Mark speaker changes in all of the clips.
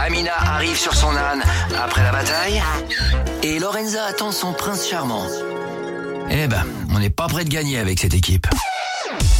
Speaker 1: Amina arrive sur son âne après la bataille. Et Lorenza attend son prince charmant. Eh ben, on n'est pas prêt de gagner avec cette équipe.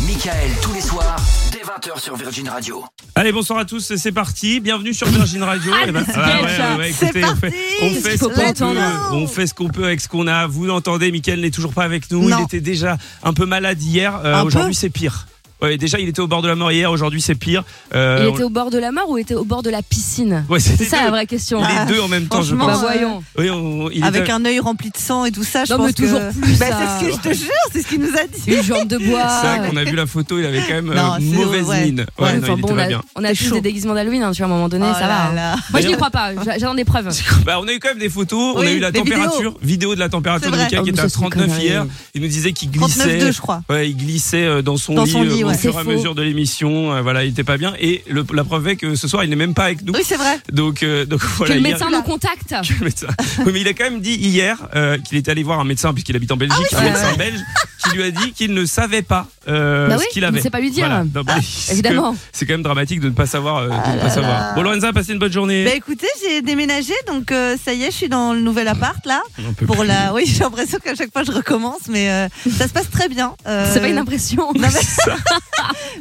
Speaker 1: Michael, tous les soirs, dès 20h sur Virgin Radio.
Speaker 2: Allez, bonsoir à tous, c'est parti. Bienvenue sur Virgin Radio. Eh ben, ah ouais, ouais, ouais,
Speaker 3: C'est
Speaker 2: écoutez, on fait, on
Speaker 3: parti.
Speaker 2: fait
Speaker 3: Il
Speaker 2: ce
Speaker 3: faut
Speaker 2: qu'on
Speaker 3: pas
Speaker 2: peut.
Speaker 3: attendre.
Speaker 2: On fait ce qu'on peut avec ce qu'on a. Vous l'entendez, Mickaël n'est toujours pas avec nous.
Speaker 3: Non.
Speaker 2: Il était déjà un peu malade hier. Euh,
Speaker 3: Un peu
Speaker 2: aujourd'hui, c'est pire. Ouais, déjà, il était au bord de la mort hier. Aujourd'hui, c'est pire. Euh,
Speaker 4: Il
Speaker 2: on-
Speaker 4: était au bord de la mort ou était au bord de la piscine
Speaker 2: Ouais, c'était
Speaker 4: C'est ça
Speaker 2: deux.
Speaker 4: la vraie question. Ah,
Speaker 2: Les deux en même temps, je
Speaker 3: franchement,
Speaker 4: bah
Speaker 2: pense.
Speaker 3: euh,
Speaker 4: voyons.
Speaker 2: Oui, on- il
Speaker 3: Avec
Speaker 2: était-
Speaker 3: un œil rempli de sang et tout ça, je
Speaker 4: Non,
Speaker 3: pense
Speaker 4: mais toujours
Speaker 3: que...
Speaker 4: plus,
Speaker 3: Bah,
Speaker 4: ça.
Speaker 3: c'est ce que je te jure, c'est ce qu'il nous a dit.
Speaker 4: Une jambe de
Speaker 2: C'est
Speaker 4: bois.
Speaker 2: vrai qu'on a vu la photo, il avait quand même euh,
Speaker 3: Non, c'est-
Speaker 2: mauvaise
Speaker 3: ouais.
Speaker 2: mine. Ouais,
Speaker 4: Ouais, enfin,
Speaker 2: non, il
Speaker 4: bon,
Speaker 2: était
Speaker 4: on
Speaker 2: pas
Speaker 4: a,
Speaker 2: bien.
Speaker 4: on a
Speaker 3: C'est
Speaker 4: tous
Speaker 3: chaud.
Speaker 4: des déguisements d'halloween, hein, tu vois, à un moment donné,
Speaker 3: Oh
Speaker 4: ça va.
Speaker 3: là
Speaker 4: hein.
Speaker 3: là.
Speaker 4: Moi, je n'y crois pas. J'a- J'attends des preuves.
Speaker 2: Bah, on a eu quand même des photos, on
Speaker 3: Oui,
Speaker 2: a eu la
Speaker 3: des
Speaker 2: température, vidéo.
Speaker 3: vidéos.
Speaker 2: de la température
Speaker 3: C'est
Speaker 2: de
Speaker 3: vrai.
Speaker 2: Mika
Speaker 4: Oh,
Speaker 2: qui
Speaker 4: mais
Speaker 2: était
Speaker 4: ça,
Speaker 2: à
Speaker 4: c'est une
Speaker 2: 39
Speaker 4: connerie.
Speaker 2: hier. Il nous disait qu'il
Speaker 3: 39,2,
Speaker 2: glissait.
Speaker 3: je crois.
Speaker 2: Ouais, il glissait euh, dans son
Speaker 3: Dans
Speaker 2: lit,
Speaker 3: son lit,
Speaker 2: euh, au
Speaker 3: ouais.
Speaker 2: fur et à
Speaker 4: C'est faux.
Speaker 2: mesure de l'émission. euh, voilà, il était pas bien. Et le- la preuve est que ce soir, il n'est même pas avec nous.
Speaker 3: Oui, c'est vrai.
Speaker 2: Donc, euh, donc voilà.
Speaker 4: que le
Speaker 2: hier-
Speaker 4: médecin nous contacte.
Speaker 2: que le médecin. Oui, mais il a quand même dit hier euh, qu'il était allé voir un médecin, puisqu'il habite en Belgique,
Speaker 3: Ah c'est
Speaker 2: un
Speaker 3: vrai.
Speaker 2: médecin belge, qui lui a dit qu'il ne savait pas euh,
Speaker 4: Bah oui,
Speaker 2: ce qu'il
Speaker 4: il ne
Speaker 2: avait.
Speaker 4: sait pas lui dire.
Speaker 2: Voilà. Non, mais c'est
Speaker 4: évidemment.
Speaker 2: que- C'est quand même dramatique de ne pas savoir. euh, de ne pas savoir. Bon, Lorenza, passez une bonne journée.
Speaker 3: Ah Bah écoutez, j'ai déménagé, donc euh, ça y est, je suis dans le nouvel appart là.
Speaker 2: On peut
Speaker 3: Pour
Speaker 2: plus.
Speaker 3: la, oui, j'ai l'impression qu'à chaque fois je recommence, mais euh, ça se passe très bien. Euh,
Speaker 4: C'est pas une impression.
Speaker 3: non,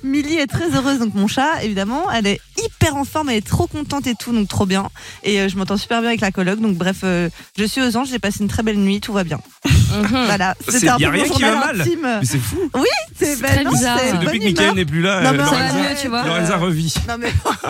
Speaker 3: mais- Millie est très heureuse, donc mon chat, évidemment, elle est hyper en forme, elle est trop contente et tout, donc trop bien. Et euh, je m'entends super bien avec la coloc, donc bref, euh, je suis aux anges, j'ai passé une très belle nuit, tout va bien.
Speaker 4: Mhm.
Speaker 3: Voilà,
Speaker 2: C'est-
Speaker 3: c'était un
Speaker 2: y a
Speaker 3: peu
Speaker 2: rien
Speaker 3: mon
Speaker 2: qui
Speaker 3: journal
Speaker 2: va mal.
Speaker 3: intime.
Speaker 2: Mais c'est fou.
Speaker 3: C'est bah
Speaker 4: très
Speaker 3: non,
Speaker 4: bizarre.
Speaker 3: c'est
Speaker 4: C'est
Speaker 2: C'est
Speaker 3: bonne
Speaker 2: depuis que
Speaker 3: humeur.
Speaker 2: Mickaël n'est plus là,
Speaker 3: Non,
Speaker 2: euh,
Speaker 3: mais ça
Speaker 4: Ça va
Speaker 2: Lorenza,
Speaker 3: Lorenza-
Speaker 4: mieux, tu vois.
Speaker 2: Lorenza revit.
Speaker 3: Non mais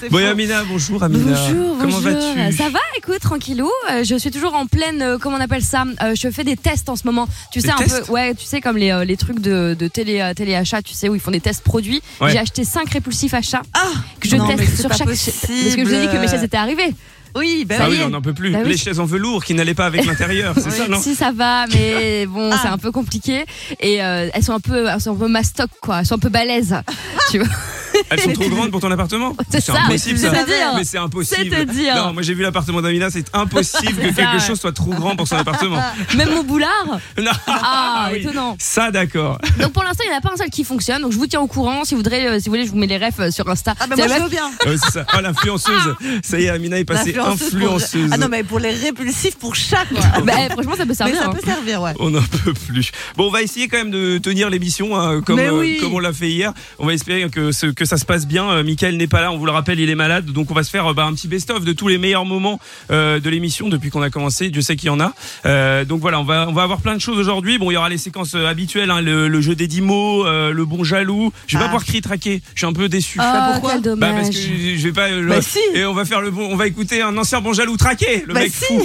Speaker 3: C'est
Speaker 2: Bon,
Speaker 3: faux.
Speaker 2: Amina, bonjour Amina.
Speaker 4: Bonjour,
Speaker 2: Comment
Speaker 4: bonjour.
Speaker 2: vas-tu Ah
Speaker 4: Ça va, écoute, tranquillou. Euh, je suis toujours en pleine, euh, comment on appelle ça Euh, Je fais des tests en ce moment. Tu
Speaker 2: Des
Speaker 4: sais un
Speaker 2: tests
Speaker 4: peu, ouais, tu sais comme les, euh, les trucs de, de télé euh, téléachat, tu sais où ils font des tests produits.
Speaker 2: Ouais.
Speaker 4: J'ai acheté 5 répulsifs achats
Speaker 3: Ah
Speaker 4: que je
Speaker 3: Non, mais
Speaker 4: teste
Speaker 3: c'est
Speaker 4: sur
Speaker 3: pas
Speaker 4: chaque.
Speaker 3: possible.
Speaker 4: Parce que je vous ai dit que mes chaises étaient arrivées.
Speaker 3: Oui, bah
Speaker 2: Ah
Speaker 3: oui.
Speaker 2: oui, on n'en peut plus.
Speaker 4: Bah oui.
Speaker 2: Les chaises en velours qui n'allaient pas avec l'intérieur, c'est ça, non
Speaker 4: Si ça va, mais bon,
Speaker 3: Ah.
Speaker 4: c'est un peu compliqué. Et euh, elles sont un peu, elles sont un peu mastoc, quoi. Elles sont un peu balèzes. tu vois
Speaker 2: Elles sont trop grandes pour ton appartement.
Speaker 4: C'est ça.
Speaker 2: impossible ça.
Speaker 3: C'est te
Speaker 4: dire.
Speaker 2: Mais c'est impossible.
Speaker 4: C'est te dire.
Speaker 2: Non, moi j'ai vu l'appartement d'Amina, c'est impossible que
Speaker 4: C'est ça,
Speaker 2: quelque
Speaker 4: ouais.
Speaker 2: chose soit trop grand pour son appartement.
Speaker 4: Même mon boulard.
Speaker 2: Non.
Speaker 4: Ah,
Speaker 2: oui.
Speaker 4: étonnant.
Speaker 2: Ça d'accord.
Speaker 4: Donc pour l'instant, il n'y en a pas un seul qui fonctionne. Donc je vous tiens au courant. Si vous, voudrez, euh, si vous voulez, je vous mets les refs euh, sur Insta.
Speaker 3: Ah bah
Speaker 4: C'est
Speaker 3: moi
Speaker 4: la
Speaker 3: je
Speaker 4: meuf-
Speaker 3: veux bien.
Speaker 2: Ouais, c'est ça. Oh l'influenceuse. Ça y est, Amina est passée
Speaker 3: L'influenceuse pour-
Speaker 2: influenceuse.
Speaker 3: Ah non mais pour les répulsifs pour chat quoi.
Speaker 4: Bah, eh, franchement, ça peut
Speaker 3: mais
Speaker 4: servir.
Speaker 3: ça
Speaker 4: hein.
Speaker 3: peut servir ouais.
Speaker 2: On n'en peut plus. Bon, on va essayer quand même de tenir l'émission hein, comme,
Speaker 3: Mais
Speaker 2: euh,
Speaker 3: oui.
Speaker 2: comme on l'a fait hier. On va espérer que, ce- que ça se passe bien. Euh, Michael n'est pas là, on vous le rappelle, il est malade. Donc on va se faire euh, bah, un petit best-of de tous les meilleurs moments euh, de l'émission depuis qu'on a commencé. Dieu sait qu'il y en a. Euh, donc voilà, on va, on va avoir plein de choses aujourd'hui. Bon, il y aura les séquences euh, habituelles, hein, le, le jeu des dix mots, euh, le bon jaloux. Je vais
Speaker 3: Ah.
Speaker 2: pas pouvoir cri-traquer, je suis un peu déçu.
Speaker 4: Ah,
Speaker 3: pourquoi
Speaker 4: quel
Speaker 2: Bah parce
Speaker 4: dommage.
Speaker 2: que je vais pas. euh,
Speaker 3: Bah, si.
Speaker 2: Et on va faire le bon. On va écouter un ancien bon jaloux traqué. Le
Speaker 3: Bah
Speaker 2: mec
Speaker 3: si,
Speaker 2: fou.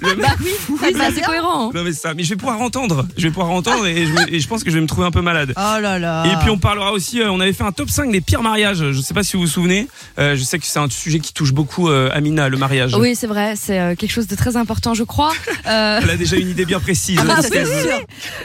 Speaker 2: Le mec
Speaker 4: Bah oui, oui, c'est assez cohérent. hein.
Speaker 2: non mais c'est ça, mais je vais pouvoir entendre, je vais pouvoir entendre et je, vais- et je pense que je vais me trouver un peu malade.
Speaker 3: Oh là là.
Speaker 2: Et puis on parlera aussi, euh, on avait fait un top 5 des pires mariages, je sais pas si vous vous souvenez, Euh, je sais que c'est un sujet qui touche beaucoup euh, Amina, le mariage.
Speaker 4: Oui, c'est vrai, c'est euh, quelque chose de très important, je crois. Euh,
Speaker 2: Elle a déjà une idée bien précise.
Speaker 3: Ah bah,
Speaker 2: C'est-
Speaker 3: c'est sûr.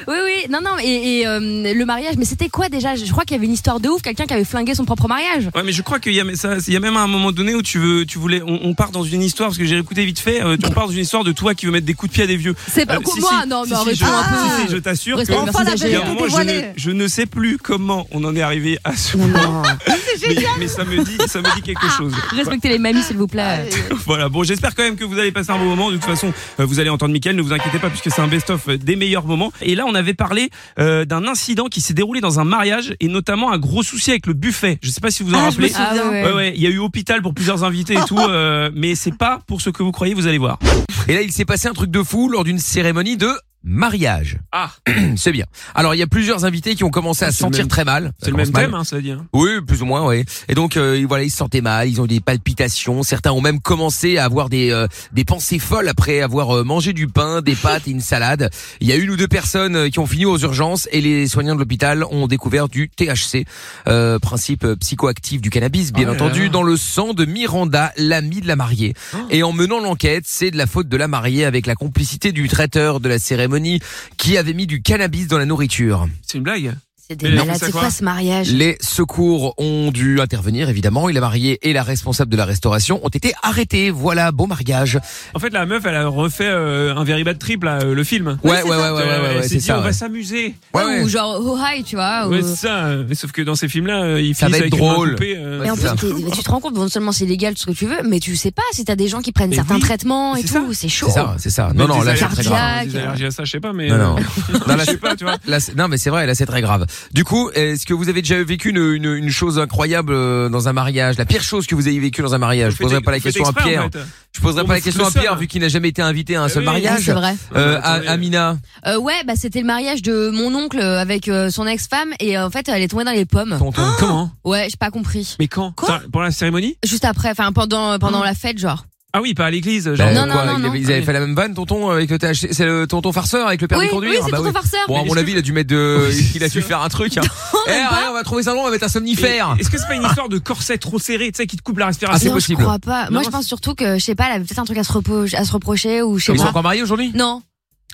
Speaker 4: oui, oui, non, non, et, et, euh, le mariage, mais c'était quoi déjà Je crois qu'il y avait une histoire de ouf, quelqu'un qui avait flingué son propre mariage.
Speaker 2: Ouais mais je crois qu'il y a, mais ça- il y a même un moment donné où tu veux, tu voulais, on, on part dans une histoire parce que j'ai écouté vite fait, euh, on part dans une histoire de toi qui veux mettre des coups de pied à des vieux.
Speaker 4: C'est pas
Speaker 2: Euh,
Speaker 4: quoi
Speaker 2: si,
Speaker 4: moi
Speaker 2: si,
Speaker 4: Non,
Speaker 2: si,
Speaker 4: mais
Speaker 2: si,
Speaker 4: arrête
Speaker 2: je,
Speaker 4: un peu.
Speaker 2: si, si, je t'assure.
Speaker 4: Respect,
Speaker 2: que-
Speaker 4: merci.
Speaker 3: Enfin la
Speaker 4: Il
Speaker 2: Il y a
Speaker 3: vérité
Speaker 2: un moment, je ne,
Speaker 3: dévoilée.
Speaker 2: je ne sais plus comment on en est arrivé à ce
Speaker 4: Non,
Speaker 2: point,
Speaker 4: non.
Speaker 2: mais, mais ça me dit, ça me dit quelque
Speaker 4: Ah,
Speaker 2: chose.
Speaker 4: Respectez les mamies, s'il vous
Speaker 3: Ah,
Speaker 4: plaît.
Speaker 2: Voilà, bon, j'espère quand même que vous allez passer un bon moment. De toute façon, euh, vous allez entendre Mickaël, ne vous inquiétez pas, puisque c'est un best-of euh, des meilleurs moments. Et là, on avait parlé euh, d'un incident qui s'est déroulé dans un mariage, et notamment un gros souci avec le buffet. Je sais pas si vous vous en
Speaker 3: Ah, je me
Speaker 2: rappelez.
Speaker 3: souviens.
Speaker 2: Ouais, ouais, il y a eu hôpital pour plusieurs invités et tout, euh, mais c'est pas pour ce que vous croyez, vous allez voir.
Speaker 5: Et là, il s'est passé un truc de fou lors d'une cérémonie de mariage.
Speaker 2: Ah,
Speaker 5: Hum, C'est bien. Alors, il y a plusieurs invités qui ont commencé à
Speaker 2: C'est
Speaker 5: se
Speaker 2: le
Speaker 5: sentir
Speaker 2: même-
Speaker 5: très mal.
Speaker 2: c'est le
Speaker 5: Ça
Speaker 2: même
Speaker 5: commence mal.
Speaker 2: thème, hein, cela dit. hein.
Speaker 5: Oui, plus ou moins, ouais. Et donc euh, voilà, ils se sentaient mal, ils ont eu des palpitations, certains ont même commencé à avoir des euh, des pensées folles après avoir euh, mangé du pain, des pâtes et une salade. Il y a une ou deux personnes euh, qui ont fini aux urgences et les soignants de l'hôpital ont découvert du THC, euh, principe euh, psychoactif du cannabis bien
Speaker 2: Oh là
Speaker 5: entendu,
Speaker 2: là. Oh.
Speaker 5: dans le sang de Miranda, l'ami de la mariée. Et en menant l'enquête, c'est de la faute de la mariée avec la complicité du traiteur de la cérémonie qui avait mis du cannabis dans la nourriture.
Speaker 2: C'est une blague.
Speaker 4: C'est
Speaker 2: Mais
Speaker 4: des
Speaker 2: non,
Speaker 4: malades.
Speaker 2: ça
Speaker 4: C'est
Speaker 2: quoi
Speaker 4: quoi ce mariage
Speaker 5: Les secours ont dû intervenir, évidemment, et la mariée et la responsable de la restauration ont été arrêtés. Voilà, beau mariage.
Speaker 2: En fait, la meuf, elle a refait euh, un very bad trip, là, euh, le film.
Speaker 5: Ouais, ouais, ouais, ouais, ouais,
Speaker 2: Euh,
Speaker 5: ouais,
Speaker 2: elle
Speaker 5: ouais,
Speaker 2: s'est
Speaker 5: c'est
Speaker 2: dit, on
Speaker 5: ça.
Speaker 2: va
Speaker 5: ouais.
Speaker 2: s'amuser.
Speaker 5: Ouais, ouais.
Speaker 4: Ou genre, oh hi, tu vois. ou-
Speaker 2: Ouais, c'est ça. euh, Mais sauf que dans ces films-là, euh, ils
Speaker 5: Ça
Speaker 2: finissent
Speaker 5: va être
Speaker 2: avec une main
Speaker 5: drôle.
Speaker 2: coupée, euh,
Speaker 4: Et en plus,
Speaker 5: c'est ça.
Speaker 4: t'es- tu te rends compte, non seulement c'est légal, tout ce que tu veux, mais tu sais pas si t'as des gens qui prennent
Speaker 2: Mais
Speaker 4: certains
Speaker 2: oui,
Speaker 4: traitements et
Speaker 2: c'est ça.
Speaker 4: tout, c'est chaud.
Speaker 5: C'est ça, c'est ça. Ah,
Speaker 2: même
Speaker 5: Non, non,
Speaker 2: des
Speaker 5: là, c'est
Speaker 2: allergies-
Speaker 5: très grave.
Speaker 4: Cardiaque.
Speaker 2: Des allergies à ça, je sais pas, mais.
Speaker 5: Non, non.
Speaker 2: euh,
Speaker 5: Non, là,
Speaker 2: je sais pas, tu vois.
Speaker 5: Là, c'est- non, mais c'est vrai, là, c'est très grave. Du coup, est-ce que vous avez déjà vécu une, une, une chose incroyable euh, dans un mariage La pire chose que vous ayez vécue dans un mariage Je
Speaker 2: Vous
Speaker 5: poserai
Speaker 2: faites-
Speaker 5: pas la
Speaker 2: vous faites
Speaker 5: question à
Speaker 2: exprès,
Speaker 5: Pierre.
Speaker 2: en fait.
Speaker 5: Je poserai
Speaker 2: Vous
Speaker 5: pas la
Speaker 2: vous
Speaker 5: question à
Speaker 2: foutez le
Speaker 5: Pierre
Speaker 2: seum.
Speaker 5: vu qu'il n'a jamais été invité à un
Speaker 2: Ah
Speaker 5: seul
Speaker 2: oui,
Speaker 4: Ah,
Speaker 5: mariage.
Speaker 4: c'est vrai.
Speaker 5: Euh,
Speaker 2: Ouais,
Speaker 5: à-
Speaker 2: attendez.
Speaker 5: Amina,
Speaker 4: Euh, ouais, bah c'était le mariage de mon oncle avec euh, son ex-femme et euh, en fait elle est tombée dans les pommes. Ah
Speaker 5: tonton,
Speaker 2: Comment
Speaker 4: Ouais, j'ai pas compris.
Speaker 2: Mais quand
Speaker 3: Quoi
Speaker 2: Attends, Pour la cérémonie
Speaker 4: Juste après, enfin pendant euh, pendant la fête, genre.
Speaker 2: Ah oui, pas à l'église, genre.
Speaker 5: Bah,
Speaker 4: Non, non,
Speaker 5: quoi,
Speaker 4: non,
Speaker 5: ils
Speaker 4: non.
Speaker 5: avaient- Ils avaient fait la même vanne, tonton, euh, avec le THC. C'est le tonton farceur avec le permis
Speaker 4: oui,
Speaker 5: de conduire.
Speaker 4: oui,
Speaker 5: Ah,
Speaker 4: c'est
Speaker 5: bah
Speaker 4: ton
Speaker 5: oui.
Speaker 4: farceur.
Speaker 5: Bon, à
Speaker 2: Mais
Speaker 5: mon
Speaker 2: est-ce
Speaker 5: avis, il a dû mettre de,
Speaker 2: Oui,
Speaker 5: il a
Speaker 2: c'est
Speaker 5: dû
Speaker 2: sûr.
Speaker 5: faire un truc. hein. Eh, regardez, on va trouver ça long, on va mettre un
Speaker 2: Et-
Speaker 5: somnifère. Ah.
Speaker 2: Est-ce que c'est pas une histoire de corset trop serré, tu sais, qui te coupe la respiration
Speaker 4: Ah, non,
Speaker 5: possible.
Speaker 4: je crois pas.
Speaker 2: Non,
Speaker 4: Moi, je pense surtout que je sais pas, elle avait peut-être un truc à se, repo- à se reprocher ou je sais
Speaker 5: Ils sont
Speaker 4: pas.
Speaker 5: encore mariés aujourd'hui
Speaker 4: Non,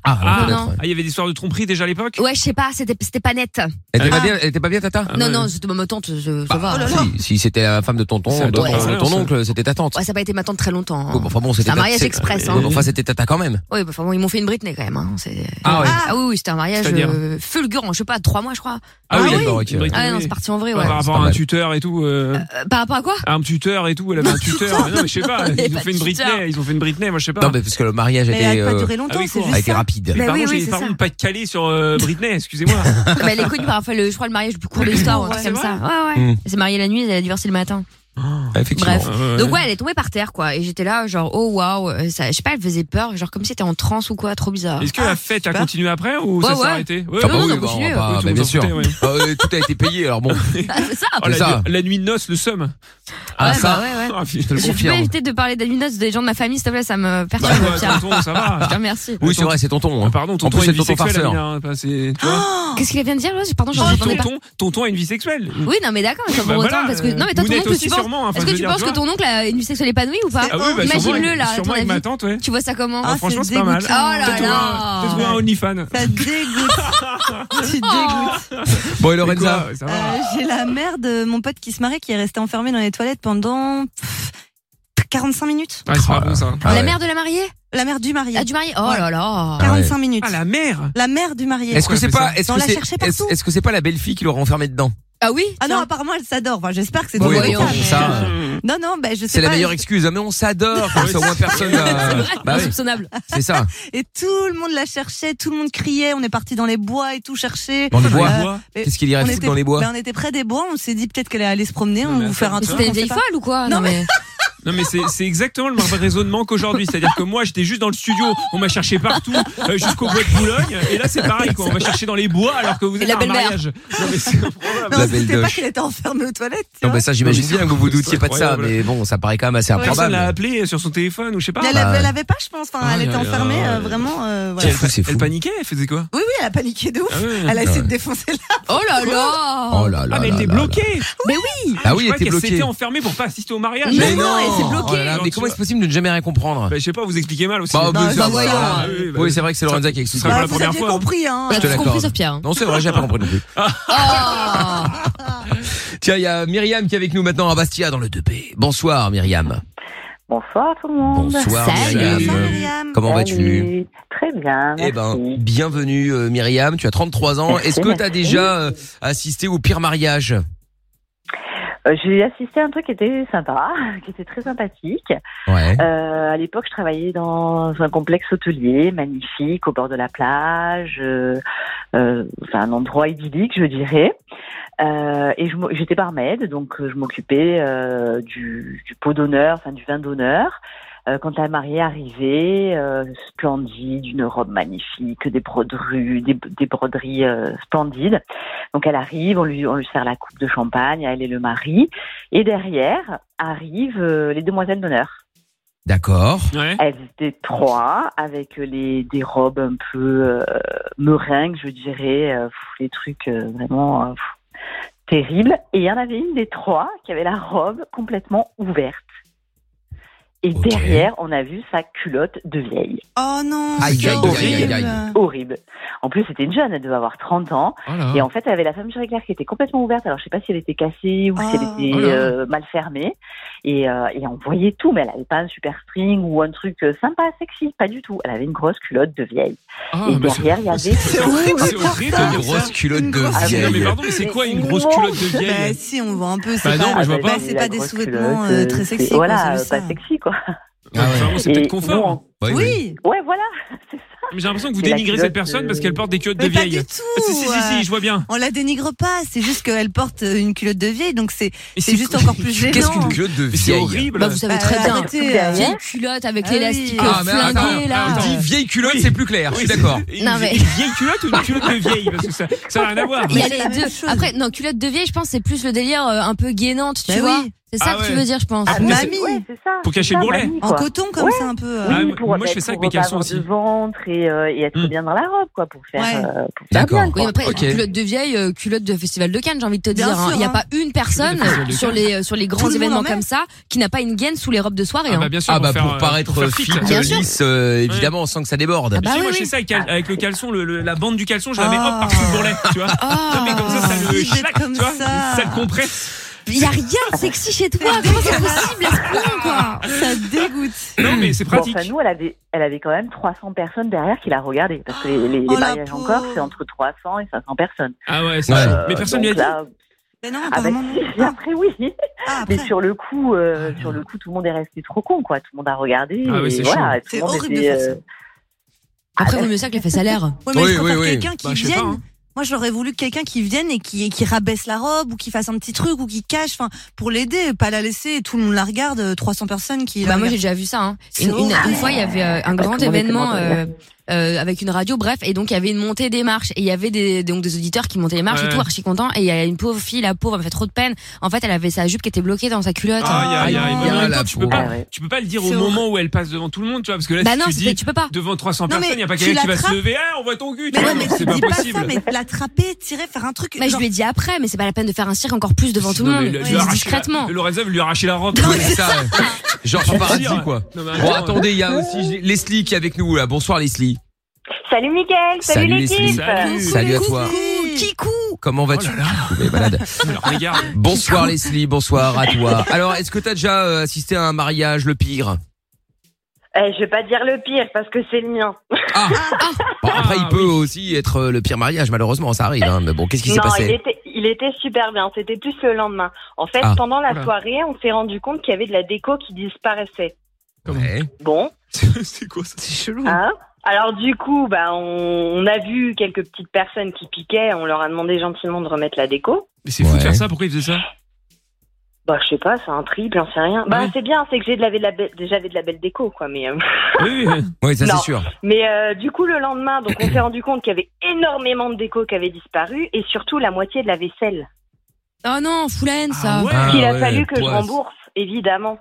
Speaker 5: Ah,
Speaker 2: Ah,
Speaker 5: peut-être,
Speaker 4: non.
Speaker 5: ouais.
Speaker 2: Ah, il y avait des histoires de tromperie déjà à l'époque
Speaker 4: ouais, je sais pas, c'était c'était pas net.
Speaker 5: Elle était
Speaker 2: Ah.
Speaker 5: pas bien, elle était pas bien, Tata
Speaker 2: Ah,
Speaker 4: non,
Speaker 2: ouais.
Speaker 4: non, c'était ma tante, je- ça
Speaker 5: Bah,
Speaker 4: va.
Speaker 3: oh là là.
Speaker 5: Si, si c'était la femme de tonton,
Speaker 2: Ça
Speaker 5: de
Speaker 2: doit
Speaker 5: ton,
Speaker 2: pas
Speaker 5: de
Speaker 2: être
Speaker 5: ton
Speaker 2: ça.
Speaker 5: oncle, c'était ta tante.
Speaker 4: Ouais, ça a pas été ma tante très longtemps. hein.
Speaker 5: Bon, enfin bon,
Speaker 4: C'est
Speaker 5: c'était
Speaker 4: un
Speaker 5: ta-
Speaker 4: mariage
Speaker 5: c'est-
Speaker 4: express.
Speaker 5: Ouais,
Speaker 4: Hein.
Speaker 5: bon, enfin, c'était tata quand même.
Speaker 4: Oui, bah, enfin bon, ils m'ont fait une Britney quand même. Hein. c'est-
Speaker 5: Ah ouais.
Speaker 4: oui, oui, c'était un mariage
Speaker 2: C'est-à-dire
Speaker 4: euh, fulgurant. Je sais pas, trois mois, je crois.
Speaker 5: Ah oui, d'accord, ok.
Speaker 2: une brique
Speaker 4: Ah non,
Speaker 2: de
Speaker 4: c'est
Speaker 2: blé.
Speaker 4: parti en vrai,
Speaker 2: Bah, Par
Speaker 4: ouais.
Speaker 5: c'est
Speaker 2: rapport
Speaker 5: pas
Speaker 2: à un
Speaker 5: mal.
Speaker 2: tuteur et tout. euh,
Speaker 4: Euh, par rapport à quoi
Speaker 2: Un tuteur et tout, elle avait un tuteur. non, mais je sais pas,
Speaker 4: Il y avait
Speaker 2: ils ont
Speaker 4: pas
Speaker 2: fait
Speaker 4: de
Speaker 2: une
Speaker 4: tuteur.
Speaker 2: Britney, ils ont fait une Britney, moi je sais pas.
Speaker 5: Non, mais parce que le mariage
Speaker 3: Mais elle
Speaker 5: était,
Speaker 3: n'a pas
Speaker 5: euh,
Speaker 3: duré
Speaker 2: ah
Speaker 3: longtemps,
Speaker 2: oui,
Speaker 3: c'est
Speaker 2: quoi.
Speaker 5: a
Speaker 3: juste
Speaker 5: été
Speaker 3: ça.
Speaker 5: rapide.
Speaker 2: Mais
Speaker 4: Mais
Speaker 2: par
Speaker 4: oui,
Speaker 2: contre,
Speaker 4: oui,
Speaker 2: j'ai
Speaker 4: c'est
Speaker 2: par
Speaker 4: ça.
Speaker 2: contre pas de calé sur euh, Britney, excusez-moi.
Speaker 4: Bah, Elle est connue par enfin, le, je crois le mariage le plus court de l'histoire, ou un truc
Speaker 3: Ouais,
Speaker 4: comme
Speaker 3: c'est
Speaker 4: ça. Ouais,
Speaker 2: Hmm.
Speaker 4: ouais.
Speaker 5: Mm.
Speaker 4: Elle s'est mariée la nuit, elle a divorcé le matin.
Speaker 5: Effectivement.
Speaker 4: Bref. Donc ouais, elle est tombée par terre quoi. Et j'étais là genre oh waouh, euh, ça, je sais pas, elle faisait peur, genre comme si t'étais en transe ou quoi, trop bizarre. Ah.
Speaker 2: Est-ce que la fête a
Speaker 3: super.
Speaker 2: continué après ou
Speaker 4: Ouais,
Speaker 2: ça s'est
Speaker 4: ouais.
Speaker 2: arrêté Ouais,
Speaker 5: Ah
Speaker 4: Non,
Speaker 5: bah
Speaker 4: non,
Speaker 5: oui,
Speaker 4: non,
Speaker 5: bah,
Speaker 4: continuez,
Speaker 5: on va pas-
Speaker 2: ouais, tout
Speaker 5: bah,
Speaker 2: le
Speaker 5: bien
Speaker 2: monde s'en
Speaker 5: sûr.
Speaker 2: foutait, ouais.
Speaker 5: Euh, Tout a été payé, alors bon.
Speaker 4: Ah, c'est ça.
Speaker 2: Oh,
Speaker 5: C'est ça.
Speaker 2: la, la nuit de noces, le seum.
Speaker 5: Ah,
Speaker 4: ouais, bah
Speaker 5: ça,
Speaker 4: ouais, ouais.
Speaker 2: Ah, putain.
Speaker 5: je te le
Speaker 4: Je peux
Speaker 5: confirme.
Speaker 4: éviter de parler d'Aminos des gens de ma famille, s'il te plaît, ça me
Speaker 2: Bah,
Speaker 4: perturbe.
Speaker 2: ouais,
Speaker 4: Pierre.
Speaker 2: tonton, ça
Speaker 4: Je
Speaker 2: va. hein.
Speaker 4: te remercie.
Speaker 5: Oui, c'est vrai, c'est tonton.
Speaker 2: Ah,
Speaker 5: hein.
Speaker 2: Pardon, tonton
Speaker 5: plus,
Speaker 2: a
Speaker 5: c'est
Speaker 2: une vie
Speaker 5: tonton
Speaker 2: sexuelle,
Speaker 5: farceur.
Speaker 2: Amina, hein, enfin, c'est- tu vois.
Speaker 4: Qu'est-ce qu'il vient de dire là Pardon, je
Speaker 2: Tonton,
Speaker 4: n'entendais pas.
Speaker 2: tonton a une vie sexuelle.
Speaker 4: Oui, non mais d'accord, mais c'est
Speaker 2: Bah,
Speaker 4: pour autant
Speaker 2: voilà,
Speaker 4: parce que non mais toi ton
Speaker 2: Mounette
Speaker 4: oncle
Speaker 2: aussi
Speaker 4: tu penses
Speaker 2: sûrement, enfin,
Speaker 4: Est-ce
Speaker 2: je
Speaker 4: que
Speaker 2: veux
Speaker 4: tu
Speaker 2: dire,
Speaker 4: penses
Speaker 2: tu
Speaker 4: que
Speaker 2: vois.
Speaker 4: ton oncle a une sexuelle épanouie ou pas
Speaker 2: Ah oui, bah,
Speaker 4: Imagine-le,
Speaker 2: sûrement,
Speaker 4: là, à ton
Speaker 2: Sûrement avec
Speaker 4: avis.
Speaker 2: ma tante, ouais.
Speaker 4: Tu vois ça comment
Speaker 3: Ah,
Speaker 2: Ah, franchement,
Speaker 3: c'est
Speaker 2: c'est pas mal.
Speaker 3: dégoûtant.
Speaker 4: Oh là Ah,
Speaker 2: Peut-être trouver un- peut-être trouver un OnlyFans.
Speaker 3: Ça dégoûte. tu dégoûtes.
Speaker 5: Bon, et
Speaker 2: C'est
Speaker 5: Lorenza
Speaker 2: quoi, ça va.
Speaker 3: Euh, J'ai la mère de mon pote qui se marait qui est resté enfermé dans les toilettes pendant pff, 45 minutes.
Speaker 2: Ouais, c'est pas bon ça.
Speaker 5: Ah
Speaker 4: la
Speaker 5: ouais.
Speaker 4: mère de la mariée
Speaker 3: La mère du marié.
Speaker 4: Ah du marié Oh
Speaker 3: Ouais.
Speaker 4: là là
Speaker 3: 45 minutes.
Speaker 2: Ah, la mère
Speaker 3: La mère du marié.
Speaker 5: Est-ce que
Speaker 2: Pourquoi
Speaker 5: c'est
Speaker 2: elle fait
Speaker 5: pas,
Speaker 2: ça
Speaker 5: est-ce
Speaker 3: On
Speaker 5: que
Speaker 3: la
Speaker 5: c'est,
Speaker 3: cherchait
Speaker 5: est-ce,
Speaker 3: partout.
Speaker 5: est-ce que c'est pas la belle fille qui l'aurait enfermée dedans
Speaker 4: Ah oui
Speaker 3: Ah non,
Speaker 4: tiens.
Speaker 3: apparemment elle s'adore. Enfin, j'espère que c'est drôle.
Speaker 5: Oui, bon,
Speaker 4: voyons.
Speaker 5: ça, euh,
Speaker 3: Non, non, bah, je sais
Speaker 5: c'est la
Speaker 3: pas.
Speaker 5: meilleure excuse. Ah, Mais on s'adore, comme ça au moins personne.
Speaker 4: C'est
Speaker 5: euh,
Speaker 4: vrai,
Speaker 5: Bah oui,
Speaker 4: insoupçonnable.
Speaker 5: c'est ça.
Speaker 3: Et tout le monde la cherchait, tout le monde criait. On est parti dans les bois et tout chercher.
Speaker 5: Dans les bois.
Speaker 3: Euh, et
Speaker 5: Qu'est-ce qu'il irait
Speaker 3: on
Speaker 5: foutre
Speaker 3: était,
Speaker 5: dans les bois
Speaker 3: bah, on était près des bois. On s'est dit peut-être qu'elle allait se promener
Speaker 2: Non, mais
Speaker 3: ou faire un
Speaker 2: attends,
Speaker 3: truc.
Speaker 4: C'était
Speaker 3: on
Speaker 4: une
Speaker 3: sait
Speaker 4: vieille
Speaker 3: pas.
Speaker 4: folle ou quoi
Speaker 3: Non,
Speaker 4: mais.
Speaker 2: Non mais c'est c'est exactement le même raisonnement qu'aujourd'hui, c'est-à-dire que moi j'étais juste dans le studio, on m'a cherché partout euh, jusqu'au bois de Boulogne, et là c'est pareil quoi, on va chercher dans les bois alors que vous
Speaker 4: Et
Speaker 2: êtes
Speaker 4: la
Speaker 2: à un
Speaker 4: belle-mère.
Speaker 2: mariage. Non mais c'est improbable.
Speaker 3: Mais
Speaker 5: La
Speaker 3: on
Speaker 5: belle
Speaker 3: ne pas
Speaker 5: doche.
Speaker 3: qu'elle était enfermée aux toilettes. tu
Speaker 5: Non,
Speaker 3: vois.
Speaker 5: mais ça, j'imagine bien que vous vous doutiez pas de ça,
Speaker 2: incroyable.
Speaker 5: mais bon, ça paraît quand même assez
Speaker 2: Personne l'a
Speaker 5: improbable.
Speaker 2: appelé sur son téléphone ou je sais pas.
Speaker 3: Mais elle,
Speaker 5: bah,
Speaker 3: avait-
Speaker 5: ouais.
Speaker 3: elle avait pas, je pense. Enfin,
Speaker 2: Ah,
Speaker 3: elle était
Speaker 2: là, là,
Speaker 3: enfermée
Speaker 2: là,
Speaker 3: euh,
Speaker 2: là.
Speaker 3: vraiment. euh, voilà.
Speaker 5: C'est fou, c'est
Speaker 2: Elle
Speaker 5: fou.
Speaker 2: paniquait, elle faisait quoi
Speaker 3: Oui, oui, elle a paniqué de ouf.
Speaker 2: Ah ouais.
Speaker 3: Elle a essayé
Speaker 5: Ouais.
Speaker 3: de défoncer la.
Speaker 4: Oh là là
Speaker 5: Oh là là.
Speaker 2: Ah mais elle
Speaker 5: là
Speaker 2: était
Speaker 5: là
Speaker 2: bloquée.
Speaker 5: là. Ah
Speaker 2: Je crois
Speaker 5: oui, elle était
Speaker 2: qu'elle
Speaker 5: bloquée.
Speaker 2: s'était enfermée pour pas assister au mariage.
Speaker 4: Mais
Speaker 2: Bah,
Speaker 4: non, elle s'est bloquée.
Speaker 5: Oh là là,
Speaker 2: Genre,
Speaker 5: mais
Speaker 2: tu
Speaker 5: comment
Speaker 2: vois.
Speaker 5: est-ce possible de ne jamais rien comprendre
Speaker 2: je sais pas, vous expliquez mal aussi.
Speaker 5: Bah,
Speaker 3: bah,
Speaker 5: bizarre,
Speaker 3: bah,
Speaker 5: bah,
Speaker 3: voyons.
Speaker 5: bah.
Speaker 2: oui, bah,
Speaker 5: Oui, c'est vrai que c'est Lorenza qui
Speaker 2: Ce
Speaker 5: explique.
Speaker 2: sera pas
Speaker 3: Bah,
Speaker 2: la
Speaker 3: vous
Speaker 2: première
Speaker 3: aviez
Speaker 2: fois, hein.
Speaker 3: compris, hein.
Speaker 4: On a
Speaker 5: te
Speaker 4: tout compris
Speaker 5: l'accorde.
Speaker 4: sauf Pierre. hein.
Speaker 5: Non, c'est vrai, j'ai pas compris non plus.
Speaker 2: Ah.
Speaker 4: Oh
Speaker 5: Tiens, il y a Myriam qui est avec nous maintenant à Bastia dans le 2B. Bonsoir Myriam.
Speaker 6: Bonsoir tout le monde.
Speaker 5: Bonsoir
Speaker 4: Salut.
Speaker 3: Bonsoir,
Speaker 5: Myriam.
Speaker 3: Myriam.
Speaker 5: Comment vas-tu
Speaker 6: Salut. Très bien. Merci.
Speaker 5: Eh ben, bienvenue euh, Myriam, tu as 33 ans.
Speaker 6: Merci,
Speaker 5: Est-ce que tu as
Speaker 6: merci.
Speaker 5: déjà euh, assisté au pire mariage
Speaker 6: Euh, J'ai assisté à un truc qui était sympa, qui était très sympathique.
Speaker 5: Ouais.
Speaker 6: Euh, à l'époque, je travaillais dans un complexe hôtelier magnifique, au bord de la plage, euh, euh, enfin, un endroit idyllique, je dirais. Euh, et je m'o- j'étais barmaid, donc euh, je m'occupais euh, du, du pot d'honneur, enfin du vin d'honneur. Euh, quand la mariée arrivait, euh, splendide, une robe magnifique, des broderies, des, des broderies euh, splendides. Donc elle arrive, on lui, on lui sert la coupe de champagne, à elle et le mari. Et derrière arrivent euh, les demoiselles d'honneur.
Speaker 5: D'accord.
Speaker 2: Ouais.
Speaker 6: Elles étaient trois avec euh, les des robes un peu euh, meringues, je dirais, euh, pff, les trucs euh, vraiment euh, pff, terribles. Et il y en avait une des trois qui avait la robe complètement ouverte. Et
Speaker 5: Ok.
Speaker 6: derrière, on a vu sa culotte de vieille.
Speaker 3: Oh non,
Speaker 5: Aïe,
Speaker 3: c'est
Speaker 5: aïe,
Speaker 2: aïe,
Speaker 5: aïe, aïe.
Speaker 3: horrible.
Speaker 6: Horrible. En plus, c'était une jeune, elle devait avoir 30 ans.
Speaker 5: Oh là.
Speaker 6: Et en fait, elle avait la fermeture éclair qui était complètement ouverte. Alors, je sais pas si elle était cassée ou si
Speaker 3: Ah.
Speaker 6: elle était
Speaker 5: Oh là là.
Speaker 6: euh, mal fermée. Et, euh, et on voyait tout, mais elle avait pas un super string ou un truc euh, sympa, sexy, pas du tout. Elle avait une grosse culotte de vieille.
Speaker 5: Ah,
Speaker 6: et
Speaker 5: mais c'est-
Speaker 6: derrière, il y avait.
Speaker 2: C'est horrible, c'est horrible.
Speaker 5: une grosse culotte
Speaker 3: Une
Speaker 5: de
Speaker 3: grosse-
Speaker 2: Ah, mais non, mais
Speaker 5: vieille.
Speaker 2: pardon, mais c'est quoi une
Speaker 6: Mais
Speaker 2: grosse
Speaker 6: immense.
Speaker 2: culotte de
Speaker 3: Bah
Speaker 2: vieille
Speaker 3: si, on voit un peu.
Speaker 2: Bah
Speaker 3: c'est
Speaker 2: non,
Speaker 3: pas-
Speaker 2: mais je vois pas.
Speaker 3: bah, c'est pas
Speaker 6: la
Speaker 3: des
Speaker 6: grosse
Speaker 3: sous-vêtements
Speaker 6: culotte,
Speaker 3: euh,
Speaker 6: euh,
Speaker 3: très
Speaker 6: c'est-
Speaker 3: sexy. quoi,
Speaker 6: Voilà,
Speaker 3: j'ai vu
Speaker 6: pas
Speaker 3: ça.
Speaker 6: sexy, quoi.
Speaker 5: Ah ouais.
Speaker 2: Vraiment, hein, c'est
Speaker 6: Et
Speaker 2: peut-être confort.
Speaker 6: bon,
Speaker 5: Oui, oui.
Speaker 3: Oui,
Speaker 6: Ouais, voilà, c'est ça.
Speaker 2: Mais j'ai l'impression que vous
Speaker 6: C'est la
Speaker 2: dénigrez
Speaker 6: culotte
Speaker 2: cette personne
Speaker 6: de-
Speaker 2: parce qu'elle porte des culottes de
Speaker 3: mais pas
Speaker 2: vieille.
Speaker 3: du
Speaker 2: Ah,
Speaker 3: tout.
Speaker 2: Si, si, si,
Speaker 3: euh,
Speaker 2: si, je vois bien.
Speaker 3: On la dénigre pas, c'est juste qu'elle porte une culotte de vieille, donc c'est
Speaker 2: Mais
Speaker 3: c'est juste encore plus gênant.
Speaker 5: Qu'est-ce qu'une culotte de
Speaker 2: Mais c'est
Speaker 5: vieille
Speaker 2: horrible.
Speaker 4: Bah, vous savez
Speaker 3: Bah,
Speaker 4: très bien.
Speaker 3: arrêtez,
Speaker 4: Vieille
Speaker 3: euh,
Speaker 4: culotte avec
Speaker 3: Ah oui.
Speaker 4: l'élastique
Speaker 5: Ah, mais attends,
Speaker 4: flingué, là.
Speaker 2: attends.
Speaker 5: Dit vieille culotte,
Speaker 2: Oui.
Speaker 5: c'est plus clair. Je suis d'accord.
Speaker 2: Une,
Speaker 4: Non, mais-
Speaker 2: une vieille culotte ou une culotte de vieille Parce que ça ça n'a rien à voir.
Speaker 4: Il y a
Speaker 3: Mais c'est la
Speaker 4: les
Speaker 3: même
Speaker 4: deux.
Speaker 3: chose.
Speaker 4: Après, non, culotte de vieille, je pense, c'est plus le délire euh, un peu guénante, tu
Speaker 3: Bah
Speaker 4: vois.
Speaker 3: oui. bah
Speaker 4: C'est ça
Speaker 2: Ah
Speaker 4: que tu
Speaker 2: ouais.
Speaker 4: veux dire, je pense.
Speaker 2: Ah,
Speaker 6: Mais
Speaker 3: Mamie.
Speaker 6: c'est- ouais, c'est ça.
Speaker 2: Pour
Speaker 6: c'est
Speaker 2: cacher
Speaker 6: ça,
Speaker 2: le bourrelet.
Speaker 6: mamie,
Speaker 3: en
Speaker 6: quoi.
Speaker 3: coton comme
Speaker 6: Ouais.
Speaker 3: ça un peu. euh,
Speaker 2: Ah,
Speaker 6: Oui,
Speaker 2: moi-
Speaker 6: pour,
Speaker 2: moi, je
Speaker 6: bah,
Speaker 2: fais ça avec
Speaker 6: pour
Speaker 2: mes
Speaker 6: pas
Speaker 2: caleçons
Speaker 6: avoir
Speaker 2: aussi.
Speaker 6: de ventre et, euh, et être
Speaker 2: Mm.
Speaker 6: bien dans la robe, quoi, pour faire.
Speaker 3: Ouais.
Speaker 6: euh, pour faire
Speaker 5: D'accord.
Speaker 6: bien,
Speaker 4: Oui,
Speaker 6: quoi.
Speaker 4: mais après,
Speaker 5: Ok.
Speaker 4: culotte de vieille, euh, culotte de Festival de Cannes, j'ai envie de te
Speaker 3: Bien
Speaker 4: dire. hein.
Speaker 3: sûr,
Speaker 4: Il n'y a
Speaker 3: hein.
Speaker 4: pas une personne
Speaker 2: Culotte de Festival de
Speaker 4: sur
Speaker 2: Cannes.
Speaker 4: les, euh, sur les grands
Speaker 3: le monde en
Speaker 4: événements
Speaker 3: met.
Speaker 4: comme ça qui n'a pas une gaine sous les robes de soirée.
Speaker 2: Ah,
Speaker 4: hein.
Speaker 2: bah, bien sûr,
Speaker 5: Ah bah
Speaker 2: faire,
Speaker 5: pour
Speaker 2: euh,
Speaker 5: paraître
Speaker 2: faire
Speaker 5: fit,
Speaker 2: fit.
Speaker 5: euh,
Speaker 4: Bien sûr.
Speaker 5: lisse, euh, évidemment, sans que ça déborde.
Speaker 4: Ah bah
Speaker 2: Tu sais,
Speaker 4: oui,
Speaker 2: moi,
Speaker 4: oui.
Speaker 2: je fais ça avec, avec le caleçon, le- le- la bande du caleçon, je la mets hop
Speaker 3: Ah.
Speaker 2: par-dessus le bourrelet, tu vois.
Speaker 4: Ah.
Speaker 2: Non, mais comme ça, ça le
Speaker 3: Si, mais
Speaker 2: schlac,
Speaker 3: comme
Speaker 2: tu vois,
Speaker 3: ça.
Speaker 2: ça le compresse.
Speaker 4: Il n'y a rien de sexy chez
Speaker 3: Ah,
Speaker 4: toi. Comment c'est possible à ce point, quoi
Speaker 3: Ça dégoûte.
Speaker 2: Non, mais c'est
Speaker 6: Bon,
Speaker 2: pratique.
Speaker 6: enfin, nous, elle avait, elle avait quand même 300 personnes derrière qui la regardaient. Parce que les, les
Speaker 3: Oh, la
Speaker 6: mariages en
Speaker 3: pauvre.
Speaker 6: Corse, c'est entre 300 et 500 personnes.
Speaker 2: Ah ouais, c'est
Speaker 5: Ouais.
Speaker 2: sûr.
Speaker 6: Euh,
Speaker 2: Mais personne
Speaker 6: donc
Speaker 2: lui a dit.
Speaker 6: là,
Speaker 3: Mais Ben non,
Speaker 6: ah bah,
Speaker 3: apparemment non.
Speaker 6: si, après, oui.
Speaker 3: Ah,
Speaker 6: Mais
Speaker 3: après.
Speaker 6: sur le coup, euh, sur le coup, tout le monde est resté trop con, quoi. Tout le monde a regardé.
Speaker 2: Ah oui,
Speaker 6: et
Speaker 2: c'est
Speaker 6: voilà, tout
Speaker 3: C'est
Speaker 6: le monde
Speaker 3: horrible de
Speaker 6: était,
Speaker 3: faire ça.
Speaker 6: euh,
Speaker 4: Après, vaut mieux ça que les fesses à l'air.
Speaker 3: Ouais, mais
Speaker 5: Oui,
Speaker 3: je
Speaker 5: oui,
Speaker 3: préfère
Speaker 5: oui.
Speaker 3: quelqu'un qui
Speaker 2: Bah, je sais
Speaker 3: vienne.
Speaker 2: pas, hein.
Speaker 3: Moi, j'aurais voulu quelqu'un qui vienne et qui, et qui rabaisse la robe ou qui fasse un petit truc ou qui cache, enfin, pour l'aider, pas la laisser. Tout le monde la regarde, euh, 300 personnes qui. la
Speaker 4: Bah moi j'ai
Speaker 3: regardent.
Speaker 4: déjà vu ça. Hein.
Speaker 3: C'est
Speaker 4: Une, une-
Speaker 3: horrible.
Speaker 4: une fois il y avait euh, un grand
Speaker 6: comment les
Speaker 4: événement euh,
Speaker 6: commentateurs.
Speaker 4: euh, avec une radio, bref, et donc il y avait une montée des marches et il y avait des, donc des auditeurs qui montaient les marches
Speaker 2: Ouais.
Speaker 4: et tout, archi contents. Et il y a une pauvre fille, la pauvre, elle me fait trop de peine. En fait, elle avait sa jupe qui était bloquée dans sa culotte.
Speaker 2: Aïe, aïe, aïe.
Speaker 3: Ah,
Speaker 2: Mais en même
Speaker 5: la
Speaker 2: temps, tu peux
Speaker 5: pauvre.
Speaker 2: pas,
Speaker 6: Ah ouais.
Speaker 2: tu peux pas le dire au
Speaker 3: C'est
Speaker 2: moment où elle passe devant tout le monde, tu vois, parce que là,
Speaker 4: bah
Speaker 2: si
Speaker 4: non,
Speaker 2: tu
Speaker 4: c'était-
Speaker 2: dis
Speaker 4: tu peux pas.
Speaker 2: devant 300
Speaker 3: Non,
Speaker 2: personnes,
Speaker 3: mais
Speaker 2: il n'y a pas
Speaker 3: tu
Speaker 2: quelqu'un qui va se
Speaker 3: l'attrapes.
Speaker 2: lever, ah, on voit ton cul, tu
Speaker 3: Mais
Speaker 2: vois,
Speaker 3: ouais, mais
Speaker 2: non,
Speaker 3: tu
Speaker 2: c'est pas
Speaker 3: dis pas ça,
Speaker 2: possible.
Speaker 3: mais l'attraper, tirer, faire un truc.
Speaker 4: Bah, je
Speaker 3: genre-
Speaker 4: lui ai dit après, mais c'est pas la peine de faire un cirque encore plus devant tout le
Speaker 2: Non, mais
Speaker 4: monde.
Speaker 2: lui a
Speaker 4: Juste
Speaker 2: arraché la-
Speaker 4: discrètement.
Speaker 2: Lorenzo veut lui arracher la robe.
Speaker 5: Ouais, c'est ça. ouais. Genre je suis paradis
Speaker 2: Dire.
Speaker 5: quoi.
Speaker 2: euh, Non, mais
Speaker 5: Bon
Speaker 2: attends,
Speaker 5: attendez, il y a aussi Leslie qui est avec nous là. Bonsoir Leslie.
Speaker 7: Salut Mickaël, salut,
Speaker 5: Salut,
Speaker 7: l'équipe.
Speaker 2: Salut.
Speaker 5: Salut à toi.
Speaker 3: Coucou,
Speaker 4: Kikou
Speaker 5: Comment vas-tu
Speaker 2: Oh là là.
Speaker 5: Tu es malade.
Speaker 2: Alors, regarde.
Speaker 5: Bonsoir Leslie, bonsoir à toi. Alors, est-ce que t'as déjà euh, assisté à un mariage le pire
Speaker 7: Eh, je vais pas dire le pire parce que c'est le mien.
Speaker 5: Ah, Bon, après il
Speaker 2: Ah,
Speaker 5: peut aussi être euh, le pire mariage malheureusement, ça arrive hein. Mais bon, qu'est-ce qui s'est
Speaker 7: non, il
Speaker 5: passé
Speaker 7: était, il était super bien. C'était plus le lendemain. En fait,
Speaker 5: Ah.
Speaker 7: pendant la
Speaker 2: Oula.
Speaker 7: soirée, on s'est rendu compte qu'il y avait de la déco qui disparaissait.
Speaker 5: Ouais.
Speaker 7: Bon,
Speaker 2: c'est quoi ça C'est
Speaker 3: Mmh.
Speaker 2: chelou.
Speaker 7: hein Alors du coup, bah, on, on a vu quelques petites personnes qui piquaient. On leur a demandé gentiment de remettre la déco.
Speaker 2: Mais c'est fou de
Speaker 5: Ouais.
Speaker 2: faire ça, pourquoi il faisait ça
Speaker 7: Bah, je sais pas, c'est un trip, j'en sais rien. Bah,
Speaker 2: Ouais.
Speaker 7: c'est bien, c'est que j'ai de la, be- de la be- j'avais de la belle déco, quoi. Mais, euh,
Speaker 2: Oui, oui.
Speaker 5: Oui, ça
Speaker 7: Non.
Speaker 5: c'est sûr.
Speaker 7: mais euh, du coup, le lendemain, donc, on s'est rendu compte qu'il y avait énormément de déco qui avait disparu et surtout la moitié de la vaisselle.
Speaker 4: Oh non, fout la haine ça.
Speaker 2: Ah ouais.
Speaker 5: Ah
Speaker 7: Il a
Speaker 5: ouais,
Speaker 7: fallu que je
Speaker 5: ouais.
Speaker 7: rembourse, évidemment.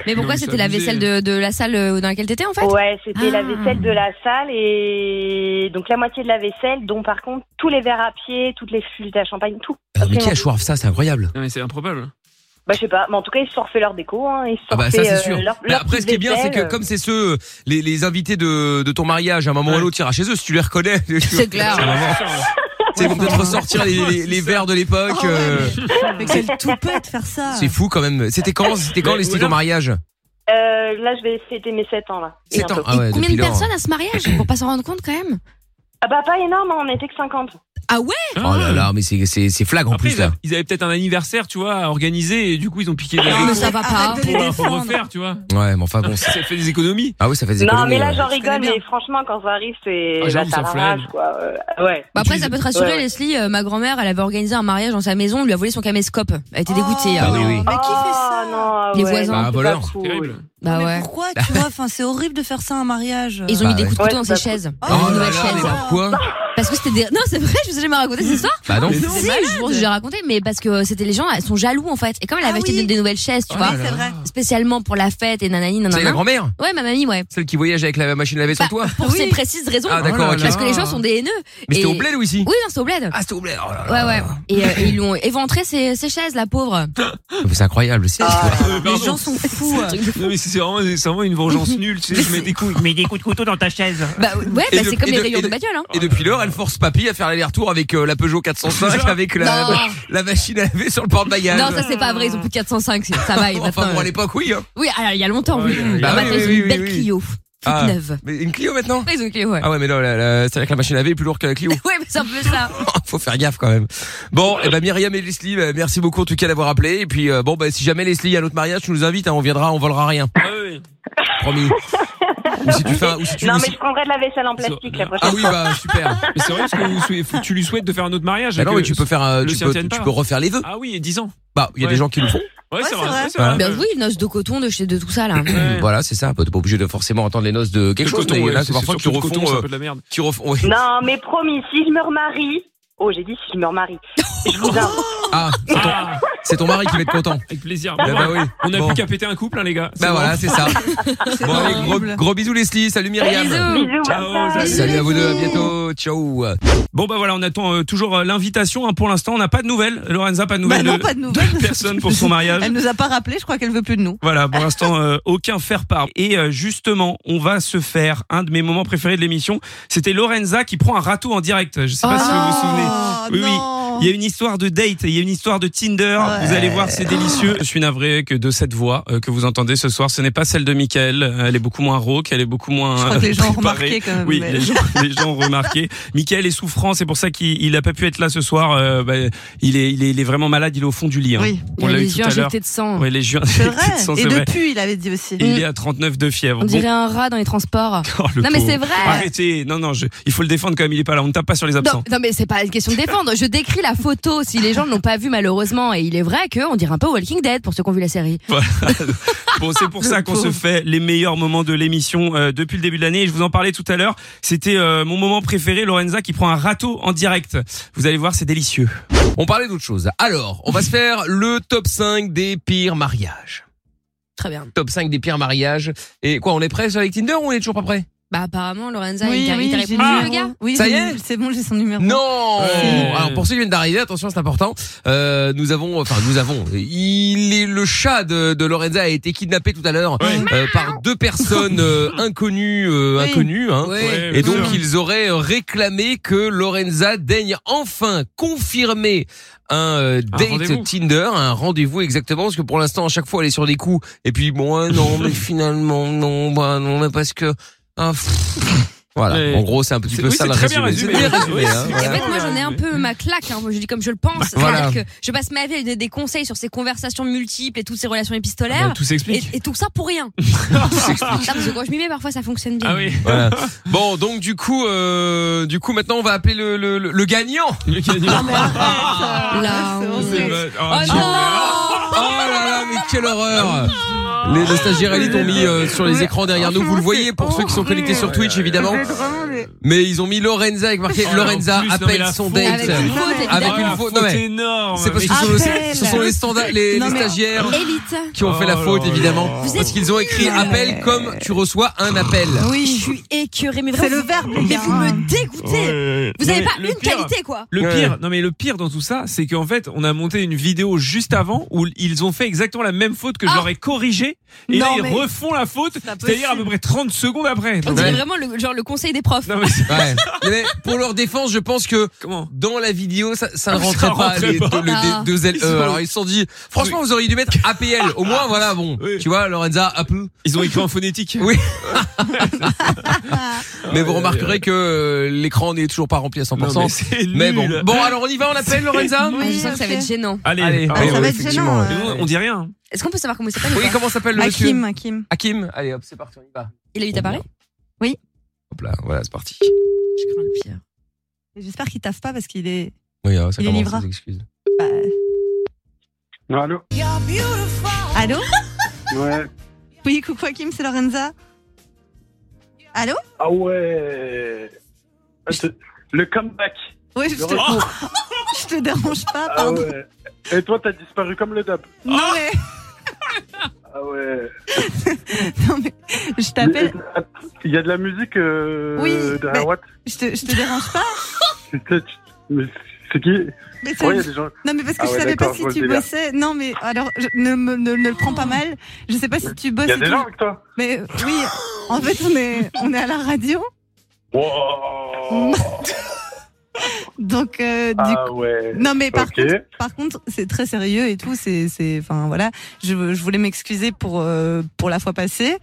Speaker 4: Mais
Speaker 2: Non, mais
Speaker 4: pourquoi
Speaker 2: c'est
Speaker 4: c'était la
Speaker 2: abusé.
Speaker 4: vaisselle de, de la salle euh, dans laquelle t'étais en fait
Speaker 7: Ouais, c'était
Speaker 4: Ah.
Speaker 7: la vaisselle de la salle et donc la moitié de la vaisselle, dont par contre tous les verres à pied, toutes les flûtes à champagne, tout.
Speaker 5: Ah, mais qui a
Speaker 7: Absolument.
Speaker 5: choisi ça C'est incroyable.
Speaker 2: Non, mais c'est improbable.
Speaker 7: Bah je sais pas, mais en tout cas ils se sont refait leur déco, hein. ils se sont
Speaker 5: Ah bah
Speaker 7: refait,
Speaker 5: ça c'est
Speaker 7: euh,
Speaker 5: sûr.
Speaker 7: leur-
Speaker 5: Mais
Speaker 7: leur
Speaker 5: après ce qui est bien c'est
Speaker 7: petite
Speaker 5: que
Speaker 7: vaisselle.
Speaker 5: comme c'est ceux les, les invités de, de ton mariage à un moment ou à
Speaker 2: Ouais.
Speaker 5: l'autre iras chez eux si tu les reconnais.
Speaker 4: C'est clair.
Speaker 2: Ah, vraiment.
Speaker 5: Tu sais, Ils vont peut-être ressortir les, les, les verres de l'époque.
Speaker 3: Ah ouais,
Speaker 5: euh,
Speaker 3: Mais quelle toupette faire ça.
Speaker 5: C'est fou quand même. C'était quand C'était quand
Speaker 2: Mais
Speaker 5: Leslie
Speaker 2: voilà.
Speaker 5: ton mariage
Speaker 7: Euh, là je vais fêter mes 7 ans là.
Speaker 5: Sept
Speaker 7: bientôt.
Speaker 5: ans. Ah ouais,
Speaker 4: Combien
Speaker 5: depuis
Speaker 4: de
Speaker 5: lors.
Speaker 4: personnes à ce mariage pour pas s'en rendre compte quand même
Speaker 7: Ah bah pas énorme, hein, on était que 50.
Speaker 4: Ah ouais
Speaker 5: Oh là là, mais c'est c'est c'est flag en
Speaker 2: Après,
Speaker 5: plus
Speaker 2: ils, a-
Speaker 5: là.
Speaker 2: ils avaient peut-être un anniversaire, tu vois, à organiser, et du coup, ils ont piqué des
Speaker 4: Mais ça va pas.
Speaker 3: Arrête de les
Speaker 2: pour, pour
Speaker 3: défendre.
Speaker 2: refaire, tu vois.
Speaker 5: Ouais, mais enfin bon. c'est-
Speaker 2: Ça fait des économies.
Speaker 5: Ah oui, ça fait des
Speaker 7: Non
Speaker 5: économies,
Speaker 7: mais là
Speaker 5: ouais.
Speaker 7: j'en
Speaker 4: connais
Speaker 7: rigole,
Speaker 4: bien.
Speaker 7: mais franchement quand ça arrive c'est
Speaker 2: Ah,
Speaker 7: bah,
Speaker 2: j'avoue,
Speaker 7: ça
Speaker 2: ça
Speaker 7: rage,
Speaker 2: flamme.
Speaker 7: quoi. Euh, ouais.
Speaker 4: Bah après, ça peut te rassurer,
Speaker 7: Ouais, ouais.
Speaker 4: Leslie. euh, ma grand-mère, elle avait organisé un mariage dans sa maison, on lui a volé son caméscope. Elle était
Speaker 3: Oh.
Speaker 4: dégoûtée.
Speaker 3: Ah
Speaker 5: Bah
Speaker 4: euh.
Speaker 5: oui, oui.
Speaker 3: Mais qui fait ça
Speaker 7: Oh, non, ah
Speaker 4: Les
Speaker 7: ouais,
Speaker 4: voisins.
Speaker 7: non,
Speaker 5: Bah,
Speaker 7: c'est
Speaker 5: voleur.
Speaker 7: pas cool.
Speaker 2: Terrible.
Speaker 4: Bah
Speaker 3: mais
Speaker 4: ouais.
Speaker 3: pourquoi, tu vois, enfin, c'est horrible de faire ça à un mariage.
Speaker 4: Ils ont
Speaker 5: Bah
Speaker 4: mis des
Speaker 5: ouais.
Speaker 4: coups de couteau
Speaker 7: Ouais, bah,
Speaker 4: dans ses
Speaker 7: c'est pas
Speaker 4: chaises.
Speaker 3: cool.
Speaker 4: Dans
Speaker 5: Oh
Speaker 4: une
Speaker 5: là
Speaker 4: nouvelle
Speaker 5: là, mais
Speaker 4: chaise.
Speaker 5: pourquoi
Speaker 4: Parce que c'était des. Non, c'est vrai, je vous ai jamais raconté cette histoire.
Speaker 5: Bah non.
Speaker 4: Si, je pense que j'ai raconté, mais parce que c'était les gens, elles sont jaloux en fait. Et comme elle
Speaker 3: Ah
Speaker 4: avait acheté
Speaker 3: oui.
Speaker 4: des, des nouvelles chaises, tu vois,
Speaker 3: c'est vrai.
Speaker 4: spécialement pour la fête et nanani,
Speaker 5: C'est la
Speaker 4: nanana.
Speaker 5: grand-mère,
Speaker 4: Ouais, ma mamie, ouais.
Speaker 5: celle qui voyage avec la machine à laver sur
Speaker 4: Bah,
Speaker 5: toi.
Speaker 4: Pour ces précises raisons.
Speaker 5: Ah d'accord,
Speaker 2: Oh là
Speaker 5: ok.
Speaker 2: là.
Speaker 4: Parce que les gens sont des haineux.
Speaker 5: Mais c'était
Speaker 4: Et-
Speaker 5: au bled ou ici
Speaker 4: Oui, non, c'est au bled.
Speaker 5: Ah, c'était au bled. oh là
Speaker 4: Ouais,
Speaker 5: là.
Speaker 4: ouais. Et, euh, et ils l'ont éventré, ces, ces chaises, la pauvre. Bah,
Speaker 5: C'est incroyable. c'est-
Speaker 4: Ah, Les gens sont fous. euh.
Speaker 2: Non, mais c'est vraiment, c'est vraiment une vengeance nulle, tu sais. Je mets des coups, je mets des coups de couteau dans ta chaise.
Speaker 4: Bah ouais, bah,
Speaker 5: Et de-
Speaker 4: c'est comme
Speaker 5: et
Speaker 4: les
Speaker 5: de-
Speaker 4: rayures
Speaker 5: et
Speaker 4: de
Speaker 5: de-
Speaker 4: bagnole. Hein.
Speaker 5: Et depuis l'heure, elle force papy à faire l'aller-retour avec euh, la Peugeot 405, avec
Speaker 4: Non.
Speaker 5: la, la machine à laver sur le porte-bagages.
Speaker 4: Non, ça c'est pas vrai, ils ont plus de 405, c'est- ça va. ils
Speaker 5: enfin,
Speaker 4: attendent.
Speaker 5: bon, à l'époque, oui. Hein.
Speaker 4: euh. Oui, alors il y a longtemps, oui.
Speaker 2: Ouais, ouais, ouais.
Speaker 5: Bah
Speaker 4: Bah,
Speaker 5: oui,
Speaker 4: maintenant, ils ont
Speaker 5: oui,
Speaker 4: une
Speaker 5: oui,
Speaker 4: belle
Speaker 5: oui.
Speaker 4: Clio, toute
Speaker 5: Ah.
Speaker 4: neuve.
Speaker 5: Mais une Clio maintenant
Speaker 4: Après, ils ont une Clio, ouais.
Speaker 5: Ah ouais, mais non, la- la- c'est-à-dire que la machine à laver est plus lourde que la Clio.
Speaker 4: Ouais, mais c'est un peu ça.
Speaker 5: Faut faire gaffe quand même. Bon, et ben Myriam et Leslie, bah, merci beaucoup en tout cas d'avoir appelé. Et puis euh, bon, bah si jamais Leslie à notre mariage, tu nous invites, hein, on viendra, on volera rien, promis. ou si tu fais, un- ou si tu.
Speaker 7: Non,
Speaker 5: ou
Speaker 7: mais
Speaker 5: si-
Speaker 7: je prendrai de la vaisselle en plastique la prochaine
Speaker 5: Ah oui, bah super.
Speaker 2: Mais c'est vrai parce que vous souhaitez- faut- tu lui souhaites de faire un autre mariage.
Speaker 5: Bah non,
Speaker 2: que-
Speaker 5: mais tu peux faire, un-
Speaker 2: le
Speaker 5: tu
Speaker 2: sien
Speaker 5: peux,
Speaker 2: tienne
Speaker 5: tu
Speaker 2: pas.
Speaker 5: peux refaire les vœux.
Speaker 2: Ah oui, et 10 ans.
Speaker 5: Bah, il y a
Speaker 2: Ouais.
Speaker 5: des gens qui le font. Bah,
Speaker 2: Ouais, c'est
Speaker 3: c'est
Speaker 2: vrai.
Speaker 3: vrai.
Speaker 2: ouais, c'est vrai.
Speaker 4: Ben oui, noces de coton, de chez de tout ça là.
Speaker 2: Ouais.
Speaker 5: Voilà, c'est ça. Bah, T'es pas obligé de forcément entendre les noces de euh, quelque
Speaker 2: Le
Speaker 5: chose.
Speaker 2: coton,
Speaker 5: mais
Speaker 2: ouais,
Speaker 5: là,
Speaker 2: c'est
Speaker 5: c'est parfois
Speaker 2: surtout
Speaker 5: qui
Speaker 2: le coton, c'est un
Speaker 5: refont, euh,
Speaker 2: peu de la merde.
Speaker 5: qui refont. oui.
Speaker 7: Non, mais promis, si je me remarie. Oh, j'ai dit si je me remarie. Je vous invite.
Speaker 5: Ah, c'est ton-
Speaker 2: Ah,
Speaker 5: c'est ton mari qui va être content.
Speaker 2: avec plaisir.
Speaker 5: Bah, bah oui.
Speaker 2: On a
Speaker 5: Bon.
Speaker 2: plus qu'à péter un couple, hein, les gars. C'est
Speaker 5: Bah
Speaker 2: bon.
Speaker 5: voilà, c'est ça. Bon, allez, gros,
Speaker 3: horrible.
Speaker 5: gros bisous Leslie, salut Myriam.
Speaker 4: Bisous.
Speaker 7: Bisous,
Speaker 2: Ciao,
Speaker 7: bonne soirée.
Speaker 2: salut.
Speaker 5: Salut à vous deux, à bientôt, ciao.
Speaker 2: Bon bah voilà, on attend euh, toujours euh, l'invitation. hein. pour l'instant, on n'a pas de nouvelles. Lorenza, pas euh, de
Speaker 3: Bah
Speaker 2: nouvelles.
Speaker 3: non, pas de nouvelles.
Speaker 2: Personne pour son mariage.
Speaker 3: Elle nous a pas rappelé, je crois qu'elle veut plus de nous.
Speaker 2: Voilà, pour l'instant, euh, aucun faire part. Et euh, justement, on va se faire un de mes moments préférés de l'émission. C'était Lorenza qui prend un râteau en direct. Je sais
Speaker 8: Oh.
Speaker 2: pas si vous vous souvenez. Oui, oui.
Speaker 3: Oh non.
Speaker 2: Il y a une histoire de date, il y a une histoire de Tinder.
Speaker 3: Ouais.
Speaker 2: Vous allez voir, c'est délicieux. Je suis navré que de cette voix euh, que vous entendez ce soir, ce n'est pas celle de Michael. Euh, Elle est beaucoup moins rauque, elle est beaucoup moins. euh,
Speaker 3: Je crois que les gens ont
Speaker 2: préparée.
Speaker 3: remarqué quand même.
Speaker 2: Oui,
Speaker 3: mais-
Speaker 2: les gens, les gens ont remarqué. Michael est souffrant, c'est pour ça qu'il il a pas pu être là ce soir. Euh, bah, il, est, il est, il est vraiment malade, il est au fond du lit. hein.
Speaker 3: Oui.
Speaker 4: Il
Speaker 2: On
Speaker 4: y a
Speaker 2: l'a eu
Speaker 4: les
Speaker 2: tout
Speaker 4: yeux
Speaker 2: à l'heure.
Speaker 4: injectés de sang.
Speaker 2: Ouais, les yeux
Speaker 3: C'est
Speaker 2: injectés
Speaker 3: vrai.
Speaker 2: de sang,
Speaker 3: Et
Speaker 2: c'est vrai.
Speaker 3: depuis, il avait dit aussi.
Speaker 2: Et
Speaker 4: Mm.
Speaker 2: Il est à 39 de fièvre.
Speaker 4: On
Speaker 2: Bon,
Speaker 4: dirait un rat dans les transports.
Speaker 2: oh, le
Speaker 4: Non mais
Speaker 2: pauvre.
Speaker 4: c'est vrai.
Speaker 2: Arrêtez, non non, je- il faut le défendre quand même. Il est pas là, on ne tape pas sur les
Speaker 4: Non,
Speaker 2: absents.
Speaker 4: non, mais c'est pas une question de défendre. Je décris la photo si les gens ne l'ont pas vue malheureusement et il est vrai que on dirait un peu Walking Dead pour ceux qui ont vu la série.
Speaker 2: Bon, c'est pour ça qu'on se fait les meilleurs moments de l'émission euh, depuis le début de l'année. Et je vous en parlais tout à l'heure. C'était euh, mon moment préféré, Lorenza qui prend un râteau en direct. Vous allez voir, c'est délicieux.
Speaker 5: On parlait d'autre chose. Alors, on va se faire le top 5 des pires mariages.
Speaker 4: Très bien.
Speaker 5: Top 5 des pires mariages. Et quoi, on est prêt avec Tinder ou on est toujours pas prêt
Speaker 4: Bah apparemment Lorenza il
Speaker 3: Oui,
Speaker 4: t'a il
Speaker 3: oui,
Speaker 4: t'a
Speaker 3: j'ai
Speaker 4: répondu
Speaker 3: le
Speaker 4: le gars.
Speaker 3: numéro. Oui,
Speaker 5: Ça
Speaker 3: j'ai
Speaker 5: y
Speaker 3: le-
Speaker 5: est
Speaker 3: C'est bon, j'ai son numéro.
Speaker 5: Non
Speaker 2: Ouais.
Speaker 5: Alors pour ceux qui viennent d'arriver, attention, c'est important. Euh, nous avons, enfin nous avons, il est le chat de, de Lorenza a été kidnappé tout à l'heure
Speaker 2: Ouais.
Speaker 5: euh, par deux personnes euh, inconnues, euh,
Speaker 3: Oui.
Speaker 5: inconnues. Hein.
Speaker 2: Ouais,
Speaker 5: Et
Speaker 2: bien
Speaker 5: donc
Speaker 2: sûr.
Speaker 5: ils auraient réclamé que Lorenza daigne enfin confirmer un euh,
Speaker 2: Un
Speaker 5: date
Speaker 2: rendez-vous.
Speaker 5: Tinder, un rendez-vous exactement, parce que pour l'instant à chaque fois elle est sur des coups. Et puis bon, ouais, non, mais finalement non, bah non, mais parce que ah, pff. voilà.
Speaker 2: Ouais.
Speaker 5: En gros, c'est un petit
Speaker 2: C'est-
Speaker 5: peu
Speaker 2: oui,
Speaker 5: ça
Speaker 2: c'est
Speaker 5: le
Speaker 2: très bien
Speaker 5: résumé.
Speaker 2: résumé.
Speaker 5: C'est bien résumé,
Speaker 2: Oui,
Speaker 5: hein,
Speaker 2: c'est-
Speaker 5: voilà.
Speaker 4: En fait, moi,
Speaker 2: Ouais.
Speaker 4: j'en ai un peu ma claque. hein. Moi, je dis comme je le pense.
Speaker 5: voilà.
Speaker 4: C'est-à-dire que je passe ma vie à donner des conseils sur ces conversations multiples et toutes ces relations
Speaker 2: Ah bah,
Speaker 4: épistolaires.
Speaker 2: tout
Speaker 4: et,
Speaker 2: s'explique.
Speaker 4: et tout ça pour rien. Non, parce que quand je m'y mets, parfois, ça fonctionne bien.
Speaker 2: Ah oui,
Speaker 5: Voilà. Bon, donc du coup, euh, du coup, maintenant on va appeler le, le, le- le gagnant. Ah,
Speaker 2: le gagnant.
Speaker 4: Là,
Speaker 3: Ah, c'est
Speaker 4: on-
Speaker 2: C'est
Speaker 3: horrible.
Speaker 2: bon.
Speaker 4: Oh
Speaker 2: Oh,
Speaker 4: non
Speaker 5: Oh là là, mais quelle horreur Les les stagiaires élites ont mis euh, sur les écrans derrière nous. Vous le voyez pour ceux qui sont connectés sur Twitch évidemment. Mais ils ont mis Lorenza avec marqué
Speaker 2: Oh, en
Speaker 5: Lorenza
Speaker 2: plus, non, mais
Speaker 5: appelle
Speaker 2: la
Speaker 5: son
Speaker 2: faute.
Speaker 5: date.
Speaker 4: Avec une faute,
Speaker 5: Avec
Speaker 4: évidemment.
Speaker 5: une
Speaker 2: la
Speaker 5: faute,
Speaker 2: faute
Speaker 5: non, mais-
Speaker 2: énorme.
Speaker 5: C'est parce que
Speaker 2: Mais-
Speaker 5: ce sont,
Speaker 3: Appelle.
Speaker 5: les, ce sont les standards, les,
Speaker 3: Non,
Speaker 5: les
Speaker 3: mais-
Speaker 5: stagiaires
Speaker 4: Élite.
Speaker 5: qui ont fait
Speaker 2: Oh
Speaker 5: la
Speaker 2: là
Speaker 5: faute
Speaker 2: là
Speaker 5: évidemment
Speaker 2: là.
Speaker 4: Vous
Speaker 5: parce
Speaker 4: êtes
Speaker 5: qu'ils ont écrit appel comme tu reçois un appel.
Speaker 4: Oui, je suis écœurée. Mais
Speaker 3: C'est
Speaker 4: vraiment,
Speaker 3: le verbe, les
Speaker 4: Mais
Speaker 3: gars.
Speaker 4: vous me dégoûtez.
Speaker 2: Ouais.
Speaker 4: Vous
Speaker 2: Non,
Speaker 4: avez
Speaker 2: mais
Speaker 4: pas
Speaker 2: le
Speaker 4: une
Speaker 2: pire-
Speaker 4: qualité, quoi.
Speaker 2: Le
Speaker 5: Ouais.
Speaker 2: pire, non mais le pire dans tout ça, c'est qu'en fait, on a monté une vidéo juste avant où ils ont fait exactement la même faute que
Speaker 4: Ah.
Speaker 2: j'aurais corrigée et là
Speaker 4: Non,
Speaker 2: ils
Speaker 4: mais-
Speaker 2: refont la faute,
Speaker 3: pas
Speaker 2: c'est-à-dire à peu près 30 secondes après.
Speaker 4: On
Speaker 2: Donc,
Speaker 4: dirait
Speaker 5: Ouais.
Speaker 4: vraiment le, genre le conseil des profs.
Speaker 2: Non mais
Speaker 5: Ouais. Mais pour leur défense, je pense que
Speaker 2: comment Ah,
Speaker 5: dans la vidéo, ça, ça ne
Speaker 2: Ça
Speaker 5: rentrait pas,
Speaker 2: rentrait
Speaker 5: les,
Speaker 2: pas.
Speaker 5: deux- le-
Speaker 4: Ah.
Speaker 5: les deux LE.
Speaker 2: Ils ont-
Speaker 5: Alors ils se sont dit, franchement, vous auriez dû mettre APL. Au moins, voilà, bon.
Speaker 2: Oui.
Speaker 5: Tu vois, Lorenza, Apple.
Speaker 2: Ils ont écrit en phonétique.
Speaker 5: Oui. Mais vous remarquerez que euh, l'écran n'est toujours pas rempli à 100%.
Speaker 2: Non, mais c'est nul.
Speaker 5: mais, bon. Bon, alors on y va, on appelle Lorenza.
Speaker 4: Ah, je
Speaker 3: Oui,
Speaker 4: sens que ça
Speaker 3: ok.
Speaker 4: va être gênant.
Speaker 2: Allez,
Speaker 5: Allez.
Speaker 2: Ah
Speaker 3: Ah,
Speaker 2: ouais,
Speaker 3: ça va
Speaker 2: ouais.
Speaker 5: oui,
Speaker 3: être
Speaker 5: effectivement,
Speaker 3: gênant.
Speaker 5: ouais.
Speaker 2: Mais
Speaker 3: euh,
Speaker 2: on- on dit rien.
Speaker 4: Est-ce qu'on peut savoir comment il s'appelle ou
Speaker 5: Oui,
Speaker 4: pas
Speaker 5: comment s'appelle le monsieur
Speaker 3: Hakim, Hakim.
Speaker 5: Hakim. Allez, hop, c'est parti, on y va.
Speaker 4: Il habite à Paris
Speaker 5: Hop là, voilà, c'est parti.
Speaker 4: Je crains le pire.
Speaker 3: Et J'espère qu'il taffe pas parce qu'il est.
Speaker 5: Oui, ah, ça
Speaker 3: Il est
Speaker 5: commence,
Speaker 3: livreur.
Speaker 5: les excuses.
Speaker 3: bah,
Speaker 9: Allô
Speaker 3: Allô
Speaker 9: Ouais.
Speaker 3: Oui, coucou Hakim, c'est Lorenza. Allô
Speaker 9: Ah ouais. Ah, c'est- Le comeback.
Speaker 3: Oui, je
Speaker 9: Le
Speaker 3: te,
Speaker 2: Oh.
Speaker 9: retour.
Speaker 3: je te dérange pas,
Speaker 9: Ah
Speaker 3: pardon.
Speaker 9: ouais. Et toi, t'as disparu comme le dab.
Speaker 3: Non, mais,
Speaker 9: Ah ouais. euh,
Speaker 3: non, mais je t'appelle,
Speaker 9: Il y a de la musique euh,
Speaker 3: Oui,
Speaker 9: derrière
Speaker 3: mais-
Speaker 9: Watt.
Speaker 3: je te, je te dérange pas.
Speaker 9: Putain, tu- mais C'est qui
Speaker 3: Mais ça-
Speaker 9: Ouais, il y a des gens.
Speaker 3: Non, mais parce que
Speaker 9: Ah
Speaker 3: je
Speaker 9: ouais,
Speaker 3: savais pas
Speaker 9: d'accord,
Speaker 3: si
Speaker 9: je vois
Speaker 3: tu
Speaker 9: le délire.
Speaker 3: bossais. Non, mais alors, je- ne, me- ne- ne le prends pas mal. Je sais pas si tu bosses.
Speaker 9: Il y a
Speaker 3: et
Speaker 9: des
Speaker 3: tout.
Speaker 9: gens avec toi
Speaker 3: Mais euh, oui, en fait, on est, on est à la radio.
Speaker 2: Oh.
Speaker 9: Wow.
Speaker 3: Donc, euh, du
Speaker 9: Ah
Speaker 3: coup.
Speaker 9: ouais.
Speaker 3: Non, mais par
Speaker 9: Ok.
Speaker 3: contre, Par contre, c'est très sérieux et tout. C'est, c'est, enfin voilà. Je, je voulais m'excuser pour euh, pour la fois passée,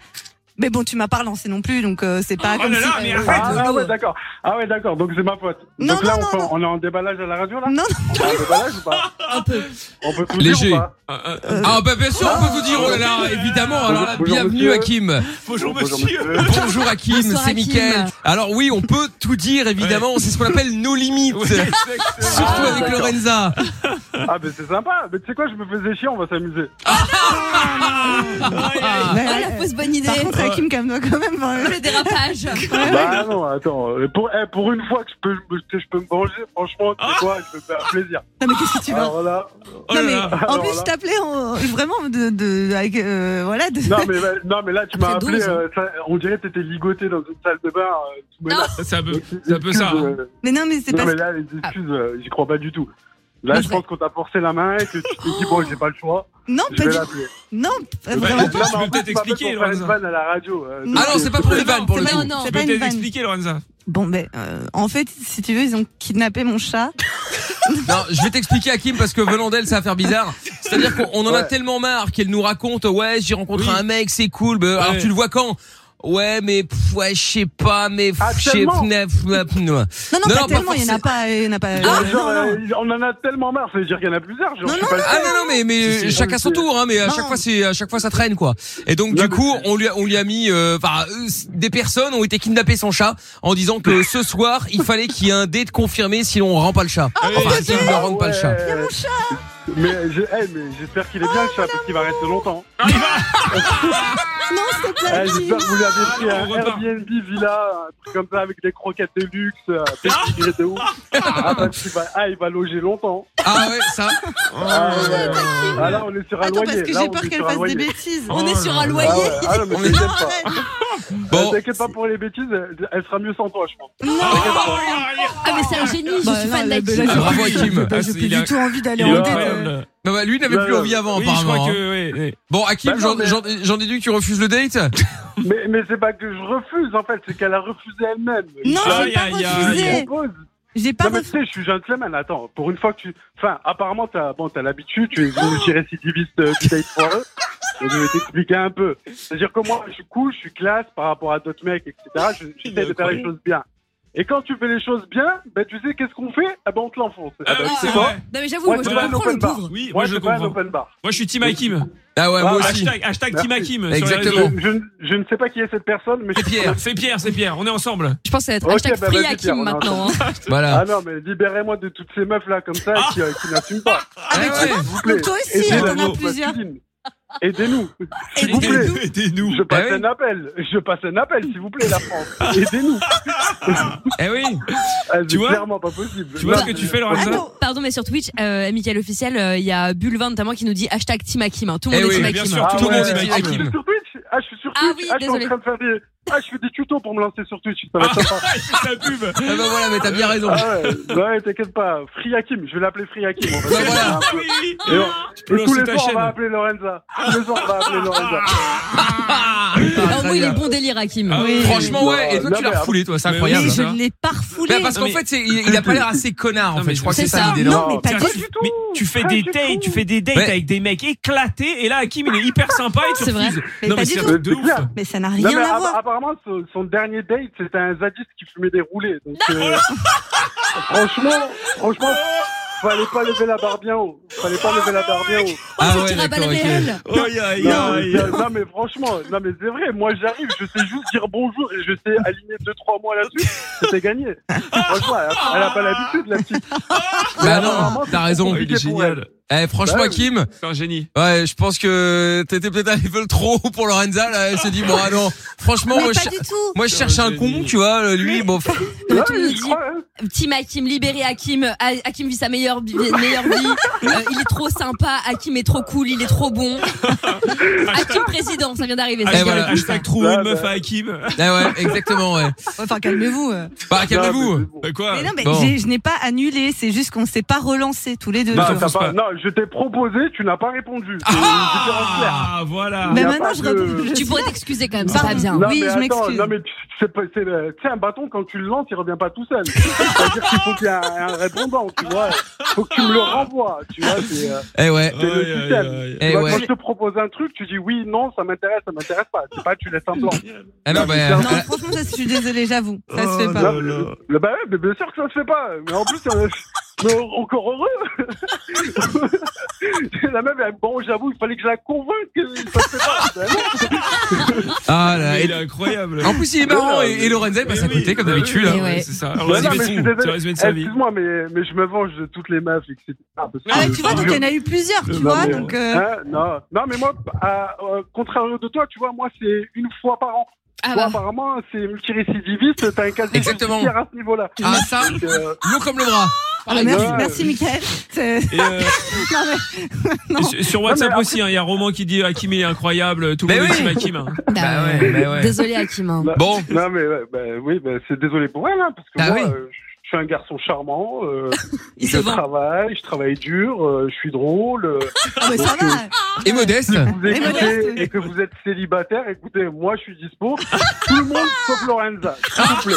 Speaker 3: mais bon, tu m'as pas relancé non plus, donc euh, c'est pas
Speaker 2: Oh
Speaker 3: comme
Speaker 2: là
Speaker 3: si.
Speaker 2: là, mais
Speaker 3: euh,
Speaker 2: arrête
Speaker 9: Ah, ah ouais, d'accord. Ah ouais, d'accord. Donc c'est ma faute.
Speaker 3: Non,
Speaker 9: Donc là,
Speaker 3: non,
Speaker 9: on, peut-
Speaker 3: non, non.
Speaker 9: on est en déballage à la radio là
Speaker 3: Non,
Speaker 9: On est en déballage ou pas
Speaker 4: Un peu.
Speaker 9: On peut tout
Speaker 5: Léger.
Speaker 9: dire ou pas
Speaker 2: Euh, euh,
Speaker 3: euh,
Speaker 5: Ah bah bien sûr, on peut vous dire, oh là là, évidemment. Alors là,
Speaker 9: Bonjour,
Speaker 5: bienvenue
Speaker 9: monsieur.
Speaker 5: Hakim.
Speaker 2: bonjour,
Speaker 9: Bonjour,
Speaker 2: monsieur.
Speaker 9: monsieur.
Speaker 5: Bonjour Hakim,
Speaker 4: Bonsoir,
Speaker 5: c'est
Speaker 4: Hakim.
Speaker 5: Mickaël. Alors oui, on peut tout dire, évidemment. C'est ce qu'on appelle nos limites.
Speaker 2: Oui,
Speaker 5: Surtout
Speaker 2: exactement.
Speaker 9: Ah,
Speaker 5: avec
Speaker 9: d'accord.
Speaker 5: Lorenza.
Speaker 9: Ah mais c'est sympa. Mais tu sais quoi, je me faisais chier, on va s'amuser.
Speaker 5: Ah.
Speaker 3: mais,
Speaker 4: Oh la fausse bonne idée.
Speaker 3: par contre, Hakim, calme-toi quand même. hein.
Speaker 4: Le dérapage.
Speaker 9: Bah non, attends. euh, Pour, eh, pour une fois que je peux, je peux- je peux me venger, franchement, tu sais quoi, je me fais un plaisir.
Speaker 3: Non, mais qu'est-ce que tu veux
Speaker 9: Alors là,
Speaker 2: Oh là
Speaker 3: Non, mais
Speaker 2: là.
Speaker 3: en
Speaker 9: Alors
Speaker 3: plus,
Speaker 9: là.
Speaker 3: je t'appelais en- vraiment de, de avec, euh, voilà. De...
Speaker 9: non mais, bah, non, mais là, tu m'as
Speaker 4: Après
Speaker 9: appelé,
Speaker 4: 12, hein.
Speaker 9: euh, ça- on dirait que t'étais ligoté dans une salle de bain. euh, tout
Speaker 4: Non.
Speaker 9: mêlant.
Speaker 2: C'est un peu,
Speaker 9: Donc,
Speaker 2: c'est un peu ça.
Speaker 9: excuse,
Speaker 2: hein.
Speaker 9: euh,
Speaker 3: Mais non, mais c'est
Speaker 9: Non,
Speaker 3: parce
Speaker 9: mais
Speaker 3: que Ah.
Speaker 9: là, les excuses, euh, j'y crois pas du tout.
Speaker 4: Mais
Speaker 9: Là, je
Speaker 4: vrai.
Speaker 9: pense qu'on t'a forcé la main et que tu t'es dit, bon, j'ai pas le choix,
Speaker 3: non,
Speaker 9: je
Speaker 3: pas
Speaker 9: vais
Speaker 3: du
Speaker 9: l'appeler.
Speaker 3: non,
Speaker 9: bah,
Speaker 3: pas
Speaker 2: Ouais,
Speaker 3: vraiment.
Speaker 2: attends, tu peux
Speaker 9: mais en fait,
Speaker 2: peut-être
Speaker 9: tu m'appelles
Speaker 2: expliquer,
Speaker 9: pour faire une
Speaker 2: Lorenza.
Speaker 9: vanne à la radio. euh, donc,
Speaker 5: Ah non,
Speaker 9: euh,
Speaker 5: c'est pas pour les vannes, pour le
Speaker 4: C'est
Speaker 5: coup.
Speaker 4: pas- non.
Speaker 2: Tu
Speaker 3: c'est
Speaker 2: peux
Speaker 3: pas une
Speaker 2: peut-être
Speaker 3: vanne.
Speaker 2: expliquer, Lorenza.
Speaker 9: bah,
Speaker 3: Bon, ben, euh, en fait, si tu veux, ils ont kidnappé mon chat.
Speaker 5: Non, je vais t'expliquer Hakim parce que venant d'elle ça va faire bizarre. C'est-à-dire qu'on on en a
Speaker 9: Ouais.
Speaker 5: tellement marre qu'elle nous raconte ouais j'ai rencontré
Speaker 2: Oui.
Speaker 5: un mec c'est cool. bah, Alors
Speaker 2: Ouais.
Speaker 5: tu le vois quand Ouais mais pff, ouais je sais pas mais pff,
Speaker 9: Ah,
Speaker 5: je sais
Speaker 9: tellement.
Speaker 5: pnef, pnef, pnef.
Speaker 3: Non, non,
Speaker 5: Non,
Speaker 3: pas
Speaker 5: non, pas
Speaker 3: tellement. Il y en a pas. Il y en a pas. euh,
Speaker 9: genre,
Speaker 3: non, non.
Speaker 9: euh, on en a tellement marre, ça veut dire qu'il y en a plusieurs. Genre,
Speaker 3: Non,
Speaker 9: je suis
Speaker 3: non,
Speaker 9: pas le
Speaker 5: Ah
Speaker 9: seul.
Speaker 5: non non mais mais
Speaker 9: Si, si,
Speaker 5: chacun
Speaker 9: si.
Speaker 5: son tour hein mais à
Speaker 3: Non.
Speaker 5: chaque fois c'est à chaque fois ça traîne quoi. Et donc du
Speaker 9: Non,
Speaker 5: coup on lui a, on lui a mis euh, enfin euh, des personnes ont été kidnappées son chat en disant que ce soir il fallait qu'il y ait un dé de confirmer si on rend pas le chat.
Speaker 3: Ah,
Speaker 5: Enfin si on ne rend pas le chat.
Speaker 9: Il y a mon chat Mais je- eh, mais j'espère qu'il est bien le
Speaker 3: Oh,
Speaker 9: chat, parce qu'il va rester longtemps.
Speaker 3: Ah, Non, s'il te plaît,
Speaker 9: Eh,
Speaker 3: Hakim.
Speaker 9: J'espère que vous hein. lui avez pris
Speaker 2: Ah, on
Speaker 9: un
Speaker 2: repart.
Speaker 9: Airbnb villa, un truc comme ça, avec des croquettes de luxe, euh,
Speaker 5: Ah.
Speaker 9: pédigré de ouf. Ah, bah, tu vas- ah, il va loger longtemps.
Speaker 5: Ah ouais ça. Oh.
Speaker 9: Ah, ouais. Ah, là, on est sur un
Speaker 3: Attends, parce
Speaker 9: loyer.
Speaker 3: que
Speaker 9: Là,
Speaker 3: j'ai
Speaker 9: on
Speaker 3: peur
Speaker 9: est
Speaker 3: qu'elle
Speaker 9: sur un
Speaker 3: fasse des
Speaker 9: loyer.
Speaker 5: Oh
Speaker 3: bêtises.
Speaker 4: On est sur un
Speaker 9: Ah,
Speaker 4: loyer.
Speaker 9: ouais. Ah, non, mais
Speaker 5: On est-
Speaker 9: t'inquiète
Speaker 3: Non,
Speaker 9: pas.
Speaker 3: arrête.
Speaker 5: Bon.
Speaker 9: Euh, T'inquiète pas pour les bêtises, elle- elle sera mieux sans toi, je pense.
Speaker 4: Ah mais c'est un génie. Je
Speaker 3: Bah,
Speaker 4: suis
Speaker 3: non,
Speaker 4: fan
Speaker 3: là,
Speaker 4: d'Hakim.
Speaker 3: là, j'ai
Speaker 5: Bravo,
Speaker 3: plus-
Speaker 5: Hakim.
Speaker 3: j'ai pas-
Speaker 2: Ah,
Speaker 3: J'ai
Speaker 2: c'est-
Speaker 3: plus
Speaker 2: il a-
Speaker 3: du tout envie d'aller
Speaker 2: Il est
Speaker 3: en date. euh.
Speaker 2: incroyable.
Speaker 5: Bah, bah, lui n'avait
Speaker 9: Ouais,
Speaker 5: plus
Speaker 9: ouais.
Speaker 5: envie avant
Speaker 2: Oui, je
Speaker 5: apparemment.
Speaker 2: crois
Speaker 5: hein.
Speaker 2: que. ouais, ouais.
Speaker 5: Bon, Hakim,
Speaker 9: Bah non,
Speaker 5: j'en
Speaker 9: mais-
Speaker 5: j'en- j'en déduis que tu refuses le date
Speaker 9: Mais, mais c'est pas que je refuse, en fait, c'est qu'elle a refusé elle-même.
Speaker 3: Non,
Speaker 2: Ah,
Speaker 3: j'ai
Speaker 2: y a- y
Speaker 3: pas
Speaker 2: a-
Speaker 3: refusé.
Speaker 9: Je propose.
Speaker 3: J'ai pas
Speaker 9: non, mais tu
Speaker 3: refusé.
Speaker 9: sais, je suis gentleman, attends. Pour une fois que tu. Enfin, apparemment, t'as bon, t'as l'habitude, tu es une récidiviste euh, du date foireux. Donc, Je vais t'expliquer un peu. C'est-à-dire que moi, je suis cool, je suis classe par rapport à d'autres mecs, etc. Je-
Speaker 2: Il est
Speaker 9: J'essaie de faire les choses bien. Et quand tu fais les choses bien, ben tu sais qu'est-ce qu'on fait Eh ben on te l'enfonce. Eh
Speaker 2: Ah,
Speaker 9: ben,
Speaker 2: bah,
Speaker 9: tu
Speaker 2: c'est
Speaker 9: sais quoi
Speaker 2: vrai.
Speaker 4: Non mais j'avoue,
Speaker 9: Ouais,
Speaker 4: moi je le
Speaker 9: c'est pas un
Speaker 4: comprends le
Speaker 9: open bar.
Speaker 4: pauvre.
Speaker 2: Oui, moi
Speaker 9: Moi,
Speaker 2: je
Speaker 9: c'est
Speaker 2: le
Speaker 9: pas un
Speaker 2: comprends.
Speaker 9: open bar.
Speaker 2: Moi je suis Team Hakim.
Speaker 5: Ah ouais,
Speaker 9: Ah,
Speaker 5: moi aussi.
Speaker 2: Hashtag, hashtag Team
Speaker 9: Merci.
Speaker 2: Hakim. sur les
Speaker 5: Exactement.
Speaker 2: réseaux.
Speaker 9: Je, je- je ne sais pas qui est cette personne, mais
Speaker 5: C'est Pierre.
Speaker 2: C'est Pierre, c'est Pierre. On est ensemble.
Speaker 4: Je pense que ça va être
Speaker 9: Ok,
Speaker 4: hashtag
Speaker 9: bah,
Speaker 4: free
Speaker 9: vas-y, Pierre,
Speaker 4: Hakim
Speaker 9: on est
Speaker 4: maintenant. hein.
Speaker 5: Voilà.
Speaker 9: Ah non, mais libérez-moi de toutes ces meufs là comme ça qui, euh, qui n'assument pas.
Speaker 10: Ah,
Speaker 5: Eh
Speaker 3: Ah, mais tu
Speaker 5: ouais.
Speaker 9: S'il vous plaît,
Speaker 3: Donc toi aussi,
Speaker 10: hein,
Speaker 9: aidez
Speaker 2: c'est
Speaker 3: on
Speaker 9: la
Speaker 3: en a
Speaker 9: pauvre
Speaker 3: plusieurs.
Speaker 9: masculine. Aidez-nous, s'il vous plaît.
Speaker 2: Aidez-nous. Aidez-nous.
Speaker 9: Je passe
Speaker 5: Eh oui.
Speaker 9: un appel, je passe un appel, s'il vous plaît, la France. Aidez-nous.
Speaker 5: Eh oui.
Speaker 9: Ah, c'est
Speaker 2: Tu vois
Speaker 9: clairement pas possible.
Speaker 2: Tu vois
Speaker 9: Non,
Speaker 2: ce que
Speaker 9: mais-
Speaker 2: tu fais, Lorenza
Speaker 3: Attends,
Speaker 4: Pardon, mais sur Twitch, euh, Michael officiel, euh, il y a Bulvin notamment qui nous dit hashtag Team Hakim. hein. Tout le
Speaker 5: Eh
Speaker 4: monde
Speaker 5: oui,
Speaker 4: est Team
Speaker 2: bien
Speaker 4: Hakim.
Speaker 2: sûr.
Speaker 5: Tout le monde
Speaker 9: ouais,
Speaker 5: est
Speaker 9: ah,
Speaker 5: Hakim.
Speaker 9: je suis sur Twitch Ah, je suis sur
Speaker 4: Ah
Speaker 9: Twitch
Speaker 4: oui,
Speaker 9: Ah, je suis en
Speaker 4: désolé.
Speaker 9: train de faire des... Ah, je fais des tutos pour me lancer sur Twitch, ça va être sympa.
Speaker 2: Sa pub.
Speaker 5: Ah bah voilà, mais t'as bien raison.
Speaker 9: Ah ouais, bah ouais, t'inquiète pas. Free Hakim, je vais l'appeler Free Hakim. on va
Speaker 5: Bah
Speaker 9: se
Speaker 5: voilà.
Speaker 9: faire un peu.
Speaker 2: Oui.
Speaker 9: Et, on-
Speaker 2: peux
Speaker 9: et tous
Speaker 2: lancer
Speaker 9: les
Speaker 2: ta
Speaker 9: soirs, on
Speaker 2: chaîne.
Speaker 9: va appeler Lorenza. Tous les soirs, on va appeler Lorenza.
Speaker 4: Ah,
Speaker 5: Très
Speaker 4: oui, il est
Speaker 5: bien.
Speaker 4: bon délire Hakim.
Speaker 2: Ah oui.
Speaker 5: Franchement, ouais. Et toi,
Speaker 9: Non,
Speaker 5: tu l'as
Speaker 9: mais-
Speaker 5: refoulé, toi. C'est
Speaker 2: Mais
Speaker 5: incroyable.
Speaker 3: Mais
Speaker 2: oui,
Speaker 5: ça.
Speaker 3: je l'ai pas refoulé.
Speaker 5: Bah, parce qu'en
Speaker 2: Non, mais-
Speaker 5: fait, c'est- il, il a pas l'air assez connard, en
Speaker 2: Non,
Speaker 5: fait.
Speaker 2: mais
Speaker 5: Je crois que
Speaker 4: c'est
Speaker 5: c'est ça
Speaker 4: ça.
Speaker 5: l'idée,
Speaker 3: Non,
Speaker 5: non
Speaker 3: mais pas
Speaker 2: Tiens,
Speaker 3: du
Speaker 9: tout.
Speaker 2: mais tu fais
Speaker 9: Pas
Speaker 2: des
Speaker 9: du
Speaker 2: dates,
Speaker 9: tout.
Speaker 2: tu fais des dates
Speaker 5: Ouais.
Speaker 2: avec des mecs éclatés et là Hakim il est hyper sympa et tu
Speaker 4: C'est vrai.
Speaker 2: refuses.
Speaker 3: Ah, Mais
Speaker 2: non
Speaker 3: pas
Speaker 2: mais
Speaker 3: du
Speaker 2: c'est un
Speaker 3: tout.
Speaker 2: truc de
Speaker 9: C'est
Speaker 2: ouf.
Speaker 9: clair.
Speaker 3: Mais ça n'a
Speaker 9: Non, mais
Speaker 3: rien à
Speaker 9: app-
Speaker 3: voir.
Speaker 9: apparemment, son, son dernier date, c'était un zadiste qui fumait des roulés. Donc, euh, franchement, franchement, fallait pas lever la barre bien haut. Fallait pas lever la barre bien haut.
Speaker 4: Ah,
Speaker 5: Ah
Speaker 4: faut
Speaker 5: ouais,
Speaker 4: tirer à balles
Speaker 5: d'accord, ok.
Speaker 4: réelles.
Speaker 2: Oh, ya,
Speaker 9: Non,
Speaker 2: ya,
Speaker 9: mais-
Speaker 2: ya.
Speaker 9: non, mais franchement, non, mais c'est vrai. Moi, j'arrive, je sais juste dire bonjour et je sais aligner deux, trois mois là-dessus. C'était gagné. Franchement, elle a, elle a pas l'habitude, la petite.
Speaker 5: Bah
Speaker 9: apparemment,
Speaker 5: non,
Speaker 9: c'est
Speaker 5: t'as raison.
Speaker 2: Il
Speaker 9: compliqué
Speaker 2: est
Speaker 9: pour
Speaker 2: génial.
Speaker 5: Eh, franchement,
Speaker 9: Bah oui.
Speaker 5: Kim,
Speaker 2: C'est un génie.
Speaker 5: ouais, je pense que t'étais peut-être un level trop haut pour Lorenza, là. Elle s'est dit, bon, ah non. Franchement, moi,
Speaker 3: Mais
Speaker 5: je,
Speaker 3: pas du tout.
Speaker 5: moi, je cherche un con, tu vois, lui, bon. pff.
Speaker 4: Mais
Speaker 9: Ouais,
Speaker 4: tu nous
Speaker 9: il
Speaker 4: dis-
Speaker 9: croit, hein.
Speaker 4: Team Hakim, libérez Hakim. Ha- Hakim vit sa meilleure, bi- meilleure vie. Euh, il est trop sympa. Hakim est trop cool. Il est trop bon. Hakim président, ça vient d'arriver. ça
Speaker 2: Hashtag,
Speaker 5: Eh voilà.
Speaker 2: hashtag trouver
Speaker 9: Ouais,
Speaker 2: une meuf
Speaker 9: bah.
Speaker 2: à Hakim.
Speaker 5: Ah ouais, exactement, ouais.
Speaker 3: Enfin, calmez-vous. euh.
Speaker 5: Bah,
Speaker 9: Non, mais
Speaker 5: calmez-vous.
Speaker 9: c'est bon.
Speaker 2: Bah quoi
Speaker 3: Mais non, mais
Speaker 5: bon.
Speaker 3: j'ai- je n'ai pas annulé. C'est juste qu'on s'est pas relancé tous les deux.
Speaker 2: Bah,
Speaker 3: tu
Speaker 9: Non,
Speaker 3: vois.
Speaker 9: t'as
Speaker 2: pense pas.
Speaker 9: pas- non, je t'ai proposé, tu n'as pas répondu. C'est
Speaker 2: Ah, voilà.
Speaker 3: Mais
Speaker 9: y a
Speaker 3: maintenant,
Speaker 9: pas
Speaker 3: je
Speaker 9: de-
Speaker 3: réponds. je
Speaker 4: Tu
Speaker 3: dis-
Speaker 4: pourrais t'excuser quand même, c'est pas
Speaker 3: Pardon.
Speaker 4: bien.
Speaker 9: Non,
Speaker 3: Oui,
Speaker 9: mais
Speaker 3: je
Speaker 9: attends,
Speaker 3: m'excuse.
Speaker 9: non, mais tu c'est pas- c'est le- tu sais, un bâton, quand tu le lances, il revient pas tout seul. C'est-à-dire qu'il faut qu'il y ait un, un répondant, tu vois. Faut que tu me le renvoies, tu vois. c'est, euh,
Speaker 2: Ah,
Speaker 5: Eh ouais.
Speaker 9: C'est le
Speaker 2: Aïe, aïe,
Speaker 9: système.
Speaker 2: aïe.
Speaker 5: Eh
Speaker 9: tu vois,
Speaker 5: ouais.
Speaker 9: Quand je te propose un truc, tu dis oui, non, ça m'intéresse, ça m'intéresse pas. C'est pas, tu laisses un blanc.
Speaker 5: Ah non, bah,
Speaker 2: euh,
Speaker 9: Non,
Speaker 3: Non,
Speaker 5: ah,
Speaker 3: franchement, ça, je suis désolée, j'avoue. Ça se
Speaker 9: Euh,
Speaker 3: fait
Speaker 2: Oh
Speaker 3: pas.
Speaker 2: là là.
Speaker 9: Là, bah ouais, mais bien sûr que ça se fait pas. Mais en plus, euh, mais en- encore heureux. la meuf, elle, bon, j'avoue, il fallait que je la convainque que ça se fait pas. Ben non.
Speaker 5: ah là,
Speaker 2: Mais
Speaker 5: et-
Speaker 2: Il est incroyable.
Speaker 5: En plus, il est marrant et, et Lorenza, il passe à
Speaker 2: Mais oui,
Speaker 5: côté, comme
Speaker 2: bah
Speaker 5: d'habitude.
Speaker 2: oui,
Speaker 5: hein.
Speaker 4: Et ouais.
Speaker 2: C'est ça.
Speaker 5: Ouais,
Speaker 2: Vas-y,
Speaker 5: non, mais
Speaker 2: mais
Speaker 5: je suis
Speaker 2: fou.
Speaker 9: désolé.
Speaker 2: Tu vas résumer de sa vie.
Speaker 9: Excuse-moi, mais, mais je me venge de toutes les meufs, etc. Parce que-
Speaker 3: Ah ouais, tu vois, donc il y en a eu plusieurs, tu
Speaker 2: Non,
Speaker 3: vois.
Speaker 2: mais-
Speaker 3: Donc, euh,
Speaker 9: Hein, non. non, mais moi, à- euh, contrairement de toi, tu vois, moi, c'est une fois par an.
Speaker 4: Ah
Speaker 9: Toi,
Speaker 4: bah.
Speaker 9: apparemment, c'est multirécidiviste, t'as un casier
Speaker 5: Exactement.
Speaker 9: judiciaire à ce niveau-là.
Speaker 5: Ah, ça,
Speaker 9: Donc, euh,
Speaker 5: long comme le bras.
Speaker 3: ah, merci,
Speaker 9: ouais.
Speaker 3: merci, Michael. C'est-
Speaker 2: Et, euh,
Speaker 3: Non, mais-
Speaker 2: et sur- sur
Speaker 9: Non, mais
Speaker 2: WhatsApp
Speaker 9: après-
Speaker 2: aussi, hein, il y a Roman qui dit Hakim il est incroyable, tout le
Speaker 5: Mais
Speaker 2: monde
Speaker 5: oui.
Speaker 2: est team Hakim. hein.
Speaker 5: Bah ouais, bah ouais.
Speaker 4: Désolé Hakim. hein.
Speaker 5: Bon.
Speaker 9: Non, mais ouais, bah, oui, bah, c'est désolé pour elle, hein, parce que
Speaker 5: Ah
Speaker 9: moi,
Speaker 5: oui.
Speaker 9: euh, je suis un garçon charmant, euh,
Speaker 4: Il
Speaker 9: je
Speaker 4: se vend.
Speaker 9: travaille, je travaille dur, euh, je suis drôle. euh,
Speaker 3: Ah, mais ça va.
Speaker 5: Et modeste.
Speaker 9: vous
Speaker 3: Et modeste.
Speaker 9: écoutez et que vous êtes célibataire, écoutez, moi, je suis dispo. Tout le monde sauf Lorenza, s'il vous plaît.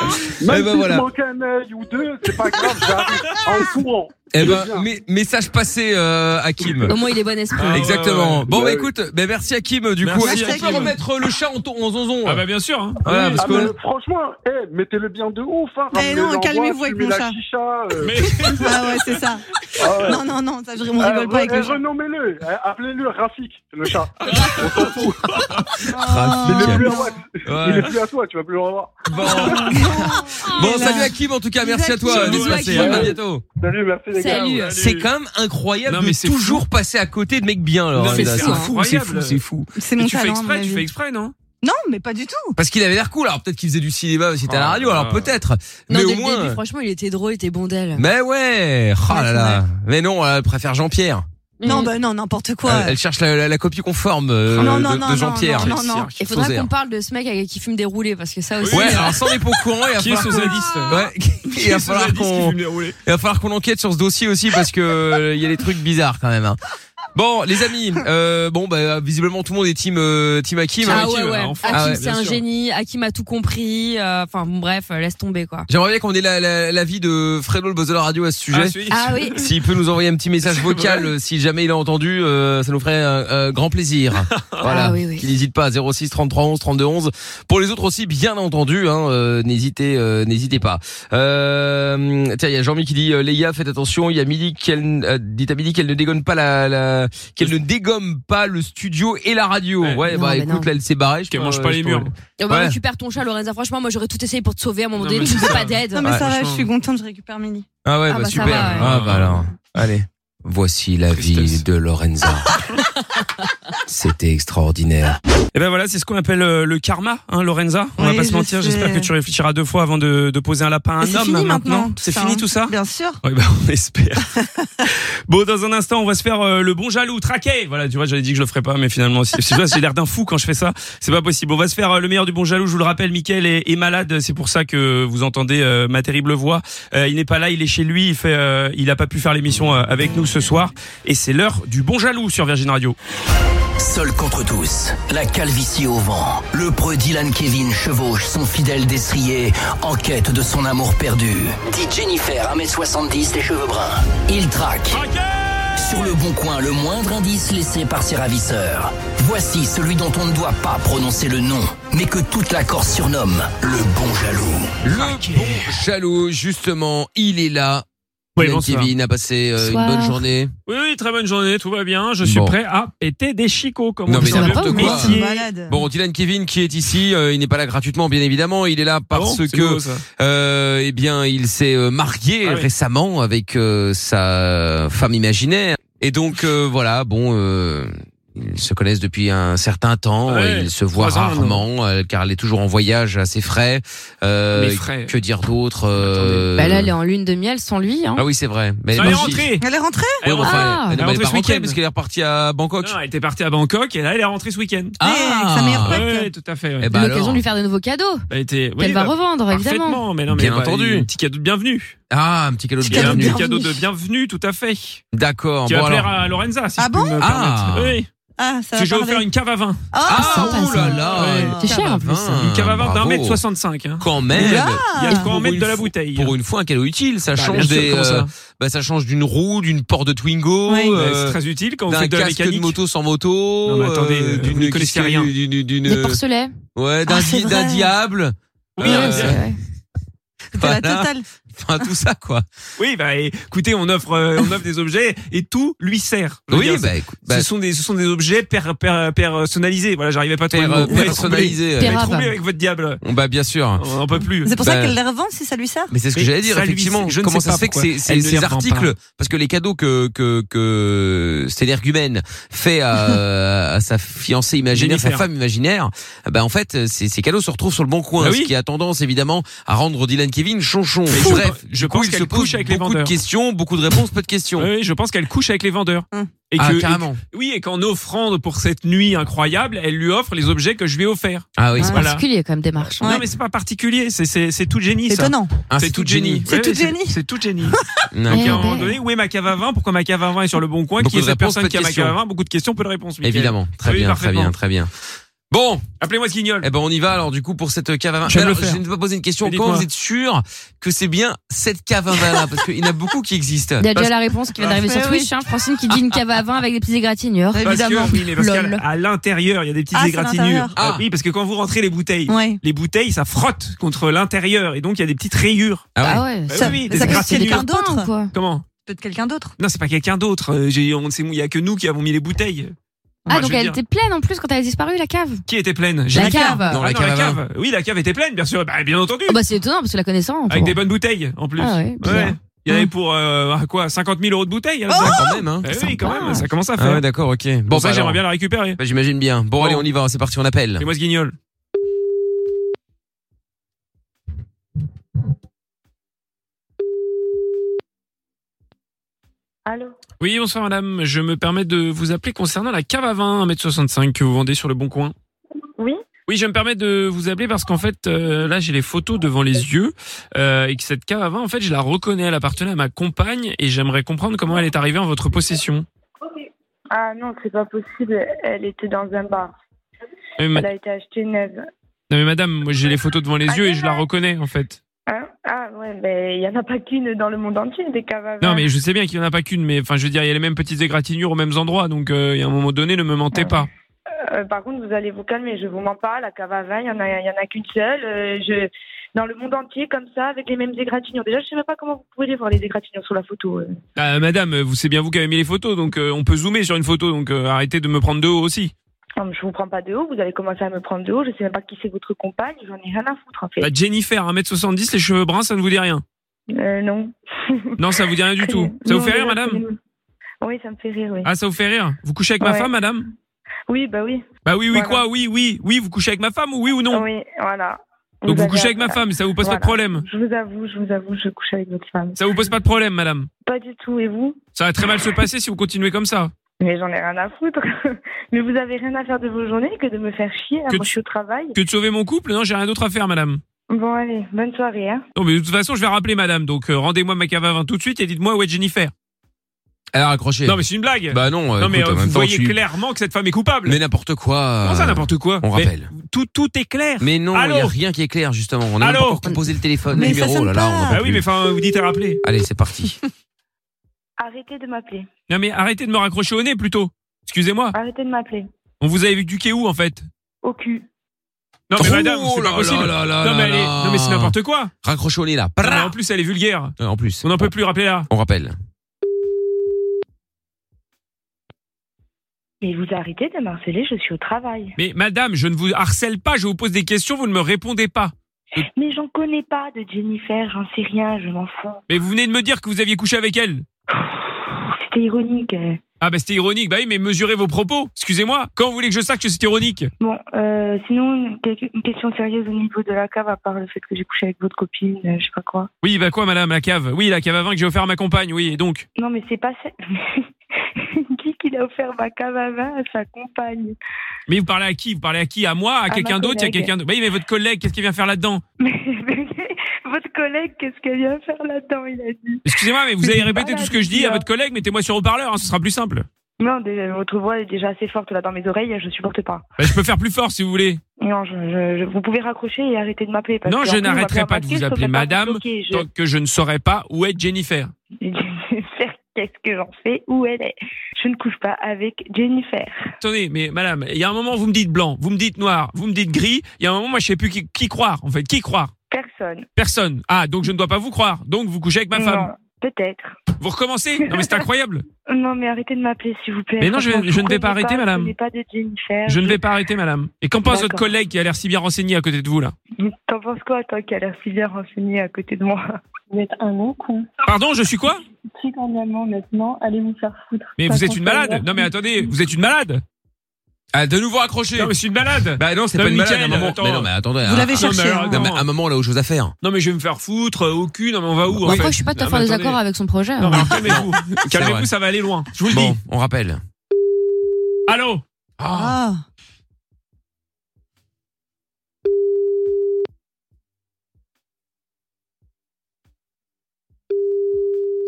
Speaker 9: Même
Speaker 5: Eh ben
Speaker 9: si
Speaker 5: voilà.
Speaker 9: je manque un œil ou deux, c'est pas grave, j'arrive en courant.
Speaker 5: Eh
Speaker 9: Je
Speaker 5: ben,
Speaker 9: viens.
Speaker 5: mé- message passé euh, à Kim.
Speaker 4: Au moins il est bon esprit.
Speaker 2: Ah ouais,
Speaker 5: Exactement.
Speaker 2: ouais.
Speaker 5: Bon, bah
Speaker 9: Ouais.
Speaker 5: écoute, bah, merci à Kim du
Speaker 2: Merci
Speaker 5: coup.
Speaker 2: à
Speaker 5: Est-ce qu'on peut
Speaker 2: Kim.
Speaker 3: euh,
Speaker 5: remettre le chat en, ton- en zonzon
Speaker 2: Ah bah bien sûr. hein.
Speaker 5: Voilà, parce
Speaker 9: Ah,
Speaker 5: que-
Speaker 9: mais franchement, eh, mettez-le bien de ouf. Hein,
Speaker 3: Mais
Speaker 9: ramenez-le
Speaker 3: non,
Speaker 9: en boîte,
Speaker 3: calmez-vous avec
Speaker 9: fumez
Speaker 3: mon
Speaker 9: la
Speaker 3: chat.
Speaker 9: chicha, euh,
Speaker 2: Mais
Speaker 3: Ah, ouais, c'est ça.
Speaker 9: ah ouais.
Speaker 3: Non, non, non, ça, je- on
Speaker 9: Eh,
Speaker 3: rigole pas avec
Speaker 9: eh,
Speaker 3: le chat.
Speaker 9: Renommez-le, eh, appelez-le Rafik, le chat. On s'en fout.
Speaker 3: Oh.
Speaker 5: Rafik.
Speaker 9: Il est plus à
Speaker 3: non.
Speaker 9: moi, il est
Speaker 5: Ouais.
Speaker 9: plus à toi, tu vas plus le revoir.
Speaker 5: Bon,
Speaker 3: Et
Speaker 5: bon
Speaker 3: Oh, là-
Speaker 5: salut à Kim en tout cas,
Speaker 3: Bisous
Speaker 5: merci
Speaker 3: à
Speaker 5: à toi
Speaker 4: Kim.
Speaker 5: d'être
Speaker 4: Bisous à
Speaker 5: passé.
Speaker 4: Kim.
Speaker 5: À bientôt.
Speaker 9: Salut, merci les
Speaker 4: Salut.
Speaker 9: gars.
Speaker 5: C'est quand même incroyable
Speaker 2: Non, mais
Speaker 5: de
Speaker 2: c'est fou.
Speaker 5: toujours passer à côté de mecs bien.
Speaker 2: Non,
Speaker 5: Lorenza.
Speaker 2: mais
Speaker 5: C'est
Speaker 2: c'est
Speaker 5: fou, c'est fou,
Speaker 2: incroyable.
Speaker 5: c'est fou.
Speaker 3: C'est mon
Speaker 2: tu fais
Speaker 3: talent. à mon
Speaker 2: exprès, tu
Speaker 3: avis.
Speaker 2: fais exprès, non
Speaker 3: Non, mais pas du tout.
Speaker 5: Parce qu'il avait l'air cool. Alors peut-être qu'il faisait du cinéma, c'était à la
Speaker 2: Oh,
Speaker 5: radio. Alors
Speaker 2: euh.
Speaker 5: peut-être.
Speaker 4: Non,
Speaker 5: Mais
Speaker 4: dès
Speaker 5: au
Speaker 4: le
Speaker 5: moins.
Speaker 4: début, franchement, il était drôle, il était bon d'elle.
Speaker 5: Mais ouais. Oh là là. Mais non, elle préfère Jean-Pierre.
Speaker 3: Non,
Speaker 4: Mm.
Speaker 3: bah non, n'importe quoi.
Speaker 5: Elle, elle cherche la, la- la copie conforme euh,
Speaker 3: Non,
Speaker 5: de,
Speaker 3: non, non,
Speaker 5: de Jean-Pierre.
Speaker 3: non, non, non.
Speaker 4: Il
Speaker 5: Sans
Speaker 4: faudrait
Speaker 5: air.
Speaker 4: qu'on parle de ce mec avec- qui fume des roulés parce que ça aussi. euh,
Speaker 5: Ouais, alors ça on est pas au courant. Il va
Speaker 2: Qui est
Speaker 5: falloir-
Speaker 2: sous zadiste
Speaker 5: Ouais, il va falloir qu'on il va falloir qu'on enquête sur ce dossier aussi parce que euh, il y a des trucs bizarres quand même. hein. Bon, les amis, euh, bon bah visiblement tout le monde est team euh, team Hakim. hein.
Speaker 4: Ah
Speaker 2: Hakim,
Speaker 4: ouais, ouais.
Speaker 2: euh,
Speaker 4: Hakim,
Speaker 2: enfin.
Speaker 5: Ah ouais,
Speaker 4: c'est
Speaker 2: bien
Speaker 4: un
Speaker 2: sûr.
Speaker 4: génie. Hakim a tout compris. euh, Enfin, bon, bref, euh, laisse tomber, quoi.
Speaker 5: J'aimerais bien qu'on ait la, la, l'avis de Fredo le buzz de la radio à ce sujet.
Speaker 4: Ah oui.
Speaker 5: S'il peut nous envoyer un petit message vocal, euh, si jamais il a entendu, euh, ça nous ferait un, un grand plaisir. Voilà.
Speaker 4: Ah oui, oui.
Speaker 5: Qui n'hésite pas à 06 33 11 32 11. Pour les autres aussi, bien entendu, hein, euh, n'hésitez, euh, n'hésitez pas. Euh, tiens, il y a Jean-Mi qui dit, euh, les gars, faites attention. Il y a Midi qu'elle, euh, dit à Midi qu'elle ne dégomme pas la, la- qu'elle ne dégomme pas le studio et la radio. Ouais,
Speaker 2: Ouais.
Speaker 4: Non,
Speaker 5: bah
Speaker 4: mais
Speaker 5: écoute,
Speaker 4: non.
Speaker 5: là, elle s'est barrée. je
Speaker 2: Qu'elle
Speaker 5: peux-
Speaker 2: mange pas
Speaker 5: je
Speaker 2: les
Speaker 5: peux-
Speaker 2: murs.
Speaker 4: Et on va
Speaker 5: Ouais.
Speaker 4: récupérer ton chat, Lorenza. Franchement, moi, j'aurais tout essayé pour te sauver. À un moment
Speaker 2: Non,
Speaker 4: donné,
Speaker 2: mais
Speaker 4: tu ne
Speaker 2: c'est
Speaker 4: veux
Speaker 2: ça.
Speaker 4: pas d'aide.
Speaker 3: Non, mais
Speaker 5: Ouais,
Speaker 3: ça va, je
Speaker 5: franchement.
Speaker 3: suis contente, je récupère Milly.
Speaker 5: Ah ouais,
Speaker 4: Ah
Speaker 5: bah,
Speaker 4: bah, ça
Speaker 5: super.
Speaker 4: va, ouais.
Speaker 5: Ah bah alors. Allez. Voici la vie
Speaker 2: Tristesse.
Speaker 5: de Lorenza. C'était extraordinaire.
Speaker 2: Et ben voilà, c'est ce qu'on appelle euh, le karma, hein, Lorenza. On
Speaker 3: Oui,
Speaker 2: va pas
Speaker 3: je
Speaker 2: se mentir.
Speaker 3: sais.
Speaker 2: J'espère que tu réfléchiras deux fois avant de, de poser un lapin
Speaker 3: Et
Speaker 2: à un
Speaker 3: c'est
Speaker 2: homme.
Speaker 3: fini maintenant, tout
Speaker 2: C'est
Speaker 3: ça,
Speaker 2: fini
Speaker 3: hein.
Speaker 2: tout ça.
Speaker 3: Bien sûr.
Speaker 2: Oui, bah, on espère. bon, dans un instant, on va se faire euh, le bon jaloux, traqué. Voilà, tu vois, j'avais dit que je le ferais pas, mais finalement, si, si, tu vois, j'ai l'air d'un fou quand je fais ça. C'est pas possible. On va se faire euh, le meilleur du bon jaloux. Je vous le rappelle, Mickaël est, est malade. C'est pour ça que vous entendez euh, ma terrible voix. Euh, il n'est pas là, il est chez lui. Il fait, euh, il a pas pu faire l'émission euh, avec nous ce soir. Et c'est l'heure du bon jaloux sur Virgin Radio.
Speaker 1: Seul contre tous, la calvitie au vent, le preux Dylan Kevin chevauche son fidèle destrier en quête de son amour perdu. Dit Jennifer, 1m70, les cheveux bruns. Il traque. Sur le bon coin, le moindre indice laissé par ses ravisseurs. Voici celui dont on ne doit pas prononcer le nom, mais que toute la Corse surnomme le bon jaloux.
Speaker 5: Le bon jaloux, justement, il est là.
Speaker 2: Oui,
Speaker 5: Même
Speaker 2: bonsoir.
Speaker 5: Kevin a passé euh, une
Speaker 4: Bonsoir.
Speaker 5: bonne journée.
Speaker 2: Oui, oui, très bonne journée, tout va bien. Je suis
Speaker 5: Bon.
Speaker 2: prêt à péter des chicots, comme
Speaker 5: Non,
Speaker 2: on
Speaker 5: mais
Speaker 2: dit.
Speaker 5: n'importe
Speaker 2: dans le
Speaker 5: quoi.
Speaker 2: métier.
Speaker 3: Malade.
Speaker 5: Bon, Dylan Kevin qui est ici, euh, il n'est pas là gratuitement bien évidemment, il est là
Speaker 2: Ah bon
Speaker 5: parce
Speaker 2: C'est
Speaker 5: que
Speaker 2: nouveau, ça.
Speaker 5: euh, eh bien il s'est euh, marié
Speaker 2: Ah oui.
Speaker 5: récemment avec euh, sa femme imaginaire et donc euh, voilà, bon euh, ils se connaissent depuis un certain temps,
Speaker 2: Ah Ouais,
Speaker 5: ils se voient
Speaker 2: trois ans,
Speaker 5: rarement euh, car elle est toujours en voyage à ses frais. Euh,
Speaker 2: Mes frais.
Speaker 5: Que dire d'autre euh,
Speaker 4: Bah là, elle est en lune de miel sans lui. Hein.
Speaker 5: Ah oui, c'est vrai. Mais
Speaker 2: Elle est
Speaker 5: bon,
Speaker 2: rentrée.
Speaker 3: Elle est rentrée
Speaker 5: Oui, mais bah, enfin,
Speaker 4: Ah.
Speaker 5: elle, non,
Speaker 2: Elle est
Speaker 5: mais elle est
Speaker 2: rentrée
Speaker 5: pas
Speaker 2: ce
Speaker 5: rentrée
Speaker 2: week-end.
Speaker 5: parce qu'elle est repartie à Bangkok.
Speaker 2: Non, elle était partie à Bangkok et là, elle est rentrée ce week-end.
Speaker 3: avec sa meilleure
Speaker 5: Ah.
Speaker 3: pote.
Speaker 2: Ouais, tout à fait. ouais.
Speaker 5: Eh ben
Speaker 4: L'occasion
Speaker 5: alors.
Speaker 4: de lui faire de nouveaux cadeaux.
Speaker 2: Elle était. oui,
Speaker 4: qu'elle va
Speaker 2: bah,
Speaker 4: revendre, évidemment.
Speaker 2: parfaitement, Mais non, mais
Speaker 5: Bien
Speaker 2: bah,
Speaker 5: entendu.
Speaker 2: un Petit cadeau de bienvenue.
Speaker 5: Ah, un petit cadeau de
Speaker 4: Petit cadeau de
Speaker 5: bienvenue.
Speaker 2: Un cadeau de bienvenue, tout à fait.
Speaker 5: D'accord.
Speaker 2: qui
Speaker 5: Bon
Speaker 2: va plaire
Speaker 5: alors.
Speaker 2: à Lorenza, si
Speaker 3: Ah
Speaker 2: je peux
Speaker 3: bon
Speaker 2: me
Speaker 5: Ah.
Speaker 2: permettre. Oui.
Speaker 3: Ah, ça
Speaker 2: Parce
Speaker 3: va
Speaker 2: que je vais vous
Speaker 3: parler.
Speaker 2: faire une cave à vin.
Speaker 5: Ah,
Speaker 4: sympa,
Speaker 5: oh là
Speaker 4: ça.
Speaker 5: là.
Speaker 4: C'est cher, en plus.
Speaker 2: Une cave à vin d'un
Speaker 5: bravo.
Speaker 2: mètre 65. hein.
Speaker 5: Quand même.
Speaker 3: Là.
Speaker 2: Il y a de quoi en
Speaker 5: Pour
Speaker 2: mettre
Speaker 5: une
Speaker 2: de la
Speaker 5: fois-
Speaker 2: bouteille.
Speaker 5: Pour une fois, un cadeau utile. Ça
Speaker 2: Bah,
Speaker 5: change
Speaker 2: bien sûr,
Speaker 5: des.
Speaker 2: comment ça
Speaker 5: euh, bah, ça change d'une roue, d'une porte de Twingo.
Speaker 3: Ouais.
Speaker 2: Ouais,
Speaker 5: euh,
Speaker 2: C'est très utile quand vous
Speaker 5: d'un
Speaker 2: faites de la
Speaker 5: casque de
Speaker 2: mécanique.
Speaker 5: moto sans moto,
Speaker 2: Non, mais attendez,
Speaker 5: euh,
Speaker 2: vous ne connaissez
Speaker 5: qu'est-ce que-
Speaker 2: rien.
Speaker 5: d'une- d'une- d'une-
Speaker 4: Des porcelets.
Speaker 5: ouais, d'un
Speaker 3: Ah, c'est
Speaker 5: di- d'un
Speaker 3: vrai.
Speaker 5: diable,
Speaker 2: Oui,
Speaker 5: Euh,
Speaker 2: bien sûr.
Speaker 3: C'était la
Speaker 5: Voilà.
Speaker 3: totale.
Speaker 5: enfin tout ça quoi.
Speaker 2: Oui, bah écoutez, on offre, euh, on offre des objets et tout lui sert. Je veux
Speaker 5: Oui,
Speaker 2: dire,
Speaker 5: bah, écoute, bah,
Speaker 2: ce sont des, ce sont des objets per, per- personnalisés. Voilà, j'arrivais pas à trouver
Speaker 5: per-
Speaker 2: le mot. Vous m'avez
Speaker 5: personnalisé.
Speaker 2: troublé. Vous m'avez
Speaker 4: Pérave.
Speaker 2: troublé avec votre diable.
Speaker 5: euh, Bah bien sûr.
Speaker 2: On n'en peut plus.
Speaker 3: C'est pour ça
Speaker 5: Bah.
Speaker 3: qu'elle les revend si ça lui sert.
Speaker 5: Mais c'est ce que
Speaker 2: Mais
Speaker 5: j'allais dire,
Speaker 2: ça, lui,
Speaker 5: effectivement.
Speaker 2: je ne
Speaker 5: Comment
Speaker 2: sais
Speaker 5: ça
Speaker 2: pas
Speaker 5: se fait que
Speaker 2: pourquoi
Speaker 5: ces, ces-
Speaker 2: elle ne
Speaker 5: ces
Speaker 2: les revend
Speaker 5: articles, parce que les cadeaux que que que Sténergumène fait à, à sa fiancée imaginaire, sa
Speaker 2: Jennifer.
Speaker 5: femme imaginaire, eh ben en fait, ces, ces cadeaux se retrouvent sur le bon coin,
Speaker 2: Bah oui.
Speaker 5: ce qui a tendance évidemment à rendre Dylan Kevin chonchon.
Speaker 2: Mais je pense-
Speaker 5: Bref,
Speaker 2: je
Speaker 5: du coup,
Speaker 2: pense
Speaker 5: il
Speaker 2: qu'elle
Speaker 5: se pose
Speaker 2: couche avec les
Speaker 5: beaucoup de
Speaker 2: vendeurs.
Speaker 5: questions, beaucoup de réponses, peu de questions.
Speaker 2: Oui, je pense qu'elle couche avec les vendeurs.
Speaker 3: Hum.
Speaker 2: Et
Speaker 5: ah
Speaker 2: que-
Speaker 5: carrément.
Speaker 2: et- oui, et qu'en offrande pour cette nuit incroyable, elle lui offre les objets que je lui ai offerts.
Speaker 5: Ah oui,
Speaker 4: C'est
Speaker 5: c'est
Speaker 2: Ouais. Voilà.
Speaker 4: particulier, quand même, des marchands.
Speaker 2: Non, mais c'est pas particulier, c'est- c'est c'est tout génie,
Speaker 3: C'est
Speaker 2: ça.
Speaker 3: étonnant.
Speaker 4: hein.
Speaker 5: ah,
Speaker 2: C'est tout génie.
Speaker 3: C'est
Speaker 2: Ouais,
Speaker 3: tout Ah.
Speaker 2: ouais,
Speaker 3: génie.
Speaker 2: C'est tout génie.
Speaker 5: Non.
Speaker 2: Donc,
Speaker 4: Eh
Speaker 2: à un moment
Speaker 4: ben.
Speaker 2: donné, où est ma cave à vin Pourquoi ma cave à vin est sur le bon coin
Speaker 5: Beaucoup
Speaker 2: Qui est
Speaker 5: de
Speaker 2: cette
Speaker 5: réponses,
Speaker 2: personne
Speaker 5: peu de
Speaker 2: qui a ma
Speaker 5: questions.
Speaker 2: cave à vin Beaucoup de questions, peu de réponses. Mickaël.
Speaker 5: Évidemment, très
Speaker 2: Ah Oui,
Speaker 5: bien, très bien,
Speaker 2: parfaitement.
Speaker 5: très bien. Bon,
Speaker 2: Appelez-moi ce guignol.
Speaker 5: Eh ben on y va alors du coup pour cette cave à vin.
Speaker 2: Je vais le
Speaker 5: Alors,
Speaker 2: faire.
Speaker 5: je ne vais pas poser une question.
Speaker 2: Mais
Speaker 5: Quand
Speaker 2: dites-moi.
Speaker 5: vous êtes sûr que c'est bien cette cave à vin là Parce qu'il y en a beaucoup qui existent.
Speaker 4: Il y a déjà la réponse qui vient d'arriver
Speaker 3: Parfait,
Speaker 4: sur Twitch, hein. Francine qui dit une cave à vin avec des petits égratignures.
Speaker 2: Parce que-
Speaker 3: Bah, Évidemment.
Speaker 2: oui, mais parce qu'à
Speaker 4: Lol.
Speaker 2: à l'intérieur, il y a des petites
Speaker 3: Ah, c'est
Speaker 2: égratignures.
Speaker 3: l'intérieur.
Speaker 5: Ah.
Speaker 2: Oui, parce que quand vous rentrez les bouteilles,
Speaker 3: Ouais.
Speaker 2: les bouteilles, ça frotte contre l'intérieurs et donc il y a des petites rayures.
Speaker 4: Ah ouais.
Speaker 2: Bah
Speaker 3: Ça-
Speaker 2: oui,
Speaker 3: ça peut être
Speaker 2: égratignures.
Speaker 3: quelqu'un d'autre.
Speaker 4: ou quoi
Speaker 2: Comment
Speaker 3: Peut-être quelqu'un d'autre.
Speaker 2: Non, c'est pas quelqu'un d'autre. Euh, j'ai- on sait- Il y a que nous qui avons mis les bouteilles.
Speaker 4: Ah,
Speaker 2: Moi,
Speaker 4: donc
Speaker 2: je veux
Speaker 4: elle
Speaker 2: dire,
Speaker 4: était pleine en plus quand elle a disparu, la cave.
Speaker 2: Qui était pleine J'ai
Speaker 4: La
Speaker 2: mis-
Speaker 4: cave.
Speaker 5: Non,
Speaker 2: Ah,
Speaker 5: la
Speaker 2: non,
Speaker 5: cave à vin.
Speaker 2: Oui, la cave était pleine, bien sûr. Bah, bien entendu.
Speaker 4: Oh, bah, c'est étonnant parce que la connaissant. on
Speaker 2: Avec des
Speaker 4: pourra-
Speaker 2: bonnes bouteilles, en plus.
Speaker 4: Ah ouais, bizarre. Oh
Speaker 2: Il y en avait
Speaker 4: Hum.
Speaker 2: pour euh, à quoi 50 000 euros de bouteilles. alors,
Speaker 5: Ah,
Speaker 2: ça-
Speaker 5: quand même hein.
Speaker 2: Eh oui,
Speaker 4: Sympa.
Speaker 2: quand même, ça commence à
Speaker 5: Ah
Speaker 2: faire.
Speaker 5: ouais, d'accord, ok. Bon,
Speaker 2: bon, ça,
Speaker 5: bah, alors.
Speaker 2: j'aimerais bien la récupérer.
Speaker 5: Bah, j'imagine bien. Bon,
Speaker 2: Bon.
Speaker 5: allez, on y va, c'est parti, on appelle.
Speaker 2: Et moi, ce guignol.
Speaker 7: Allô
Speaker 2: Oui, bonsoir madame. Je me permets de vous appeler concernant la cave à vin 1m65 que vous vendez sur le Bon Coin.
Speaker 7: Oui
Speaker 2: Oui, je me permets de vous appeler parce qu'en fait, euh, là, j'ai les photos devant les yeux euh, et que cette cave à vin, en fait, je la reconnais. Elle appartenait à ma compagne et j'aimerais comprendre comment elle est arrivée en votre possession.
Speaker 7: Ah non, c'est pas possible. Elle était dans un bar.
Speaker 2: Euh, ma-
Speaker 7: Elle Ah, a été achetée neuve.
Speaker 2: Non mais madame, moi, j'ai les photos devant les yeux et je la reconnais en fait.
Speaker 7: Hein ah ouais, mais il n'y en a pas qu'une dans le monde entier, des caves à vin.
Speaker 2: Non mais je sais bien qu'il n'y en a pas qu'une, mais enfin, je veux dire, il y a les mêmes petites égratignures aux mêmes endroits, donc euh, il y a un moment donné, ne me mentez pas.
Speaker 7: Euh, par contre, vous allez vous calmer, je vous mens pas. La cave à vin, il n'y en a, il y en a qu'une seule. Euh, je... Dans le monde entier, comme ça, avec les mêmes égratignures. Déjà, je sais même pas comment vous pouvez les voir, les égratignures sur la photo. euh.
Speaker 2: Ah, madame, vous c'est bien vous qui avez mis les photos, donc euh, on peut zoomer sur une photo, donc euh, arrêtez de me prendre de haut aussi.
Speaker 7: Non, mais je vous prends pas de haut, vous allez commencer à me prendre de haut. Je sais même pas qui c'est votre compagne, j'en ai rien à foutre, en fait.
Speaker 2: Bah, Jennifer, 1m70, les cheveux bruns, ça ne vous dit rien.
Speaker 7: Euh, non.
Speaker 2: Non, ça vous dit rien du tout. Ça vous fait rire, madame
Speaker 7: Oui, ça me fait rire, oui.
Speaker 2: Ah, ça vous fait rire Vous couchez avec ma
Speaker 7: Ouais.
Speaker 2: femme, madame
Speaker 7: Oui, bah oui.
Speaker 2: Bah oui, oui,
Speaker 7: Voilà.
Speaker 2: quoi Oui, oui, oui, vous couchez avec ma femme ou oui ou non
Speaker 7: Oui, voilà.
Speaker 2: Donc vous
Speaker 7: avez-
Speaker 2: couchez avec ma femme, ça vous pose pas
Speaker 7: Voilà.
Speaker 2: de problème
Speaker 7: Je vous avoue, je vous avoue, je couche avec votre femme.
Speaker 2: Ça vous pose pas de problème, madame
Speaker 7: Pas du tout, et vous
Speaker 2: Ça va très mal se passer si vous continuez comme ça.
Speaker 7: Mais j'en ai rien à foutre. Mais vous avez rien à faire de vos journées que de me faire chier. hein.
Speaker 2: Que tu-
Speaker 7: Moi, je suis au travail.
Speaker 2: Que de sauver mon couple Non, j'ai rien d'autre à faire, madame.
Speaker 7: Bon, allez, bonne soirée. Hein.
Speaker 2: Non, mais de toute façon, je vais rappeler madame, donc euh, rendez-moi ma cave à vin tout de suite et dites-moi où est Jennifer.
Speaker 5: Elle a raccroché.
Speaker 2: Non, mais c'est une blague
Speaker 5: Bah non, euh,
Speaker 2: Non, mais
Speaker 5: écoute,
Speaker 2: euh,
Speaker 5: en
Speaker 2: vous
Speaker 5: même temps,
Speaker 2: voyez
Speaker 5: tu-
Speaker 2: clairement que cette femme est coupable.
Speaker 5: Mais n'importe quoi.
Speaker 2: Comment ça, n'importe quoi
Speaker 5: On
Speaker 2: Euh, Mais
Speaker 5: rappelle.
Speaker 2: Tout, tout est clair.
Speaker 5: Mais non, il
Speaker 2: Allô
Speaker 5: n'y a rien qui est clair, justement. On a même
Speaker 2: Allô
Speaker 5: pas encore composé le téléphone,
Speaker 3: Mais
Speaker 5: le
Speaker 3: ça
Speaker 5: numéro, oh
Speaker 3: sonne
Speaker 5: là, là,
Speaker 3: pas.
Speaker 5: on en peut
Speaker 2: Bah oui,
Speaker 5: plus.
Speaker 2: mais enfin, vous dites à rappeler.
Speaker 5: Allez, c'est parti.
Speaker 7: Arrêtez de m'appeler.
Speaker 2: Non, mais arrêtez de me raccrocher au nez plutôt. Excusez-moi.
Speaker 7: Arrêtez de m'appeler.
Speaker 2: On vous a éduqué où en fait
Speaker 7: Au cul.
Speaker 2: Non, mais
Speaker 5: Oh
Speaker 2: madame, c'est
Speaker 5: là
Speaker 2: pas
Speaker 5: là
Speaker 2: possible.
Speaker 5: là là
Speaker 2: Non, mais elle est-
Speaker 5: là.
Speaker 2: non, mais c'est n'importe quoi.
Speaker 5: Raccroche au nez là.
Speaker 2: Non, mais
Speaker 5: Prrra.
Speaker 2: en plus, elle est vulgaire.
Speaker 5: Euh, En plus.
Speaker 2: On n'en peut plus, rappeler là.
Speaker 5: On rappelle.
Speaker 11: Mais vous arrêtez de marceler, je suis au travail.
Speaker 2: Mais madame, je ne vous harcèle pas, je vous pose des questions, vous ne me répondez pas.
Speaker 11: Mais j'en connais pas de Jennifer, j'en sais rien, je m'en fous.
Speaker 2: Mais vous venez de me dire que vous aviez couché avec elle.
Speaker 11: C'était ironique. euh.
Speaker 2: Ah bah c'était ironique, bah oui, mais mesurez vos propos. Excusez-moi, quand vous voulez que je sache que c'est ironique
Speaker 11: Bon, euh, sinon, une, que- une question sérieuse au niveau de la cave, à part le fait que j'ai couché avec votre copine, euh, je sais pas quoi.
Speaker 2: Oui, bah quoi madame, la cave Oui, la cave à vin que j'ai offert à ma compagne, oui, et donc
Speaker 11: Non, mais c'est pas ça. Qui qu'il a offert ma cave à vin à sa compagne
Speaker 2: Mais vous parlez à qui Vous parlez à qui À moi À
Speaker 11: ma
Speaker 2: quelqu'un d'autre Il y a
Speaker 11: collègue.
Speaker 2: quelqu'un d'autre Bah oui, mais votre collègue, qu'est-ce qu'il vient faire là-dedans
Speaker 11: Mais votre collègue, qu'est-ce qu'elle vient faire là-dedans Il a dit.
Speaker 2: Excusez-moi, mais vous
Speaker 11: Mais
Speaker 2: allez
Speaker 11: c'est
Speaker 2: répéter
Speaker 11: pas
Speaker 2: tout
Speaker 11: la
Speaker 2: ce que je dis à
Speaker 11: vie, hein.
Speaker 2: votre collègue, mettez-moi sur haut-parleur, hein, ce sera plus simple.
Speaker 11: Non, déjà, votre voix est déjà assez forte là dans mes oreilles, je supporte pas.
Speaker 2: Bah, je peux faire plus fort si vous voulez.
Speaker 11: Non, je, je- je- vous pouvez raccrocher et arrêter de m'appeler. parce
Speaker 2: Non,
Speaker 11: que, en
Speaker 2: je
Speaker 11: plus, vous
Speaker 2: n'arrêterai
Speaker 11: m'appelez
Speaker 2: pas de vous
Speaker 11: en masqué,
Speaker 2: appeler
Speaker 11: je peux pas
Speaker 2: madame.
Speaker 11: bloquer, je-
Speaker 2: Tant que je ne saurais pas où est Jennifer.
Speaker 11: Jennifer, qu'est-ce que j'en fais Où elle est Je ne couche pas avec Jennifer.
Speaker 2: Attendez, mais madame, il y a un moment vous me dites blanc, vous me dites noir, vous me dites gris, il y a un moment moi je sais plus qui, qui croire en fait, qui croire
Speaker 11: Personne.
Speaker 2: Personne. Ah, donc je ne dois pas vous croire. Donc vous couchez avec ma femme.
Speaker 11: Non, peut-être.
Speaker 2: Vous recommencez Non mais c'est incroyable.
Speaker 11: Non, mais arrêtez de m'appeler s'il vous plaît.
Speaker 2: Mais non, je vais-
Speaker 11: Franchement,
Speaker 2: je ne vais
Speaker 11: connais
Speaker 2: pas arrêter, madame.
Speaker 11: Je ne pas de Jennifer.
Speaker 2: Je ne vais pas arrêter madame. Et qu'en pense votre
Speaker 11: D'accord.
Speaker 2: collègue qui a l'air si bien renseigné à côté de vous là
Speaker 11: T'en penses quoi, toi, qui a l'air si bien renseigné à côté de moi Vous êtes un hein. long con.
Speaker 2: Pardon, je suis quoi
Speaker 11: Très cordialement, maintenant, allez vous faire foutre.
Speaker 2: Mais vous êtes une malade. Non mais attendez, vous êtes une malade.
Speaker 5: Ah, de nouveau raccroché.
Speaker 2: Non mais je suis une malade.
Speaker 5: Bah non, c'est
Speaker 2: Non,
Speaker 5: pas une
Speaker 2: Mickaël,
Speaker 5: malade à un moment.
Speaker 2: attends. Ah,
Speaker 5: Mais non, mais attendez.
Speaker 3: Vous
Speaker 5: hein.
Speaker 3: l'avez
Speaker 2: non, mais
Speaker 3: cherché. hein.
Speaker 2: alors,
Speaker 5: Non, mais à un moment, on a autre chose à faire.
Speaker 2: Non mais je vais me faire foutre euh, au cul. Non mais on va où en
Speaker 5: Après,
Speaker 2: fait
Speaker 4: Après, je suis pas tout à
Speaker 2: Non,
Speaker 4: fait en
Speaker 2: mais
Speaker 4: désaccord
Speaker 2: attendez.
Speaker 4: avec son projet.
Speaker 2: Non
Speaker 4: hein.
Speaker 2: mais alors, calmez-vous.
Speaker 5: vrai.
Speaker 2: calmez-vous, ça va aller loin. Je vous le
Speaker 5: Bon,
Speaker 2: dis.
Speaker 5: on rappelle.
Speaker 2: Allô
Speaker 5: Ah.
Speaker 3: Ah.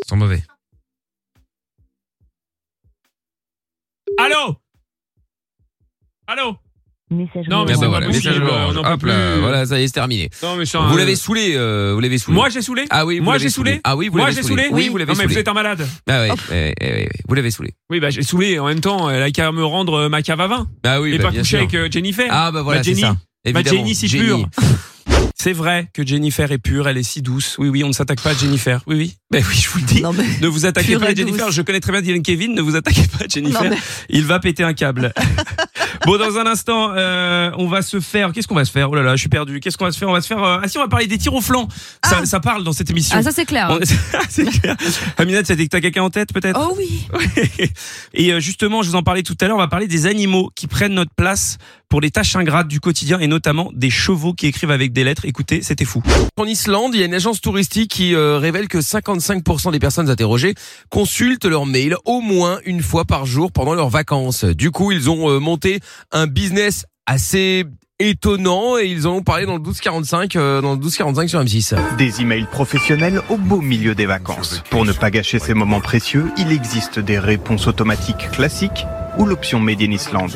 Speaker 5: Sans mauvais.
Speaker 2: Allô Allô
Speaker 12: Message
Speaker 2: Non, mais
Speaker 5: Ah
Speaker 2: c'est
Speaker 5: bah
Speaker 2: pas
Speaker 5: voilà,
Speaker 2: possible,
Speaker 5: message
Speaker 2: on
Speaker 5: orange.
Speaker 2: n'en peut
Speaker 5: Hop là,
Speaker 2: plus.
Speaker 5: voilà, ça y est, c'est terminé.
Speaker 2: Non mais je suis un-
Speaker 5: Vous l'avez saoulé, euh, vous l'avez saoulé.
Speaker 2: Moi j'ai saoulé
Speaker 5: ah oui, vous
Speaker 2: Moi,
Speaker 5: l'avez
Speaker 2: j'ai saoulé
Speaker 5: Ah oui, vous
Speaker 2: Moi
Speaker 5: l'avez
Speaker 2: j'ai
Speaker 5: saoulé.
Speaker 2: saoulé
Speaker 5: Oui, vous l'avez
Speaker 2: Non mais
Speaker 5: saoulé.
Speaker 2: vous êtes un malade.
Speaker 5: Ah oui, eh, eh, eh, vous l'avez saoulé.
Speaker 2: Oui, bah j'ai saoulé. En même temps, elle a qu'à me rendre euh, ma cave à vin
Speaker 5: Ah oui,
Speaker 2: et
Speaker 5: bah,
Speaker 2: pas
Speaker 5: bien
Speaker 2: coucher
Speaker 5: sûr.
Speaker 2: avec euh, Jennifer.
Speaker 5: Ah bah voilà,
Speaker 2: Ma
Speaker 5: c'est
Speaker 2: Jenny.
Speaker 5: ça.
Speaker 2: ma
Speaker 5: Évidemment.
Speaker 2: Jenny si pure. C'est vrai que Jennifer est pure, elle est si douce. Oui, oui, on ne s'attaque pas à Jennifer. Oui, oui. Ben oui, je vous le dis.
Speaker 3: Non, mais.
Speaker 2: Ne vous attaquez
Speaker 3: Pure
Speaker 2: pas à
Speaker 3: et douce.
Speaker 2: Jennifer. Je connais très bien Dylan Kevin. Ne vous attaquez pas à Jennifer.
Speaker 3: Non, mais-
Speaker 2: Il va péter un câble. bon, dans un instant, euh, on va se faire. Qu'est-ce qu'on va se faire Oh là là, je suis perdu. Qu'est-ce qu'on va se faire On va se faire. euh, Ah si, on va parler des tirs au flanc. Ça, ça parle dans cette émission.
Speaker 4: Ah, ça, c'est clair.
Speaker 2: On- C'est clair. Aminat, ça dit que t'as quelqu'un en tête peut-être
Speaker 4: Oh oui.
Speaker 2: Et euh, justement, je vous en parlais tout à l'heure, on va parler des animaux qui prennent notre place pour les tâches ingrates du quotidien et notamment des chevaux qui écrivent avec des lettres. Écoutez, c'était fou.
Speaker 5: En Islande, il y a une agence touristique qui euh, révèle que 55% des personnes interrogées consultent leur mail au moins une fois par jour pendant leurs vacances. Du coup, ils ont euh, monté un business assez étonnant et ils en ont parlé dans le 1245 euh, dans le 1245 sur M6.
Speaker 13: Des emails professionnels au beau milieu des vacances. Pour ne pas gâcher ces moments précieux, il existe des réponses automatiques classiques ou l'option Made in Iceland,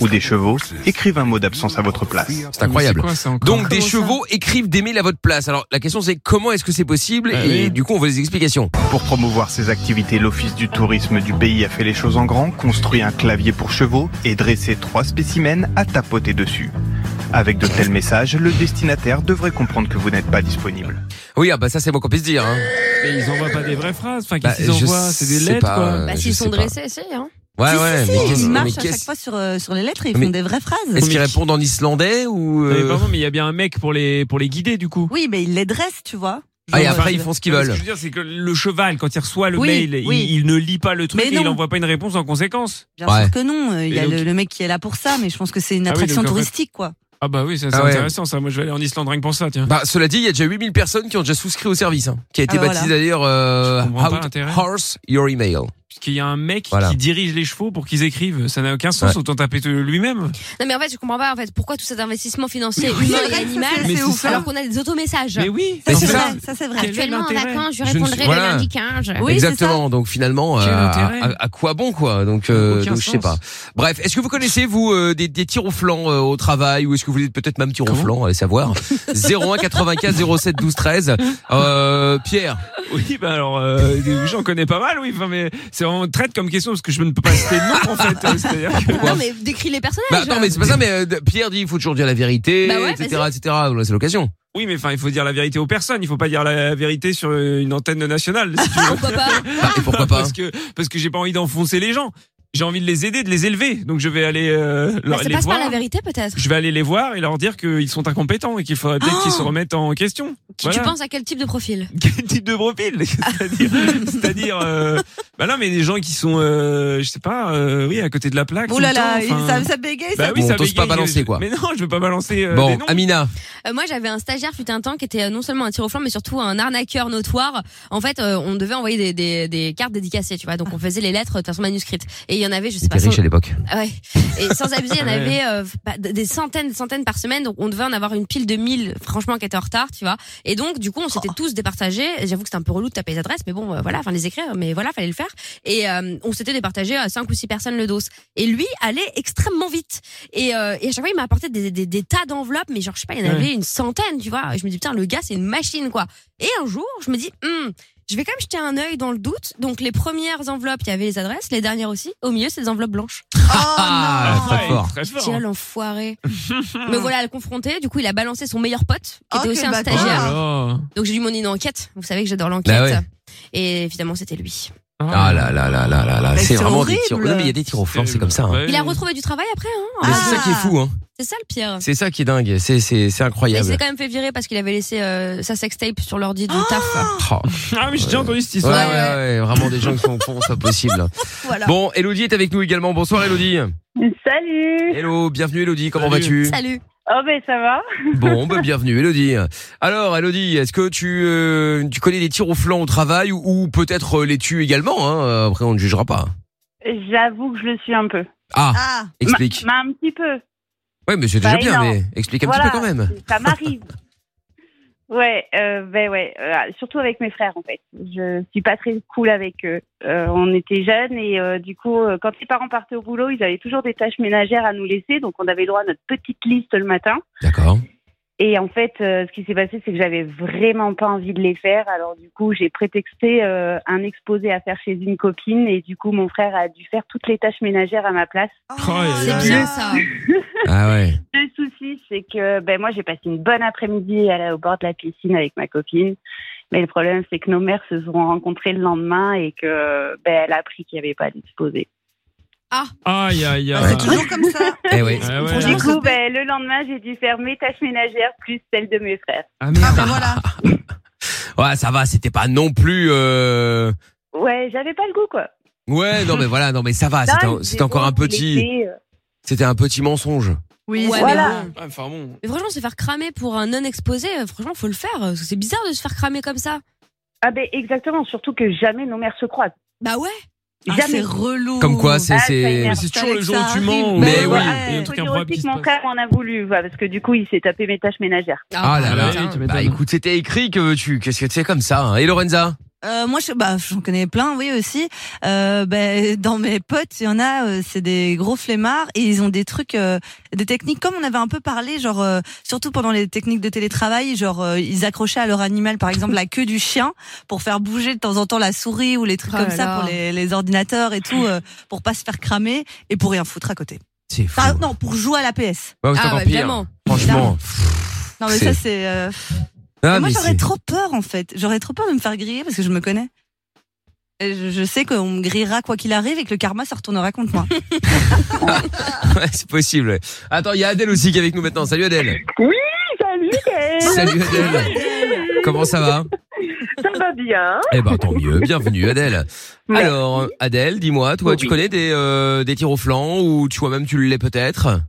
Speaker 13: où des chevaux écrivent un mot d'absence à votre place.
Speaker 5: C'est incroyable. Donc des
Speaker 4: Comment ça
Speaker 5: chevaux écrivent des mails à votre place. Alors la question c'est comment est-ce que c'est possible
Speaker 2: Ah
Speaker 5: et
Speaker 2: oui.
Speaker 5: du coup on veut les explications.
Speaker 13: Pour promouvoir ses activités, l'Office du tourisme du pays a fait les choses en grand, construit un clavier pour chevaux et dressé trois spécimens à tapoter dessus. Avec de tels messages, le destinataire devrait comprendre que vous n'êtes pas disponible.
Speaker 5: Oui, ah bah ça c'est bon qu'on puisse dire hein.
Speaker 2: Mais ils envoient pas des vraies phrases. Enfin,
Speaker 5: Bah,
Speaker 2: qu'est-ce qu'ils
Speaker 5: je
Speaker 2: envoient C'est des
Speaker 5: sais
Speaker 2: lettres,
Speaker 5: pas,
Speaker 2: quoi.
Speaker 5: euh,
Speaker 4: Bah,
Speaker 5: je
Speaker 4: s'ils
Speaker 5: sais
Speaker 4: sont
Speaker 5: pas.
Speaker 4: dressés, si, hein.
Speaker 5: Ouais
Speaker 3: Si, si,
Speaker 5: ouais. mais
Speaker 3: si,
Speaker 5: qu'est-ce-
Speaker 3: ils
Speaker 5: mais
Speaker 3: marchent à chaque
Speaker 5: qu'est-ce-
Speaker 3: fois sur, euh, sur les lettres et ils
Speaker 5: Mais-
Speaker 3: font des vraies phrases.
Speaker 5: Est-ce qu'ils répondent en islandais ou
Speaker 2: Non, mais
Speaker 5: euh,
Speaker 2: pardon, mais il y a bien un mec pour les pour les guider du coup.
Speaker 3: Oui, mais ils les dressent, tu vois.
Speaker 5: Ah et
Speaker 3: Genre,
Speaker 5: après
Speaker 3: euh,
Speaker 5: ils font ce qu'ils
Speaker 2: Non, mais Ce
Speaker 5: veulent.
Speaker 2: que je veux dire, c'est que le cheval, quand il reçoit le
Speaker 3: Oui,
Speaker 2: mail,
Speaker 3: oui.
Speaker 2: Il, il ne lit pas le truc
Speaker 3: Mais
Speaker 2: et il
Speaker 3: non.
Speaker 2: n'envoie pas une réponse en conséquence.
Speaker 3: Bien
Speaker 5: Ouais.
Speaker 3: sûr que non. euh, Il y a
Speaker 2: Et donc-
Speaker 3: le, le mec qui est là pour ça, mais je pense que c'est une
Speaker 2: Ah oui,
Speaker 3: attraction
Speaker 2: donc, en fait-
Speaker 3: touristique, quoi.
Speaker 2: Ah bah oui, ça, c'est
Speaker 5: Ah ouais.
Speaker 2: intéressant ça. Moi, je vais aller en Islande rien que pour ça, tiens.
Speaker 5: Bah, cela dit, il y a déjà 8000 personnes qui ont déjà souscrit au service, hein, qui a été
Speaker 3: Ah bah
Speaker 5: baptisé
Speaker 3: voilà.
Speaker 5: d'ailleurs euh,
Speaker 2: Je comprends pas
Speaker 5: How to
Speaker 2: l'intérêt.
Speaker 5: Horse Your Email.
Speaker 2: Parce qu'il y a un mec
Speaker 5: Voilà.
Speaker 2: qui dirige les chevaux pour qu'ils écrivent. Ça n'a aucun sens,
Speaker 5: Ouais.
Speaker 2: autant taper tout lui-même.
Speaker 4: Non, mais en fait, je comprends pas, en fait, pourquoi tout cet investissement financier humain
Speaker 3: C'est vrai
Speaker 4: et
Speaker 3: que ça,
Speaker 4: animal,
Speaker 3: c'est- c'est ouf, hein.
Speaker 4: alors qu'on a des automessages.
Speaker 2: Mais oui,
Speaker 5: Mais
Speaker 3: Ça,
Speaker 5: c'est
Speaker 3: c'est
Speaker 5: ça.
Speaker 3: vrai, ça, c'est vrai.
Speaker 2: Quel est
Speaker 4: Actuellement en
Speaker 2: l'intérêt
Speaker 4: vacances, je
Speaker 5: Je ne
Speaker 4: répondrai
Speaker 5: suis- voilà.
Speaker 4: le lundi 15.
Speaker 3: Oui, c'est
Speaker 5: Exactement. Donc finalement, euh,
Speaker 2: Quel
Speaker 5: à,
Speaker 2: intérêt
Speaker 5: à- à quoi bon quoi Donc, euh,
Speaker 2: Aucun
Speaker 5: donc je sais
Speaker 2: sens.
Speaker 5: pas. Bref, est-ce que vous connaissez vous euh, des, des tirs au flanc euh, au travail ou est-ce que vous êtes peut-être même tir au
Speaker 2: Comment
Speaker 5: flanc Allez savoir. 01 84 07 12 13. Euh, Pierre,
Speaker 2: Oui, bah alors, euh, j'en connais pas mal, oui. Enfin, mais c'est vraiment traite comme question parce que je ne peux pas citer de nom en fait. euh, C'est-à-dire que-
Speaker 4: Non, mais décris les personnages. hein.
Speaker 5: Bah, non, mais c'est pas ça, mais euh, de- Pierre dit, il faut toujours dire la vérité,
Speaker 4: Bah ouais,
Speaker 5: etc., etc. Voilà, C'est l'occasion.
Speaker 2: Oui, mais enfin, il faut dire la vérité aux personnes. Il faut pas dire la vérité sur euh, une antenne nationale. si tu veux.
Speaker 4: Pourquoi pas
Speaker 5: Ah, et pourquoi pas
Speaker 2: parce que parce que j'ai pas envie d'enfoncer les gens. J'ai envie de les aider, de les élever. Donc je vais aller euh, leur-
Speaker 4: Bah, Ça
Speaker 2: les
Speaker 4: passe
Speaker 2: voir.
Speaker 4: par la vérité peut-être.
Speaker 2: Je vais aller les voir et leur dire qu'ils sont incompétents et qu'il faudrait peut-être
Speaker 4: Oh
Speaker 2: qu'ils se remettent en question.
Speaker 4: Tu, tu
Speaker 2: Voilà.
Speaker 4: penses à quel type de profil
Speaker 2: Quel type de profil C'est-à-dire, c'est-à-dire, euh, bah non, mais des gens qui sont, euh, je sais pas, euh, oui, à côté de la plaque.
Speaker 3: Oh
Speaker 2: tout
Speaker 3: là
Speaker 2: le
Speaker 3: là,
Speaker 2: temps,
Speaker 3: il-
Speaker 2: enfin.
Speaker 3: ça, ça bégaye,
Speaker 2: Bah
Speaker 3: ça.
Speaker 2: oui,
Speaker 5: Bon,
Speaker 2: ça
Speaker 5: on t'ose
Speaker 2: bégaye,
Speaker 5: pas balancer,
Speaker 2: je-
Speaker 5: quoi.
Speaker 2: Mais non, je veux pas balancer euh, des
Speaker 5: Bon,
Speaker 2: noms.
Speaker 5: Amina.
Speaker 4: Euh, Moi, j'avais un stagiaire fut un temps qui était euh, non seulement un tir au flanc, mais surtout un arnaqueur notoire. En fait, euh, on devait envoyer des, des, des cartes dédicacées, tu vois. Donc, on faisait les lettres de façon manuscrite. Et il y en avait, je sais
Speaker 5: C'était
Speaker 4: pas.
Speaker 5: riche
Speaker 4: sans-
Speaker 5: à l'époque.
Speaker 4: Ah ouais. Et sans abuser, il y en
Speaker 2: Ouais.
Speaker 4: avait euh, bah, d- des centaines, des centaines par semaine. Donc, on devait en avoir une pile de mille, franchement, qui était en retard, tu vois. Et donc, du coup, on s'était tous départagés. Et J'avoue que c'était un peu relou de taper les adresses, mais bon, euh, voilà, enfin les écrire, mais voilà, fallait le faire. Et euh, on s'était départagé à cinq ou six personnes le dos. Et lui allait extrêmement vite. Et, euh, et à chaque fois, il m'a apporté des, des, des tas d'enveloppes, mais genre, je sais pas, il y en
Speaker 2: Ouais.
Speaker 4: avait une centaine, tu vois. Et je me dis, putain, le gars, c'est une machine, quoi. Et un jour, je me dis, Hmm, je vais quand même jeter un œil dans le doute. Donc, les premières enveloppes, il y avait les adresses, les dernières aussi. Au milieu, c'est des enveloppes blanches. Oh
Speaker 5: Ah,
Speaker 2: Ah,
Speaker 5: très
Speaker 2: ouais,
Speaker 5: fort.
Speaker 2: Très fort.
Speaker 4: Tiens, l'enfoiré. Mais voilà, à le confronter. Du coup, il a balancé son meilleur pote, qui
Speaker 3: Oh,
Speaker 4: était aussi
Speaker 3: quel
Speaker 4: un
Speaker 3: bâtard.
Speaker 5: Oh
Speaker 4: stagiaire.
Speaker 5: là là.
Speaker 4: Donc, j'ai lui mené une enquête. Vous savez que j'adore l'enquête.
Speaker 5: Bah ouais.
Speaker 4: Et finalement, c'était lui.
Speaker 5: Ah là là là là là là.
Speaker 3: Mais
Speaker 5: C'est
Speaker 3: c'est
Speaker 5: vraiment des
Speaker 3: horrible.
Speaker 5: tirs. Non, mais il y a des tirs au flanc, c'est comme ça. hein.
Speaker 2: Ouais.
Speaker 4: Il a retrouvé du travail après, hein.
Speaker 5: Mais C'est ça qui est fou, hein.
Speaker 4: C'est ça le pire.
Speaker 5: C'est ça qui est dingue. C'est c'est c'est
Speaker 4: Mais il s'est
Speaker 5: incroyable.
Speaker 4: quand même fait virer parce qu'il avait laissé euh, sa sextape sur l'ordi du taf.
Speaker 5: Oh.
Speaker 2: Ah, mais j'ai déjà entendu cette
Speaker 5: Ouais, ouais,
Speaker 2: histoire.
Speaker 5: ouais, vraiment des gens qui sont cons, c'est pas possible.
Speaker 3: Voilà.
Speaker 5: Bon, Elodie est avec nous également. Bonsoir Elodie.
Speaker 10: Salut
Speaker 5: Hello, bienvenue Elodie, comment
Speaker 2: Salut.
Speaker 5: vas-tu
Speaker 4: Salut.
Speaker 10: Oh ben ça va
Speaker 5: Bon, bah, bienvenue Elodie. Alors Elodie, est-ce que tu euh, tu connais les tirs au flanc au travail ou, ou peut-être euh, les tues également hein Euh, Après on ne jugera pas.
Speaker 10: J'avoue que je le suis un peu.
Speaker 5: Ah,
Speaker 3: Ah,
Speaker 5: explique.
Speaker 10: Mais un petit peu.
Speaker 5: Ouais, mais c'est
Speaker 10: Bah,
Speaker 5: déjà bien,
Speaker 10: énorme.
Speaker 5: mais explique un
Speaker 10: Voilà,
Speaker 5: petit peu quand même.
Speaker 10: Ça m'arrive. ouais, euh, ben ouais, euh, surtout avec mes frères en fait. Je suis pas très cool avec eux. Euh, on était jeunes et euh, du coup, euh, quand les parents partaient au boulot, ils avaient toujours des tâches ménagères à nous laisser, donc on avait le droit à notre petite liste le matin.
Speaker 5: D'accord.
Speaker 10: Et en fait, euh, ce qui s'est passé, c'est que j'avais vraiment pas envie de les faire. Alors du coup, j'ai prétexté euh, un exposé à faire chez une copine et du coup, mon frère a dû faire toutes les tâches ménagères à ma place.
Speaker 2: aïe,
Speaker 4: Oh, C'est
Speaker 2: aïe.
Speaker 4: bien ça.
Speaker 5: Ah ouais.
Speaker 10: Le souci, c'est que ben, moi, j'ai passé une bonne après-midi à la- au bord de la piscine avec ma copine. Mais le problème, c'est que nos mères se sont rencontrées le lendemain et que ben, elle a appris qu'il n'y avait pas d'exposé.
Speaker 2: Aïe, aïe,
Speaker 3: Ah, c'est
Speaker 2: aïe.
Speaker 3: toujours comme ça.
Speaker 5: Eh ouais.
Speaker 2: Ah ouais.
Speaker 10: Du
Speaker 3: Franchement,
Speaker 10: coup,
Speaker 3: c'est-
Speaker 10: ben, le lendemain, j'ai dû faire mes tâches ménagères plus celles de mes frères.
Speaker 2: Ah,
Speaker 3: Ah
Speaker 2: merde.
Speaker 3: bah voilà.
Speaker 5: Ouais, ça va, c'était pas non plus euh...
Speaker 10: Ouais, j'avais pas le goût, quoi.
Speaker 5: Ouais, non mais voilà, non mais ça va,
Speaker 10: Là,
Speaker 5: c'était un-
Speaker 10: j'ai
Speaker 5: c'était encore un
Speaker 10: beau
Speaker 5: petit
Speaker 10: laisser, euh,
Speaker 5: c'était un petit mensonge.
Speaker 3: Oui,
Speaker 4: Ouais,
Speaker 3: c'est-
Speaker 10: Voilà.
Speaker 4: mais bon.
Speaker 2: Ah, Enfin bon.
Speaker 4: Mais franchement, se faire cramer pour un non-exposé, euh, franchement, faut le faire. Parce que c'est bizarre de se faire cramer comme ça.
Speaker 10: Ah ben exactement, surtout que jamais nos mères se croisent.
Speaker 4: Bah ouais.
Speaker 3: Ah, c'est
Speaker 10: jamais.
Speaker 3: relou.
Speaker 5: Comme quoi, c'est
Speaker 10: Ah, ça
Speaker 5: c'est
Speaker 10: énerve.
Speaker 2: C'est
Speaker 3: ça
Speaker 2: toujours le
Speaker 3: que
Speaker 2: jour
Speaker 3: ça
Speaker 2: où tu
Speaker 3: arrive.
Speaker 2: mens. Il y
Speaker 5: Mais oui.
Speaker 2: a un
Speaker 10: Faut
Speaker 2: truc
Speaker 10: dire
Speaker 2: improbable
Speaker 10: aussi
Speaker 2: qui
Speaker 10: que
Speaker 2: se
Speaker 10: mon
Speaker 2: passe.
Speaker 10: frère en a voulu, voilà, parce que du coup, il s'est tapé mes tâches ménagères.
Speaker 5: Ah là là.
Speaker 2: oui, tu m'étonnes.
Speaker 5: Bah écoute, c'était écrit que tu qu'est-ce que c'est comme ça hein. Et Lorenza
Speaker 3: Euh, moi, je, bah, j'en connais plein, oui aussi. Euh, ben, dans mes potes, il y en a, euh, c'est des gros flemmards et ils ont des trucs, euh, des techniques comme on avait un peu parlé, genre euh, surtout pendant les techniques de télétravail, genre euh, ils accrochaient à leur animal, par exemple la queue du chien, pour faire bouger de temps en temps la souris ou les trucs
Speaker 4: Oh
Speaker 3: comme
Speaker 4: là
Speaker 3: ça
Speaker 4: là.
Speaker 3: pour les, les ordinateurs et tout, euh, pour pas se faire cramer et pour rien foutre à côté.
Speaker 5: C'est fou.
Speaker 7: Ah.
Speaker 3: Enfin, non, pour jouer à la PS.
Speaker 5: Ouais, c'est
Speaker 4: Ah
Speaker 5: encore
Speaker 4: bah,
Speaker 5: pire.
Speaker 4: évidemment.
Speaker 5: Franchement.
Speaker 3: Non mais ça
Speaker 5: C'est-
Speaker 3: c'est. euh,
Speaker 5: Ah,
Speaker 3: moi
Speaker 5: mais
Speaker 3: j'aurais
Speaker 5: c'est-
Speaker 3: trop peur en fait. J'aurais trop peur de me faire griller parce que je me connais. Et je, je sais qu'on me grillera quoi qu'il arrive et que le karma se retournera contre moi.
Speaker 5: Ouais, c'est possible. ouais. Attends, il y a Adèle aussi qui est avec nous maintenant. Salut Adèle.
Speaker 10: Salut,
Speaker 5: Salut Adèle. Comment ça va
Speaker 10: ça va bien
Speaker 5: Eh ben tant mieux. Bienvenue Adèle.
Speaker 10: Merci.
Speaker 5: Alors Adèle, dis-moi, toi, tu
Speaker 10: Oui.
Speaker 5: connais des euh, des tirs au flanc ou toi-même tu l'es peut-être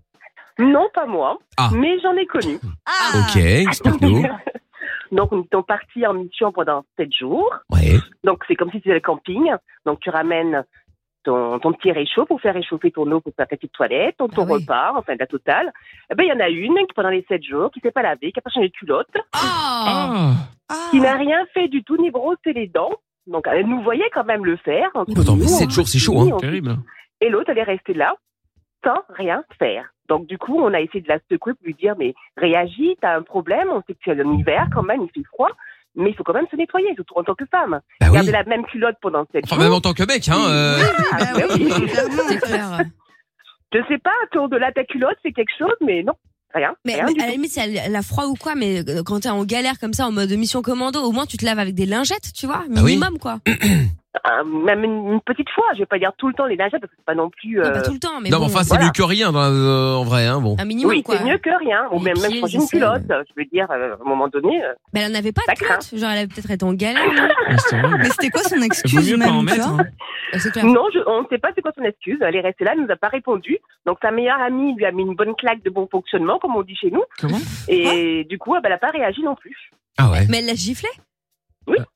Speaker 10: Non, pas moi,
Speaker 5: Ah.
Speaker 10: mais j'en ai connu.
Speaker 14: Ah.
Speaker 5: Ok, explique-nous.
Speaker 10: Ah, Donc, nous étions partis en mission pendant sept jours.
Speaker 5: Ouais.
Speaker 10: Donc, c'est comme si c'était le camping. Donc, tu ramènes ton, ton petit réchaud pour faire réchauffer ton eau pour ta petite toilette, ton, ton
Speaker 4: Ah oui.
Speaker 10: repas, enfin, de la totale. Eh ben, il y en a une qui, pendant les sept jours, qui s'est pas lavée, qui a pas changé de culotte,
Speaker 4: Ah.
Speaker 2: Ah.
Speaker 3: Ah.
Speaker 10: qui n'a rien fait du tout, ni brossé les dents. Donc, elle nous voyait quand même le faire. hein,
Speaker 5: Oh, Attends, mais 7 jours, c'est chaud, hein.
Speaker 10: Oui, on-
Speaker 2: Terrible.
Speaker 10: Et l'autre, elle est restée là, sans rien faire. Donc, du coup, on a essayé de la secouer pour lui dire, mais réagis, t'as un problème, on sait que tu es en hiver quand même, il fait froid.
Speaker 14: mais il faut quand même se nettoyer, surtout en tant que femme.
Speaker 5: Bah oui.
Speaker 14: Garder la même culotte pendant sept
Speaker 5: Enfin,
Speaker 14: jours.
Speaker 5: même en tant que mec, hein. euh,
Speaker 14: Ah, bah oui.
Speaker 4: C'est clair.
Speaker 14: Je sais pas, autour de là ta culotte, c'est quelque chose, mais non, rien.
Speaker 4: Mais,
Speaker 14: rien
Speaker 4: mais
Speaker 14: du
Speaker 4: à la
Speaker 14: tout.
Speaker 4: limite, c'est elle a froid ou quoi, mais euh, quand t'es en galère comme ça, en mode mission commando, au moins tu te laves avec des lingettes, tu vois,
Speaker 5: Ah oui.
Speaker 4: minimum quoi.
Speaker 14: Ah, même une, une petite fois, je vais pas dire tout le temps les lingettes parce que c'est pas non plus.
Speaker 4: Non,
Speaker 14: euh,
Speaker 4: pas tout le temps, mais
Speaker 5: non, mais
Speaker 4: bon,
Speaker 5: enfin, c'est
Speaker 14: voilà.
Speaker 5: mieux que rien, dans la- euh, en vrai, hein. Bon.
Speaker 4: un minimum
Speaker 14: oui,
Speaker 4: quoi.
Speaker 14: c'est mieux que rien. Ou
Speaker 4: Les
Speaker 14: même, même
Speaker 4: pieds,
Speaker 14: changer
Speaker 4: je
Speaker 14: une
Speaker 4: sais.
Speaker 14: culotte, je veux dire, euh, à un moment donné. euh,
Speaker 4: Mais elle en avait pas
Speaker 14: Ça
Speaker 4: de culotte, genre elle a peut-être été en galère. hein. non
Speaker 5: Ah,
Speaker 2: Ouais, c'est horrible.
Speaker 3: Mais c'était quoi son
Speaker 2: Vaut
Speaker 3: excuse
Speaker 2: mieux
Speaker 3: même,
Speaker 2: pas en
Speaker 3: tu
Speaker 2: mettre.
Speaker 3: vois Ah,
Speaker 2: hein.
Speaker 4: Euh, C'est clair.
Speaker 14: Non, je, on ne sait pas c'est quoi son excuse. Elle est restée là, elle nous a pas répondu. Donc sa meilleure amie lui a mis une bonne claque de bon fonctionnement, comme on dit chez nous.
Speaker 2: Comment
Speaker 14: Et du coup, eh ben, elle n'a pas réagi non plus.
Speaker 5: Ah ouais.
Speaker 4: Mais elle l'a giflé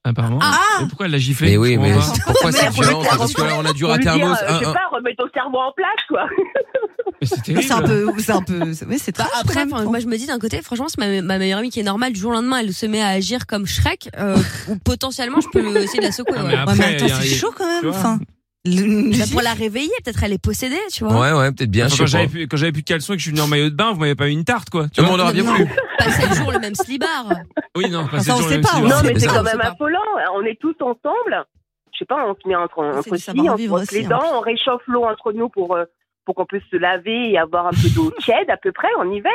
Speaker 2: Apparemment.
Speaker 3: Ah
Speaker 2: Et pourquoi elle l'a giflé
Speaker 5: Mais oui,
Speaker 2: Je
Speaker 5: mais
Speaker 2: comprends pas.
Speaker 5: c'est- pourquoi
Speaker 3: Mais
Speaker 5: cette
Speaker 3: pour le
Speaker 5: violence
Speaker 3: faire,
Speaker 5: Parce que là, on a dû
Speaker 14: Pour lui
Speaker 5: rater un
Speaker 14: dire,
Speaker 5: mot.
Speaker 14: euh, je
Speaker 5: un-
Speaker 14: sais
Speaker 5: un-
Speaker 14: pas, remets ton cerveau en place, quoi.
Speaker 2: Mais c'est terrible.
Speaker 3: C'est un peu, c'est un peu, oui, c'est
Speaker 4: Bah,
Speaker 3: trash,
Speaker 4: après,
Speaker 3: quand même.
Speaker 4: enfin, moi je me dis d'un côté, franchement, c'est ma, ma meilleure amie qui est normale, du jour au lendemain, elle se met à agir comme Shrek, euh, ou potentiellement je peux le- essayer de la secouer.
Speaker 2: Ah,
Speaker 4: ouais.
Speaker 2: mais
Speaker 3: Ouais, mais
Speaker 2: Après,
Speaker 3: attends,
Speaker 2: y a-
Speaker 3: c'est
Speaker 2: y a-
Speaker 3: chaud quand même.
Speaker 2: tu vois.
Speaker 3: Enfin, le-
Speaker 4: Bah, pour la réveiller, peut-être elle est possédée, tu vois.
Speaker 5: Ouais, ouais, peut-être bien, je
Speaker 2: Enfin,
Speaker 5: sais
Speaker 2: quand j'avais
Speaker 5: pas.
Speaker 2: plus, quand j'avais plus de caleçon et que je suis venu en maillot de bain, vous m'avez pas eu une tarte, quoi. Tu
Speaker 5: Tout le
Speaker 2: vois
Speaker 5: monde aura bien
Speaker 3: Non.
Speaker 5: plu.
Speaker 4: Pas sept jours le même slibard.
Speaker 2: Oui, non, enfin,
Speaker 3: Enfin,
Speaker 2: c'est
Speaker 3: on
Speaker 2: toujours
Speaker 3: sait
Speaker 2: le
Speaker 3: pas,
Speaker 2: petit
Speaker 3: on
Speaker 14: Non,
Speaker 2: bar.
Speaker 5: c'est
Speaker 14: mais hein. c'est
Speaker 5: ça,
Speaker 14: quand
Speaker 4: on sait
Speaker 14: même
Speaker 4: pas.
Speaker 14: affolant. On est tous ensemble. Je sais pas, on se met entre,
Speaker 3: C'est
Speaker 14: entre
Speaker 3: du
Speaker 14: filles, on se
Speaker 3: savoir-vivre
Speaker 14: brosse les
Speaker 3: aussi, hein,
Speaker 14: dents, on réchauffe l'eau entre nous pour, euh, pour qu'on puisse se laver et avoir un peu d'eau tiède à peu près en hiver.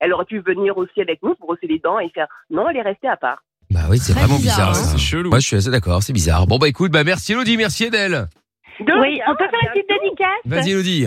Speaker 14: Elle aurait pu venir aussi avec nous pour brosser les dents et faire. Non, elle est restée à part.
Speaker 5: Bah oui, c'est
Speaker 4: Très
Speaker 5: vraiment
Speaker 4: bizarre,
Speaker 5: bizarre,
Speaker 4: hein.
Speaker 5: ça.
Speaker 2: C'est chelou.
Speaker 5: Moi, je suis assez d'accord, c'est bizarre. Bon, bah écoute, bah merci Elodie, merci Edel.
Speaker 14: De
Speaker 10: Oui,
Speaker 14: rien,
Speaker 10: on peut faire une petite
Speaker 14: bientôt.
Speaker 10: dédicace
Speaker 2: Bah,
Speaker 5: Vas-y Elodie.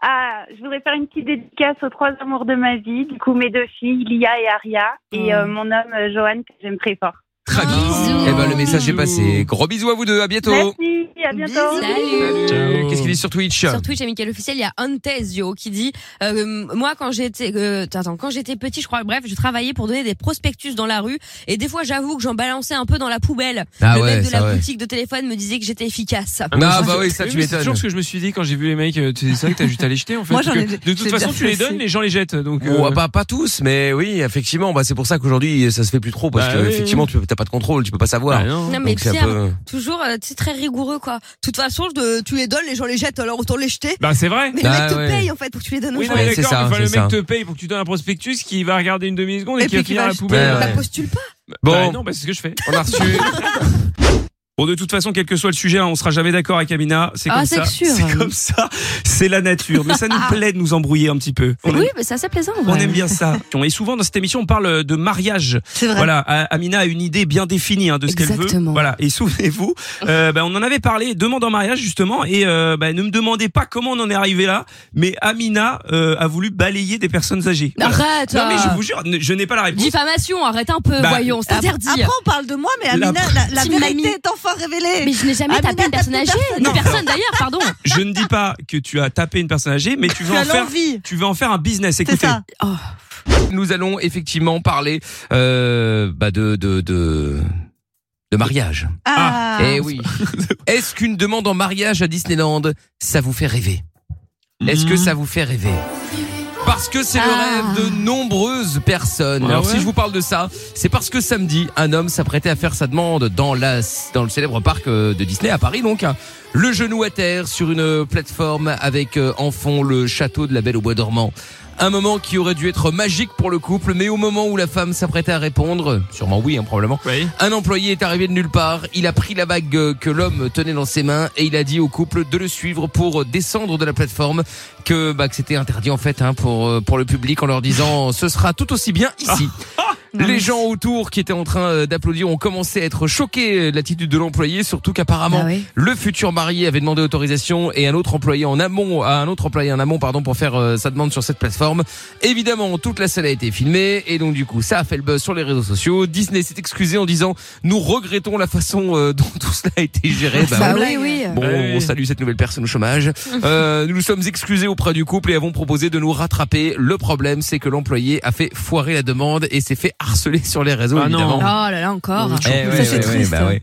Speaker 10: Ah, je voudrais faire une petite dédicace aux trois amours de ma vie, du coup mes deux filles, Lia et Aria, et
Speaker 4: Oh.
Speaker 10: euh, mon homme euh, Johan que j'aime très fort.
Speaker 5: Hmm. Très bien.
Speaker 4: Bisous.
Speaker 5: Eh ben, le message est passé. Gros bisous à vous deux, à bientôt.
Speaker 10: Merci, à bientôt.
Speaker 3: Bisous.
Speaker 4: Salut.
Speaker 2: Ciao.
Speaker 5: Qu'est-ce qu'il est sur Twitch
Speaker 4: Sur Twitch, Amical officiel, il y a Antesio qui dit euh, moi quand j'étais euh, attends quand j'étais petit, je crois bref, je travaillais pour donner des prospectus dans la rue et des fois j'avoue que j'en balançais un peu dans la poubelle.
Speaker 5: Ah
Speaker 4: le
Speaker 5: ouais,
Speaker 4: mec de la
Speaker 5: ça ouais.
Speaker 4: boutique de téléphone me disait que j'étais efficace.
Speaker 5: Ah bah oui, ça
Speaker 2: Oui,
Speaker 5: tu
Speaker 2: mais C'est
Speaker 5: m'étonnes.
Speaker 2: toujours ce que je me suis dit quand j'ai vu les mecs. euh, C'est vrai que t'as juste à les jeter en fait.
Speaker 3: Moi, j'en ai-
Speaker 2: Parce que de toute
Speaker 3: j'ai
Speaker 2: façon,
Speaker 3: déjà
Speaker 2: tu les
Speaker 3: fait aussi.
Speaker 2: donnes, les gens les jettent. Donc,
Speaker 5: Bon,
Speaker 2: euh,
Speaker 5: ah, pas, pas tous, mais oui, effectivement, bah, c'est pour ça qu'aujourd'hui ça se fait plus trop parce
Speaker 2: Bah
Speaker 5: que
Speaker 2: oui.
Speaker 5: effectivement tu n'as pas de contrôle, tu peux pas savoir.
Speaker 2: bah, non.
Speaker 4: Non mais
Speaker 5: Donc, c'est un
Speaker 4: Pierre,
Speaker 5: peu-
Speaker 4: toujours euh, tu sais, très rigoureux quoi. De toute façon, je- tu les donnes, les gens les jettent, alors autant les jeter.
Speaker 2: Bah, c'est vrai.
Speaker 4: Mais
Speaker 5: Ah,
Speaker 4: le mec te
Speaker 5: ouais.
Speaker 4: paye en fait pour que tu les donnes aux
Speaker 2: Oui,
Speaker 4: gens.
Speaker 2: non, mais
Speaker 5: Ouais, c'est
Speaker 2: d'accord.
Speaker 5: ça,
Speaker 2: mais enfin, le
Speaker 5: c'est
Speaker 2: mec
Speaker 5: ça.
Speaker 2: te paye pour que tu donnes un prospectus qui va regarder une demi-seconde et,
Speaker 3: Et
Speaker 2: qui va
Speaker 3: puis qui
Speaker 2: finir à
Speaker 3: va
Speaker 2: la
Speaker 3: acheter.
Speaker 2: poubelle.
Speaker 5: Ouais,
Speaker 4: Bah,
Speaker 5: ouais.
Speaker 4: postule pas.
Speaker 5: Bon,
Speaker 2: Bah, non, bah, c'est ce que je fais.
Speaker 5: on a reçu.
Speaker 2: Bon, de toute façon, quel que soit le sujet, hein, on sera jamais d'accord avec Amina. C'est
Speaker 4: Ah,
Speaker 2: comme
Speaker 4: c'est
Speaker 2: ça.
Speaker 4: sûr.
Speaker 2: C'est
Speaker 3: hein.
Speaker 2: comme ça. C'est la nature. Mais ça nous plaît de nous embrouiller un petit peu. On aime-
Speaker 4: Oui, mais c'est assez plaisant. en
Speaker 2: on
Speaker 4: vrai.
Speaker 2: aime bien ça. Et souvent dans cette émission, on parle de mariage.
Speaker 3: C'est vrai.
Speaker 2: Voilà, A- Amina a une idée bien définie hein, de ce qu'elle veut.
Speaker 4: Exactement.
Speaker 2: Voilà, et souvenez-vous, euh, bah, on en avait parlé, demande en mariage justement, et euh, bah, ne me demandez pas comment on en est arrivé là, mais Amina euh, a voulu balayer des personnes âgées. Voilà.
Speaker 4: Arrête.
Speaker 2: Non mais
Speaker 4: euh,
Speaker 2: je vous jure, ne- je n'ai pas la réponse.
Speaker 4: Diffamation, arrête un peu,
Speaker 2: Bah,
Speaker 4: voyons, c'est
Speaker 3: Après,
Speaker 4: interdit.
Speaker 3: après, on parle de moi, mais Amina,
Speaker 2: La-
Speaker 3: la, la
Speaker 4: Team
Speaker 3: vérité
Speaker 4: Mamie.
Speaker 3: est enfin révélée.
Speaker 4: Mais je n'ai jamais
Speaker 3: Amina,
Speaker 4: tapé une
Speaker 3: tape
Speaker 4: personne
Speaker 3: une
Speaker 4: âgée.
Speaker 3: personne.
Speaker 4: Une
Speaker 2: Non.
Speaker 4: personne d'ailleurs, pardon.
Speaker 2: Je ne dis pas que tu as tapé une personne âgée, mais tu veux
Speaker 3: tu as
Speaker 2: en faire,
Speaker 3: l'envie.
Speaker 2: tu veux en faire un business.
Speaker 3: C'est
Speaker 2: Écoutez,
Speaker 3: ça.
Speaker 4: Oh.
Speaker 5: Nous allons effectivement parler euh, bah, de de de de mariage.
Speaker 3: Ah,
Speaker 5: eh oui. Est-ce qu'une demande en mariage à Disneyland, ça vous fait rêver Est-ce
Speaker 2: Mhm.
Speaker 5: que ça vous fait rêver parce que c'est
Speaker 4: Ah.
Speaker 5: le rêve de nombreuses personnes.
Speaker 2: Ah
Speaker 5: Alors
Speaker 2: ouais
Speaker 5: si je vous parle de ça, c'est parce que samedi, un homme s'apprêtait à faire sa demande dans la dans le célèbre parc euh, de Disney à Paris donc, hein. le genou à terre sur une plateforme avec euh, en fond le château de la Belle au bois dormant. Un moment qui aurait dû être magique pour le couple, mais au moment où la femme s'apprêtait à répondre, sûrement oui, hein, probablement,
Speaker 2: Oui.
Speaker 5: un employé est arrivé de nulle part, il a pris la bague euh, que l'homme tenait dans ses mains et il a dit au couple de le suivre pour euh, descendre de la plateforme que, bah, que c'était interdit en fait hein, pour, euh, pour le public en leur disant ce sera tout aussi bien ici. Les gens autour qui étaient en train euh, d'applaudir ont commencé à être choqués euh, de l'attitude de l'employé, surtout qu'apparemment
Speaker 4: Bah oui.
Speaker 5: le futur marié avait demandé autorisation et un autre employé en amont à un autre employé en amont pardon pour faire euh, sa demande sur cette plateforme. Évidemment, toute la salle a été filmée et donc du coup, ça a fait le buzz sur les réseaux sociaux. Disney s'est excusé en disant "Nous regrettons la façon euh, dont tout cela a été géré." Bah
Speaker 4: Bah
Speaker 5: oui.
Speaker 4: oui, oui.
Speaker 5: Bon,
Speaker 2: Ouais.
Speaker 5: on salue cette nouvelle personne au chômage. Euh, nous nous sommes excusés auprès du couple et avons proposé de nous rattraper. Le problème, c'est que l'employé a fait foirer la demande et s'est fait harceler sur les réseaux,
Speaker 2: Ah non.
Speaker 5: évidemment.
Speaker 4: Oh là là, encore.
Speaker 5: Eh ouais,
Speaker 3: Ça, c'est
Speaker 5: ouais,
Speaker 3: triste.
Speaker 5: ouais, bah ouais.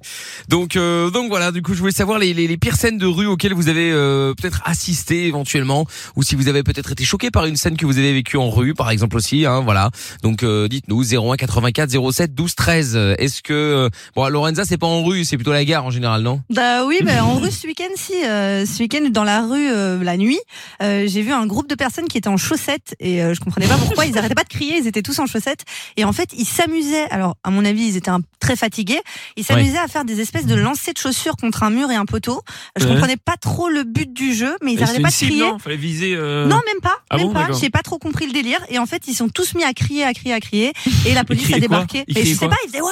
Speaker 5: Donc, euh, donc voilà. Du coup, je voulais savoir les, les, les pires scènes de rue auxquelles vous avez euh, peut-être assisté éventuellement, ou si vous avez peut-être été choqué par une scène que vous avez vécue en rue, par exemple aussi. Hein, voilà. Donc, euh, dites-nous 01 84 07 12 13. Euh, Est-ce que euh, bon, à Lorenza, c'est pas en rue, c'est plutôt la gare en général, non
Speaker 3: Bah oui, bah, en rue ce week-end, si, euh, ce week-end dans la rue euh, la nuit, euh, j'ai vu un groupe de personnes qui étaient en chaussettes et euh, je comprenais pas pourquoi ils arrêtaient pas de crier, ils étaient tous en chaussettes et en fait fait, ils s'amusaient. Alors, à mon avis, ils étaient un- très fatigués. Ils s'amusaient à faire des espèces de lancers de chaussures contre un mur et un poteau. Je
Speaker 2: Ouais.
Speaker 3: comprenais pas trop le but du jeu, mais ils
Speaker 2: C'était
Speaker 3: n'arrivaient
Speaker 2: une
Speaker 3: pas à
Speaker 2: cible,
Speaker 3: crier.
Speaker 2: non Fallait viser. euh,
Speaker 3: Non, même pas,
Speaker 2: Ah
Speaker 3: même
Speaker 2: bon,
Speaker 3: pas.
Speaker 2: d'accord.
Speaker 3: J'ai pas trop compris le délire. Et en fait, ils sont tous mis à crier, à crier, à crier. Et la police
Speaker 2: criaient
Speaker 3: a
Speaker 2: quoi
Speaker 3: débarqué.
Speaker 2: Ils
Speaker 3: Mais je
Speaker 2: criaient
Speaker 3: sais
Speaker 2: quoi
Speaker 3: pas, ils faisaient ouais,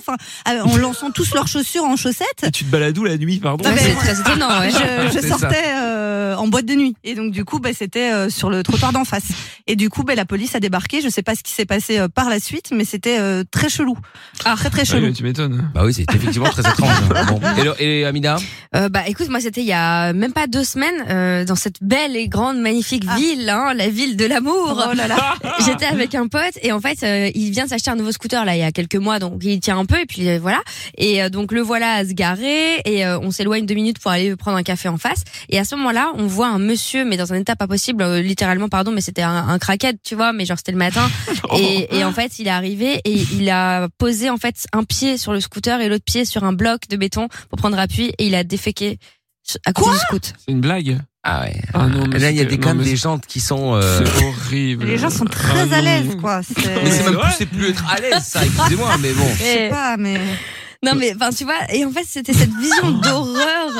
Speaker 3: enfin, euh, en lançant tous leurs chaussures en chaussettes.
Speaker 2: Tu te balades où la nuit, pardon
Speaker 3: Non, mais
Speaker 4: C'est très étonnant, ouais.
Speaker 3: Ah ben, Je, je
Speaker 5: C'est ça.
Speaker 3: sortais euh, en boîte de nuit et donc du coup bah, c'était euh, sur le trottoir d'en face et du coup bah, la police a débarqué je sais pas ce qui s'est passé euh, par la suite mais c'était euh, très chelou
Speaker 5: Ah.
Speaker 3: très très
Speaker 2: Ouais,
Speaker 3: chelou
Speaker 4: Ah,
Speaker 2: mais Tu m'étonnes.
Speaker 5: Bah oui, c'est effectivement très étrange. hein. Bon. Et, le- et Amina
Speaker 4: Euh, bah écoute, moi c'était il y a même pas deux semaines euh, dans cette belle et grande magnifique
Speaker 3: Ah.
Speaker 4: ville, hein, la ville de l'amour.
Speaker 3: Oh là là.
Speaker 4: J'étais avec un pote et en fait euh, il vient de s'acheter un nouveau scooter là il y a quelques mois donc il tient un peu et puis euh, voilà et euh, donc le voilà à se garer et euh, on s'éloigne deux minutes pour aller prendre un café en face et à ce moment-là on voit un monsieur mais dans un état pas possible euh, littéralement pardon mais c'était un, un craquette tu vois mais genre c'était le matin et, et en fait il est arrivé et il a posé en fait un pied sur le scooter et l'autre pied sur un bloc de béton pour prendre appui et il a déféqué sur- à cause du scoot.
Speaker 2: C'est une blague.
Speaker 5: Ah ouais.
Speaker 2: Ah non, mais
Speaker 5: Là, il y a
Speaker 2: c'était-
Speaker 5: des, quand
Speaker 2: non,
Speaker 5: même
Speaker 2: mais
Speaker 5: des gens qui sont. euh,
Speaker 2: C'est horrible.
Speaker 3: les gens sont
Speaker 2: Ah
Speaker 3: très
Speaker 2: non.
Speaker 3: à l'aise quoi
Speaker 5: Mais c'est
Speaker 3: c'est
Speaker 5: même
Speaker 2: Ouais.
Speaker 5: plus, c'est plus être à l'aise, ça. Excusez-moi, mais bon.
Speaker 3: je sais pas mais
Speaker 4: Eh. Non mais enfin tu vois et en fait c'était cette vision d'horreur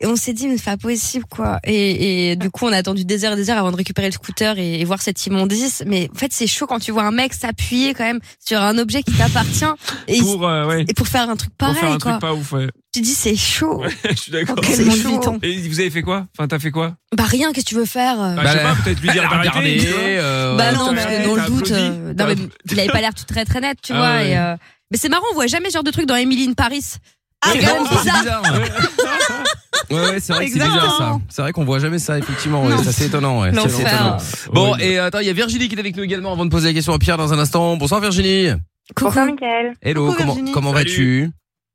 Speaker 4: et on s'est dit mais c'est pas possible quoi et, et du coup on a attendu des heures et des heures avant de récupérer le scooter et, et voir cette immondice mais en fait c'est chaud quand tu vois un mec s'appuyer quand même sur un objet qui t'appartient et, il-
Speaker 2: Pour, euh, ouais,
Speaker 4: et pour faire un truc
Speaker 2: pour
Speaker 4: pareil
Speaker 2: faire un
Speaker 4: quoi
Speaker 2: truc pas ouf, ouais.
Speaker 4: tu te dis c'est chaud
Speaker 2: Je suis d'accord.
Speaker 4: Dans
Speaker 3: quel
Speaker 4: quel
Speaker 3: monde
Speaker 4: chaud.
Speaker 3: vit-on
Speaker 2: Et vous avez fait quoi Enfin, t'as fait quoi
Speaker 4: bah rien qu'est-ce que tu veux faire euh,
Speaker 2: Bah, Je sais
Speaker 5: là-
Speaker 2: pas, peut-être lui dire
Speaker 5: Alors,
Speaker 2: d'arrêter.
Speaker 5: regardez,
Speaker 2: tu vois.
Speaker 5: euh,
Speaker 4: bah
Speaker 2: ouais,
Speaker 4: non
Speaker 2: t'as-
Speaker 4: parce que
Speaker 2: ouais,
Speaker 4: dans le
Speaker 2: t'as
Speaker 4: doute
Speaker 2: applaudi.
Speaker 4: euh, non mais il avait pas l'air tout très très net tu
Speaker 2: Ah
Speaker 4: vois
Speaker 2: ouais.
Speaker 4: et euh, mais c'est marrant on voit jamais ce genre de truc dans Emily in Paris
Speaker 3: ah,
Speaker 5: c'est
Speaker 4: quand même
Speaker 5: non, c'est
Speaker 4: bizarre.
Speaker 5: ouais. Ouais, ouais, c'est vrai que c'est bizarre ça.
Speaker 3: Exactement.
Speaker 5: C'est vrai qu'on voit jamais ça, effectivement. Ouais, ça, c'est étonnant. Ouais. Ça, c'est
Speaker 4: L'enfer.
Speaker 5: étonnant. Bon, et euh, attends, il y a Virginie qui est avec nous également avant de poser la question à Pierre dans un instant. Bonsoir Virginie.
Speaker 4: coucou
Speaker 7: Bonjour, Mickaël.
Speaker 5: Hello,
Speaker 3: Coucou,
Speaker 5: comment,
Speaker 3: Virginie.
Speaker 5: comment
Speaker 2: Salut.
Speaker 5: vas-tu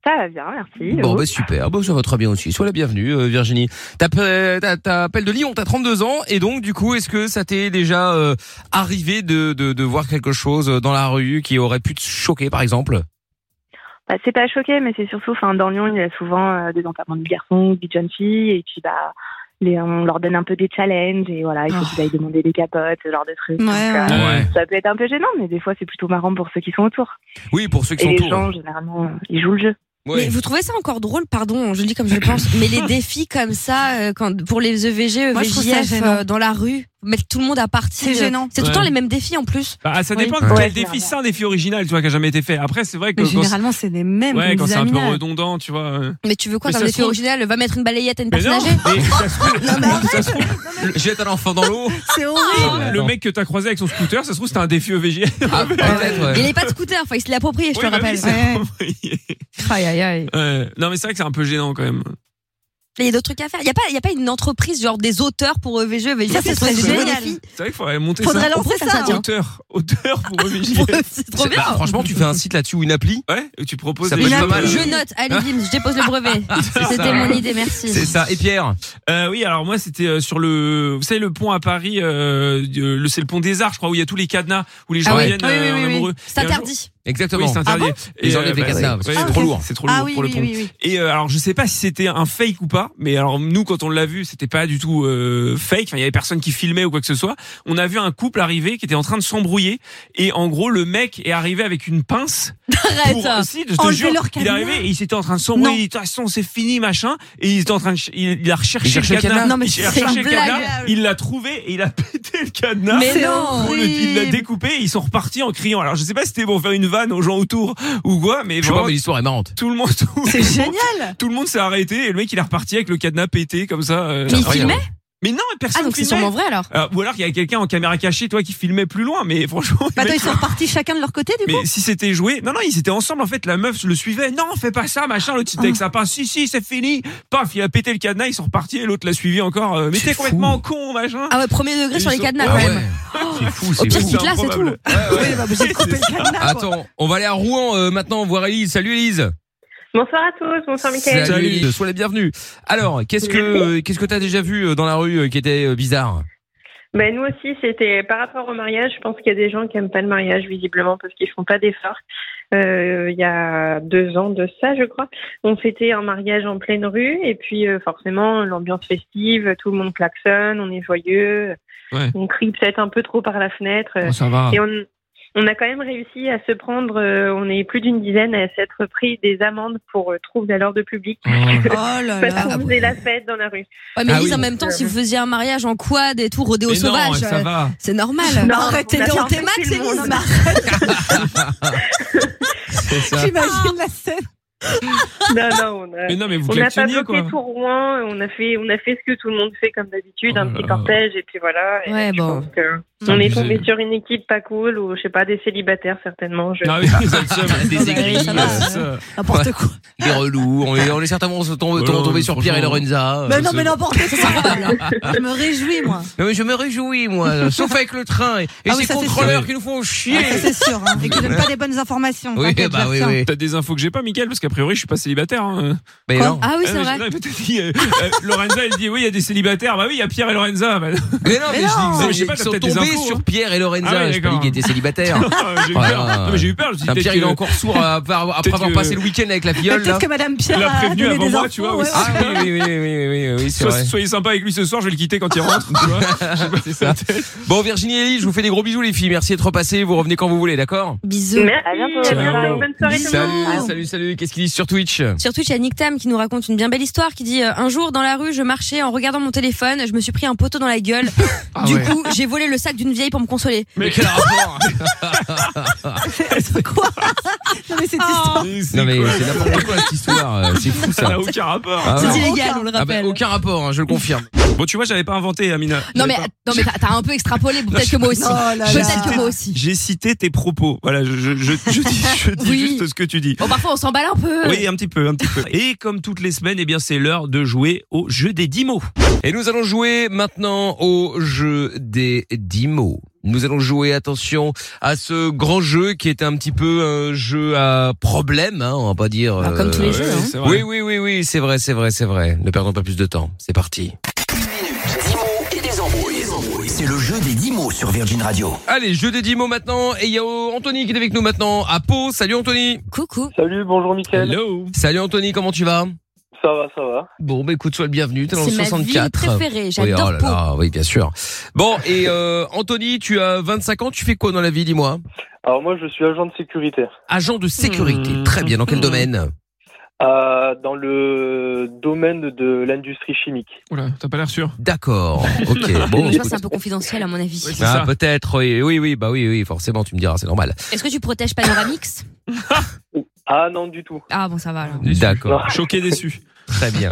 Speaker 7: Ça va bien, merci.
Speaker 5: Bon,
Speaker 7: Oh.
Speaker 5: bah super, bah, ça va très bien aussi. Sois la bienvenue, euh, Virginie. T'appe- euh, t'as- T'appelles de Lyon, t'as 32 ans, et donc du coup, est-ce que ça t'est déjà euh, arrivé de, de, de voir quelque chose euh, dans la rue qui aurait pu te choquer, par exemple
Speaker 7: Bah, c'est pas choqué, mais c'est surtout, enfin, dans Lyon, il y a souvent euh, des enterrements de garçons, ou de jeunes filles, et puis bah, les, on leur donne un peu des challenges, et voilà, il faut
Speaker 4: Oh.
Speaker 7: qu'ils aillent demander des capotes, ce genre de trucs.
Speaker 3: Ouais,
Speaker 7: Donc,
Speaker 3: ouais.
Speaker 7: euh,
Speaker 2: Ouais.
Speaker 7: Ça peut être un peu gênant, mais des fois, c'est plutôt marrant pour ceux qui sont autour.
Speaker 5: Oui, pour ceux qui
Speaker 7: Et
Speaker 5: sont
Speaker 7: les
Speaker 5: autour.
Speaker 7: gens, généralement, euh, ils jouent le jeu.
Speaker 5: Ouais.
Speaker 4: Mais vous trouvez ça encore drôle, pardon, hein, je le dis comme je le pense, mais les défis comme ça, euh, quand, pour les EVG,
Speaker 3: Moi, je trouve ça
Speaker 4: EVJF
Speaker 3: gênant.
Speaker 4: euh, dans la rue, mettre tout le monde à partir.
Speaker 3: c'est gênant
Speaker 4: C'est tout le
Speaker 2: Ouais.
Speaker 4: temps les mêmes défis en plus.
Speaker 2: Bah, ça dépend
Speaker 5: Oui.
Speaker 2: de
Speaker 7: Ouais,
Speaker 2: quel défi.
Speaker 7: clairement.
Speaker 2: C'est un défi original, tu vois, qui a jamais été fait. Après, c'est vrai que
Speaker 3: mais
Speaker 2: quand, c'est-
Speaker 3: généralement c'est les mêmes
Speaker 2: ouais,
Speaker 3: comme
Speaker 2: quand
Speaker 3: disait
Speaker 2: c'est un peu
Speaker 3: Amina.
Speaker 2: redondant, tu vois. euh.
Speaker 4: Mais tu veux quoi
Speaker 2: Mais
Speaker 4: comme
Speaker 2: ça se
Speaker 4: défi
Speaker 2: trouve-
Speaker 4: original Va mettre une balayette à une
Speaker 2: Mais
Speaker 4: personne
Speaker 2: non,
Speaker 4: âgée
Speaker 2: mais ça se trouve- ça se trouve,
Speaker 5: Jette un enfant dans l'eau
Speaker 3: c'est horrible
Speaker 2: le mec que t'as croisé avec son scooter, ça se trouve, c'était un défi E EVG.
Speaker 5: Ah, peut-être, ouais.
Speaker 4: Il n'est pas de scooter, enfin, il se l'approprie, je te
Speaker 2: Oui,
Speaker 4: le
Speaker 2: bah
Speaker 4: rappelle.
Speaker 2: oui, c'est
Speaker 3: Ouais.
Speaker 2: compris.
Speaker 4: Aïe, aïe, aïe.
Speaker 2: Ouais. Non, mais c'est vrai que c'est un peu gênant quand même.
Speaker 4: Il y a d'autres trucs à faire. Il n'y a, pas- il y a pas une entreprise, genre des auteurs pour E EVG, EVJF.
Speaker 3: ça c'est
Speaker 4: ce serait
Speaker 3: serait
Speaker 4: génial.
Speaker 3: génial
Speaker 2: C'est vrai qu'il faudrait monter
Speaker 3: faudrait
Speaker 2: ça.
Speaker 3: lancer
Speaker 4: faire ça,
Speaker 3: ça
Speaker 4: tiens.
Speaker 2: Auteur, auteur pour EVG.
Speaker 4: C'est trop
Speaker 5: C'est-
Speaker 4: bien.
Speaker 5: bah, franchement, tu fais un site là-dessus ou une appli
Speaker 2: Ouais, et tu proposes
Speaker 5: Ça
Speaker 2: des
Speaker 5: peut être
Speaker 2: jeux.
Speaker 5: pas mal.
Speaker 4: Je note, allez, Bim, je dépose le brevet. C'était
Speaker 5: ça.
Speaker 4: mon idée, merci.
Speaker 5: C'est ça. Et Pierre
Speaker 2: Euh, oui, alors moi c'était euh, sur le, vous savez le pont à Paris, euh, euh, le- c'est le pont des Arts, je crois, où il y a tous les cadenas où les gens
Speaker 5: Ah ouais.
Speaker 2: viennent
Speaker 3: Oui, oui,
Speaker 2: euh,
Speaker 3: oui,
Speaker 2: en
Speaker 3: oui.
Speaker 2: amoureux.
Speaker 4: C'est
Speaker 2: Et un jour-
Speaker 4: interdit.
Speaker 5: Exactement.
Speaker 2: Oui, c'est interdit.
Speaker 5: Ils enlèvent les cadenas,
Speaker 2: c'est-
Speaker 5: parce que
Speaker 2: ouais,
Speaker 5: c'est
Speaker 2: ouais,
Speaker 5: trop
Speaker 2: ouais.
Speaker 5: lourd.
Speaker 2: C'est trop lourd
Speaker 3: ah oui
Speaker 2: pour le
Speaker 3: oui
Speaker 2: pont.
Speaker 3: oui oui
Speaker 2: Et euh, alors je sais pas si c'était un fake ou pas, mais alors nous quand on l'a vu, c'était pas du tout euh, fake. Enfin, il y avait personne qui filmait ou quoi que ce soit. On a vu un couple arriver qui était en train de s'embrouiller et en gros le mec est arrivé avec une pince pour
Speaker 4: Arrête.
Speaker 2: si, je te
Speaker 3: Enlever
Speaker 2: jure,
Speaker 3: Ah, leur
Speaker 2: il est
Speaker 3: cadenas.
Speaker 2: arrivé et il s'était en train de s'embrouiller. Il dit, De toute façon, ah, c'est fini, machin. Et il était en train de, ch- il, il a recherché
Speaker 5: Il cherchait
Speaker 2: le
Speaker 5: le
Speaker 2: cadenas.
Speaker 5: cadenas.
Speaker 3: Non, mais
Speaker 2: il a
Speaker 3: c'est
Speaker 2: recherché le
Speaker 3: blague.
Speaker 2: cadenas. Il l'a trouvé et il a pété le cadenas.
Speaker 4: Mais
Speaker 3: C'est
Speaker 4: non.
Speaker 2: On le- Il l'a découpé et ils sont repartis en criant. Alors, je sais pas si c'était pour faire une vanne aux gens autour ou quoi, mais
Speaker 5: Je sais pas,
Speaker 2: vraiment,
Speaker 5: mais l'histoire est marrante.
Speaker 2: tout le monde, tout,
Speaker 3: c'est génial
Speaker 2: tout le monde s'est arrêté et le mec, il est reparti avec le cadenas pété comme ça. euh.
Speaker 4: Mais il
Speaker 5: Incroyable.
Speaker 4: filmait
Speaker 2: Mais non, personne
Speaker 4: Ah, donc c'est
Speaker 2: filmait.
Speaker 4: sûrement vrai alors.
Speaker 2: Euh, ou alors, il y a quelqu'un en caméra cachée, toi, qui filmait plus loin, mais franchement. le
Speaker 3: Bah, attends,
Speaker 2: mec,
Speaker 3: ils sont repartis chacun de leur côté, du coup
Speaker 2: Mais si c'était joué, non, non, ils étaient ensemble en fait. La meuf le suivait. Non, fais pas ça, machin. L'autre était avec
Speaker 4: Ah.
Speaker 2: sa pince. Si, si, c'est fini. Paf, il a pété le cadenas. Ils sont repartis. et L'autre l'a suivi encore. euh, Mais
Speaker 5: C'est
Speaker 2: t'es
Speaker 5: fou.
Speaker 2: complètement con, machin.
Speaker 4: Ah ouais, premier degré
Speaker 2: Ils
Speaker 4: sur les
Speaker 2: sont-
Speaker 4: cadenas
Speaker 2: Ah
Speaker 4: quand
Speaker 2: ouais.
Speaker 4: même. Oh.
Speaker 5: C'est fou,
Speaker 4: Au pire,
Speaker 5: fou.
Speaker 4: quitte là, c'est tout.
Speaker 2: improbable.
Speaker 3: Oui, bah, obligé de couper le cadenas, quoi.
Speaker 5: Attends, on va aller à Rouen euh, maintenant voir Elise. Salut Elise.
Speaker 15: Bonsoir à tous, bonsoir Mickaël.
Speaker 5: Salut
Speaker 2: Salut.
Speaker 5: Elise, sois la bienvenue. Alors, qu'est-ce que euh, qu'est-ce que t'as déjà vu euh, dans la rue euh, qui était euh, bizarre
Speaker 15: Ben, nous aussi, c'était par rapport au mariage. Je pense qu'il y a des gens qui aiment pas le mariage, visiblement, parce qu'ils font pas d'efforts. Euh, il y a deux ans de ça, je crois, on fêtait un mariage en pleine rue. Et puis, euh, forcément, l'ambiance festive, tout le monde klaxonne, on est joyeux.
Speaker 2: Ouais. Oh,
Speaker 15: On crie peut-être un peu trop par la fenêtre. euh,
Speaker 2: ça va.
Speaker 15: Et on, on a quand même réussi à se prendre, euh, on est plus d'une dizaine à s'être pris des amendes pour euh, troubles à l'ordre public.
Speaker 3: Oh là
Speaker 15: Parce
Speaker 3: là.
Speaker 15: qu'on faisait la fête dans la rue.
Speaker 4: Ouais, mais
Speaker 5: Ah
Speaker 4: Lise,
Speaker 5: oui.
Speaker 4: en même temps, si vous faisiez un mariage en quad et tout, rodéo
Speaker 2: Mais non,
Speaker 4: sauvage,
Speaker 2: ça
Speaker 4: euh,
Speaker 2: va.
Speaker 4: c'est normal.
Speaker 15: Non,
Speaker 3: Arrête, t'es
Speaker 15: on a
Speaker 3: dans
Speaker 15: fait
Speaker 3: tes
Speaker 15: un
Speaker 3: max,
Speaker 15: peu tout le
Speaker 3: Élise,
Speaker 15: monde.
Speaker 3: mais
Speaker 5: C'est ça.
Speaker 3: J'imagine la scène.
Speaker 15: non, non, on a,
Speaker 2: Mais non, mais vous
Speaker 15: on n'a pas
Speaker 2: klaxonniez,
Speaker 15: bloqué
Speaker 2: quoi.
Speaker 15: tout Rouen, on a fait, on a fait ce que tout le monde fait comme d'habitude, un
Speaker 2: Oh là
Speaker 15: petit
Speaker 2: là.
Speaker 15: cortège et puis voilà. Et
Speaker 4: Ouais,
Speaker 15: je
Speaker 4: bon.
Speaker 15: pense que on est
Speaker 2: Abusé.
Speaker 15: tombé sur une équipe pas cool ou je sais pas des célibataires certainement. Je...
Speaker 2: Non,
Speaker 5: Ah
Speaker 2: mais Ah vous êtes seuls.
Speaker 5: Des aigris,
Speaker 3: Ah bah Ça va,
Speaker 2: C'est
Speaker 5: euh,
Speaker 2: ça.
Speaker 3: N'importe quoi.
Speaker 5: des relous. On est, on est certainement tombés
Speaker 2: Voilà,
Speaker 5: tombés sur Pierre et
Speaker 2: franchement.
Speaker 5: Lorenza. euh,
Speaker 3: Mais Bah, non,
Speaker 5: ce-
Speaker 3: mais n'importe quoi. Je me réjouis, moi.
Speaker 5: Non, mais je me réjouis, moi. Sauf avec le train et, et
Speaker 3: Ah oui,
Speaker 5: ces
Speaker 3: ça, c'est
Speaker 5: contrôleurs
Speaker 2: sûr.
Speaker 5: qui nous font
Speaker 3: Ah,
Speaker 5: chier.
Speaker 3: ça, c'est sûr. hein. Et que je n'ai pas les bonnes informations.
Speaker 5: Oui,
Speaker 3: t'inquiète,
Speaker 5: bah
Speaker 3: je
Speaker 5: oui,
Speaker 3: retiens.
Speaker 5: oui.
Speaker 2: T'as des infos que j'ai pas, Michael, parce qu'a priori, je suis pas célibataire. hein.
Speaker 5: Mais
Speaker 3: Quoi
Speaker 5: non.
Speaker 4: Ah oui,
Speaker 2: Ah,
Speaker 4: c'est
Speaker 2: mais
Speaker 4: vrai.
Speaker 2: je- non, mais t'as dit, euh, euh, Lorenza, elle dit oui, il y a des célibataires. Bah oui, il y a Pierre et Lorenza. Bah,
Speaker 5: Mais non,
Speaker 3: Mais
Speaker 5: mais, je
Speaker 3: non.
Speaker 5: dis-
Speaker 2: Mais je sais pas,
Speaker 5: ils
Speaker 2: t'as
Speaker 5: sont
Speaker 2: peut-être des
Speaker 5: tombés
Speaker 2: infos,
Speaker 5: sur
Speaker 2: hein.
Speaker 5: Pierre et Lorenza.
Speaker 2: Ah oui,
Speaker 5: j'ai pas dit
Speaker 2: d'accord.
Speaker 5: qu'ils étaient célibataires.
Speaker 2: j'ai eu peur.
Speaker 5: Voilà.
Speaker 2: Non, mais j'ai eu peur. Je me suis dit,
Speaker 5: Putain,
Speaker 2: peut-être
Speaker 5: Pierre, il est
Speaker 2: que-
Speaker 5: encore sourd euh, après avoir, après
Speaker 2: Peut-être
Speaker 5: avoir
Speaker 2: que-
Speaker 5: passé le week-end avec la
Speaker 3: Mais
Speaker 5: fiole, là.
Speaker 3: Peut-être que Madame Pierre
Speaker 2: Elle a
Speaker 3: a
Speaker 2: prévenu
Speaker 3: donné
Speaker 2: avant
Speaker 3: des
Speaker 2: moi,
Speaker 3: infos,
Speaker 2: tu vois,
Speaker 3: ouais,
Speaker 2: aussi.
Speaker 5: Ah oui, oui, oui, oui, oui, oui, oui, c'est
Speaker 2: Sois-
Speaker 5: vrai.
Speaker 2: Soyez sympa avec lui ce soir, je vais le quitter quand il rentre. tu vois.
Speaker 5: C'est ça. Bon, Virginie et Ellie, je vous fais des gros bisous, les filles. Merci d'être repassées. Vous revenez quand vous voulez, d'accord
Speaker 4: Bisous.
Speaker 15: Merci,
Speaker 6: À bientôt.
Speaker 15: à bientôt,
Speaker 2: Ciao.
Speaker 15: bonne soirée tout le monde.
Speaker 5: Salut, salut, salut. Qu'est-ce qu'ils disent sur Twitch
Speaker 4: Sur Twitch, il y a Nick Tam qui nous raconte une bien belle histoire qui dit euh, un jour dans la rue, je marchais en regardant mon téléphone, je me suis pris un poteau dans la gueule.
Speaker 2: Ah
Speaker 4: du coup, j'ai volé le sac d'une vieille pour me consoler.
Speaker 5: Mais quel rapport
Speaker 3: C'est quoi Non, mais cette
Speaker 4: Oh.
Speaker 3: histoire.
Speaker 5: Non, mais c'est n'importe quoi cette histoire. euh, C'est fou
Speaker 2: Ça
Speaker 5: ça.
Speaker 2: n'a aucun rapport.
Speaker 5: Ah,
Speaker 4: C'est
Speaker 5: ouais.
Speaker 4: illégal, on le
Speaker 5: Ah bah,
Speaker 4: rappelle.
Speaker 5: aucun rapport, hein, je le confirme.
Speaker 2: Bon, tu vois, j'avais pas inventé, Amina.
Speaker 4: Non
Speaker 2: J'avais
Speaker 4: mais,
Speaker 2: pas-
Speaker 4: non mais t'as- t'as un peu extrapolé, peut-être que moi aussi.
Speaker 3: Oh là là.
Speaker 4: Peut-être que moi aussi.
Speaker 2: J'ai cité tes propos. Voilà, je, je, je, je dis, je dis
Speaker 4: Oui.
Speaker 2: juste ce que tu dis.
Speaker 4: Bon, parfois on s'emballe un peu.
Speaker 2: Oui, hein. un petit peu, un petit peu. Et comme toutes les semaines, eh bien, c'est l'heure de jouer au jeu des 10 mots.
Speaker 5: Et nous allons jouer maintenant au jeu des 10 mots. Nous allons jouer, attention, à ce grand jeu qui est un petit peu un jeu à problème, hein, on va pas dire.
Speaker 4: Ah, comme tous les
Speaker 5: euh,
Speaker 4: jeux. hein.
Speaker 2: c'est vrai.
Speaker 5: Oui, oui, oui, oui, c'est vrai, c'est vrai, c'est vrai. Ne perdons pas plus de temps. C'est parti.
Speaker 1: C'est le jeu des 10 mots sur Virgin Radio.
Speaker 5: Allez, jeu des 10 mots maintenant. Et il y a oh, Anthony qui est avec nous maintenant à Pau. Salut Anthony.
Speaker 4: Coucou.
Speaker 9: Salut, bonjour Mickaël.
Speaker 2: Hello.
Speaker 5: Salut Anthony, comment tu vas
Speaker 9: Ça va, ça va.
Speaker 5: Bon, bah écoute, sois le bienvenu. T'es dans le
Speaker 4: C'est ma
Speaker 5: 64.
Speaker 4: ville préférée,
Speaker 5: Oui, oh
Speaker 4: j'adore
Speaker 5: là
Speaker 4: Pau.
Speaker 5: là, oui, bien sûr. Bon, et euh, Anthony, tu as 25 ans, tu fais quoi dans la vie, dis-moi
Speaker 9: Alors moi, je suis agent de sécurité
Speaker 5: Agent de sécurité,
Speaker 4: Hmm.
Speaker 2: Mmh.
Speaker 5: très bien. Dans quel
Speaker 2: Mmh.
Speaker 5: domaine
Speaker 9: euh, dans le domaine de l'industrie chimique.
Speaker 2: Oula, t'as pas l'air sûr.
Speaker 5: D'accord, ok. Bon,
Speaker 4: Je pense que c'est un
Speaker 5: écoute.
Speaker 4: peu confidentiel à mon avis.
Speaker 2: Ouais, c'est ça.
Speaker 5: Ah, peut-être, oui, oui, oui, bah oui, oui, forcément, tu me diras, c'est normal.
Speaker 4: Est-ce que tu protèges Panoramix
Speaker 9: Ah non, du tout.
Speaker 4: Ah bon, ça va alors.
Speaker 2: Déçu.
Speaker 5: D'accord,
Speaker 2: Choqué, déçu.
Speaker 5: très bien.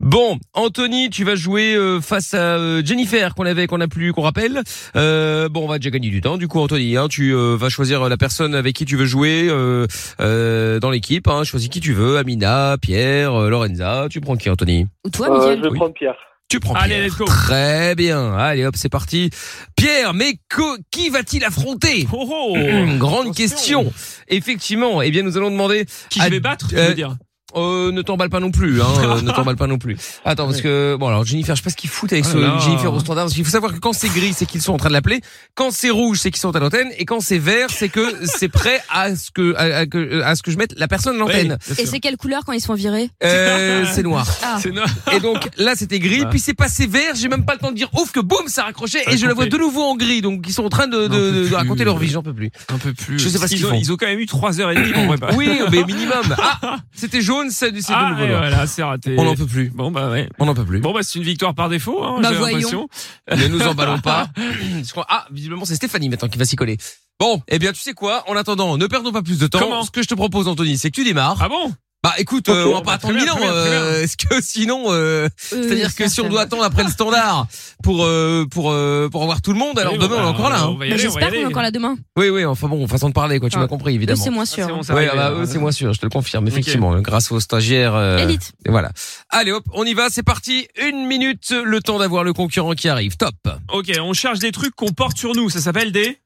Speaker 5: Bon, Anthony, tu vas jouer euh, face à euh, Jennifer qu'on avait, qu'on a plus, qu'on rappelle. Euh, bon, on va déjà gagner du temps. Du coup, Anthony, hein, tu euh, vas choisir la personne avec qui tu veux jouer euh, euh, dans l'équipe. Hein, choisis qui tu veux, Amina, Pierre, euh, Lorenza. Tu prends qui, Anthony
Speaker 4: Ou toi,
Speaker 9: Euh, je
Speaker 4: Mickaël
Speaker 9: vais
Speaker 5: Oui.
Speaker 9: prendre Pierre.
Speaker 5: Tu prends
Speaker 2: Allez,
Speaker 5: Pierre.
Speaker 2: let's go.
Speaker 5: Très bien. Allez, hop, c'est parti. Pierre, mais co- qui va-t-il affronter
Speaker 2: Oh, oh.
Speaker 5: Hum, Grande
Speaker 2: Attention.
Speaker 5: question. Effectivement. Eh bien, nous allons demander.
Speaker 2: Qui je vais
Speaker 5: Ah,
Speaker 2: battre, tu
Speaker 5: euh,
Speaker 2: veux dire.
Speaker 5: Euh, ne t'emballe pas non plus. Hein, euh, ne t'emballe pas non plus. Attends, parce que bon, alors Jennifer, je sais pas ce qu'ils foutent avec
Speaker 2: Oh
Speaker 5: ce
Speaker 2: là là.
Speaker 5: Jennifer au standard. Parce qu'il faut savoir que quand c'est gris, c'est qu'ils sont en train de l'appeler. Quand c'est rouge, c'est qu'ils sont à l'antenne. Et quand c'est vert, c'est que c'est prêt à ce que à, à que à ce que je mette la personne à l'antenne.
Speaker 2: Oui,
Speaker 4: Et c'est quelle couleur quand ils se font virer
Speaker 5: Euh, c'est noir.
Speaker 4: Ah.
Speaker 2: c'est no-
Speaker 5: Et donc là c'était gris,
Speaker 2: Bah.
Speaker 5: puis c'est passé vert, j'ai même pas le temps de dire ouf que boum ça raccrochait
Speaker 2: Ça a
Speaker 5: et je la vois
Speaker 2: coupé.
Speaker 5: de nouveau en gris. Donc ils sont en train de, de,
Speaker 2: J'en peux
Speaker 5: de
Speaker 2: plus.
Speaker 5: raconter leur vie, j'en peux plus.
Speaker 2: un peu plus.
Speaker 5: Je sais pas ce
Speaker 2: Ils
Speaker 5: qu'ils
Speaker 2: ont-
Speaker 5: font.
Speaker 2: Ils ont quand même eu 3h30 en vrai bah. pas.
Speaker 5: Oui, mais minimum. Ah, c'était jaune, c'est c'est de
Speaker 2: Ah,
Speaker 5: nouveau
Speaker 2: et
Speaker 5: noir.
Speaker 2: voilà, c'est raté.
Speaker 5: On n'en peut plus.
Speaker 2: Bon, bah ouais.
Speaker 5: On n'en peut plus.
Speaker 2: Bon, bah c'est une victoire par défaut, hein,
Speaker 4: Bah,
Speaker 2: j'ai
Speaker 4: voyons.
Speaker 2: l'impression.
Speaker 5: Ne nous emballons pas. Je crois- Ah, visiblement c'est Stéphanie maintenant qui va s'y coller. Bon, eh bien tu sais quoi, en attendant, ne perdons pas plus de temps.
Speaker 2: Comment
Speaker 5: Ce que je te propose Anthony, c'est que tu démarres.
Speaker 2: Ah bon
Speaker 5: Bah écoute,
Speaker 9: Ok.
Speaker 5: euh, on va
Speaker 2: Bah,
Speaker 5: pas attendre
Speaker 2: très
Speaker 5: mille
Speaker 2: bien,
Speaker 5: ans.
Speaker 2: très bien, très
Speaker 5: euh, Est-ce que sinon... euh, C'est-à-dire que si on doit attendre après le standard pour euh, pour euh, pour avoir tout le monde, alors
Speaker 2: Allez,
Speaker 5: demain on est
Speaker 2: va-
Speaker 5: encore là. hein.
Speaker 2: va y
Speaker 4: Bah,
Speaker 2: aller, on va y
Speaker 4: J'espère qu'on
Speaker 2: aller.
Speaker 4: est encore là demain.
Speaker 5: Oui oui, enfin bon, façon de parler quoi, tu
Speaker 4: Ah.
Speaker 5: m'as compris
Speaker 4: Eux,
Speaker 5: évidemment.
Speaker 4: c'est moins
Speaker 2: Ah, c'est
Speaker 4: sûr. hein.
Speaker 2: bon, ça
Speaker 5: Oui,
Speaker 2: arrive,
Speaker 5: ah bah,
Speaker 2: euh,
Speaker 5: eux, c'est moins sûr, je te le confirme, effectivement, grâce aux stagiaires. euh,
Speaker 4: Élite.
Speaker 5: et voilà. Allez hop, on y va, c'est parti. Une minute, le temps d'avoir le concurrent qui arrive. Top.
Speaker 2: Ok, on cherche des trucs qu'on porte sur nous. Ça s'appelle des.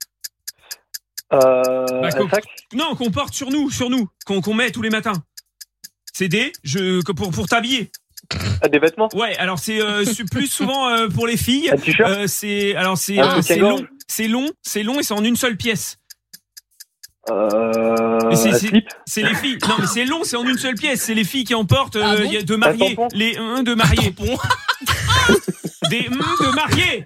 Speaker 9: Euh, un
Speaker 2: Coke.
Speaker 9: sac
Speaker 2: Non, qu'on porte sur nous, sur nous, qu'on qu'on met tous les matins. C'est des. Je que pour pour t'habiller.
Speaker 9: Ah, Des vêtements
Speaker 2: Ouais, alors c'est euh, su- plus souvent euh, pour les filles.
Speaker 9: Un t-shirt Ah,
Speaker 2: Euh, c'est alors c'est
Speaker 9: Un
Speaker 2: euh, c'est
Speaker 9: soutien-gorge
Speaker 2: long, c'est long, c'est long et c'est en une seule pièce.
Speaker 9: euh,
Speaker 2: Mais c'est-
Speaker 9: Un
Speaker 2: c'est-
Speaker 9: slip
Speaker 2: C'est les filles. Non mais c'est long, c'est en une seule pièce. C'est les filles qui emportent euh,
Speaker 4: Ah bon
Speaker 2: il y a de mariés,
Speaker 9: tampon
Speaker 2: les un de mariés. Des un de mariés.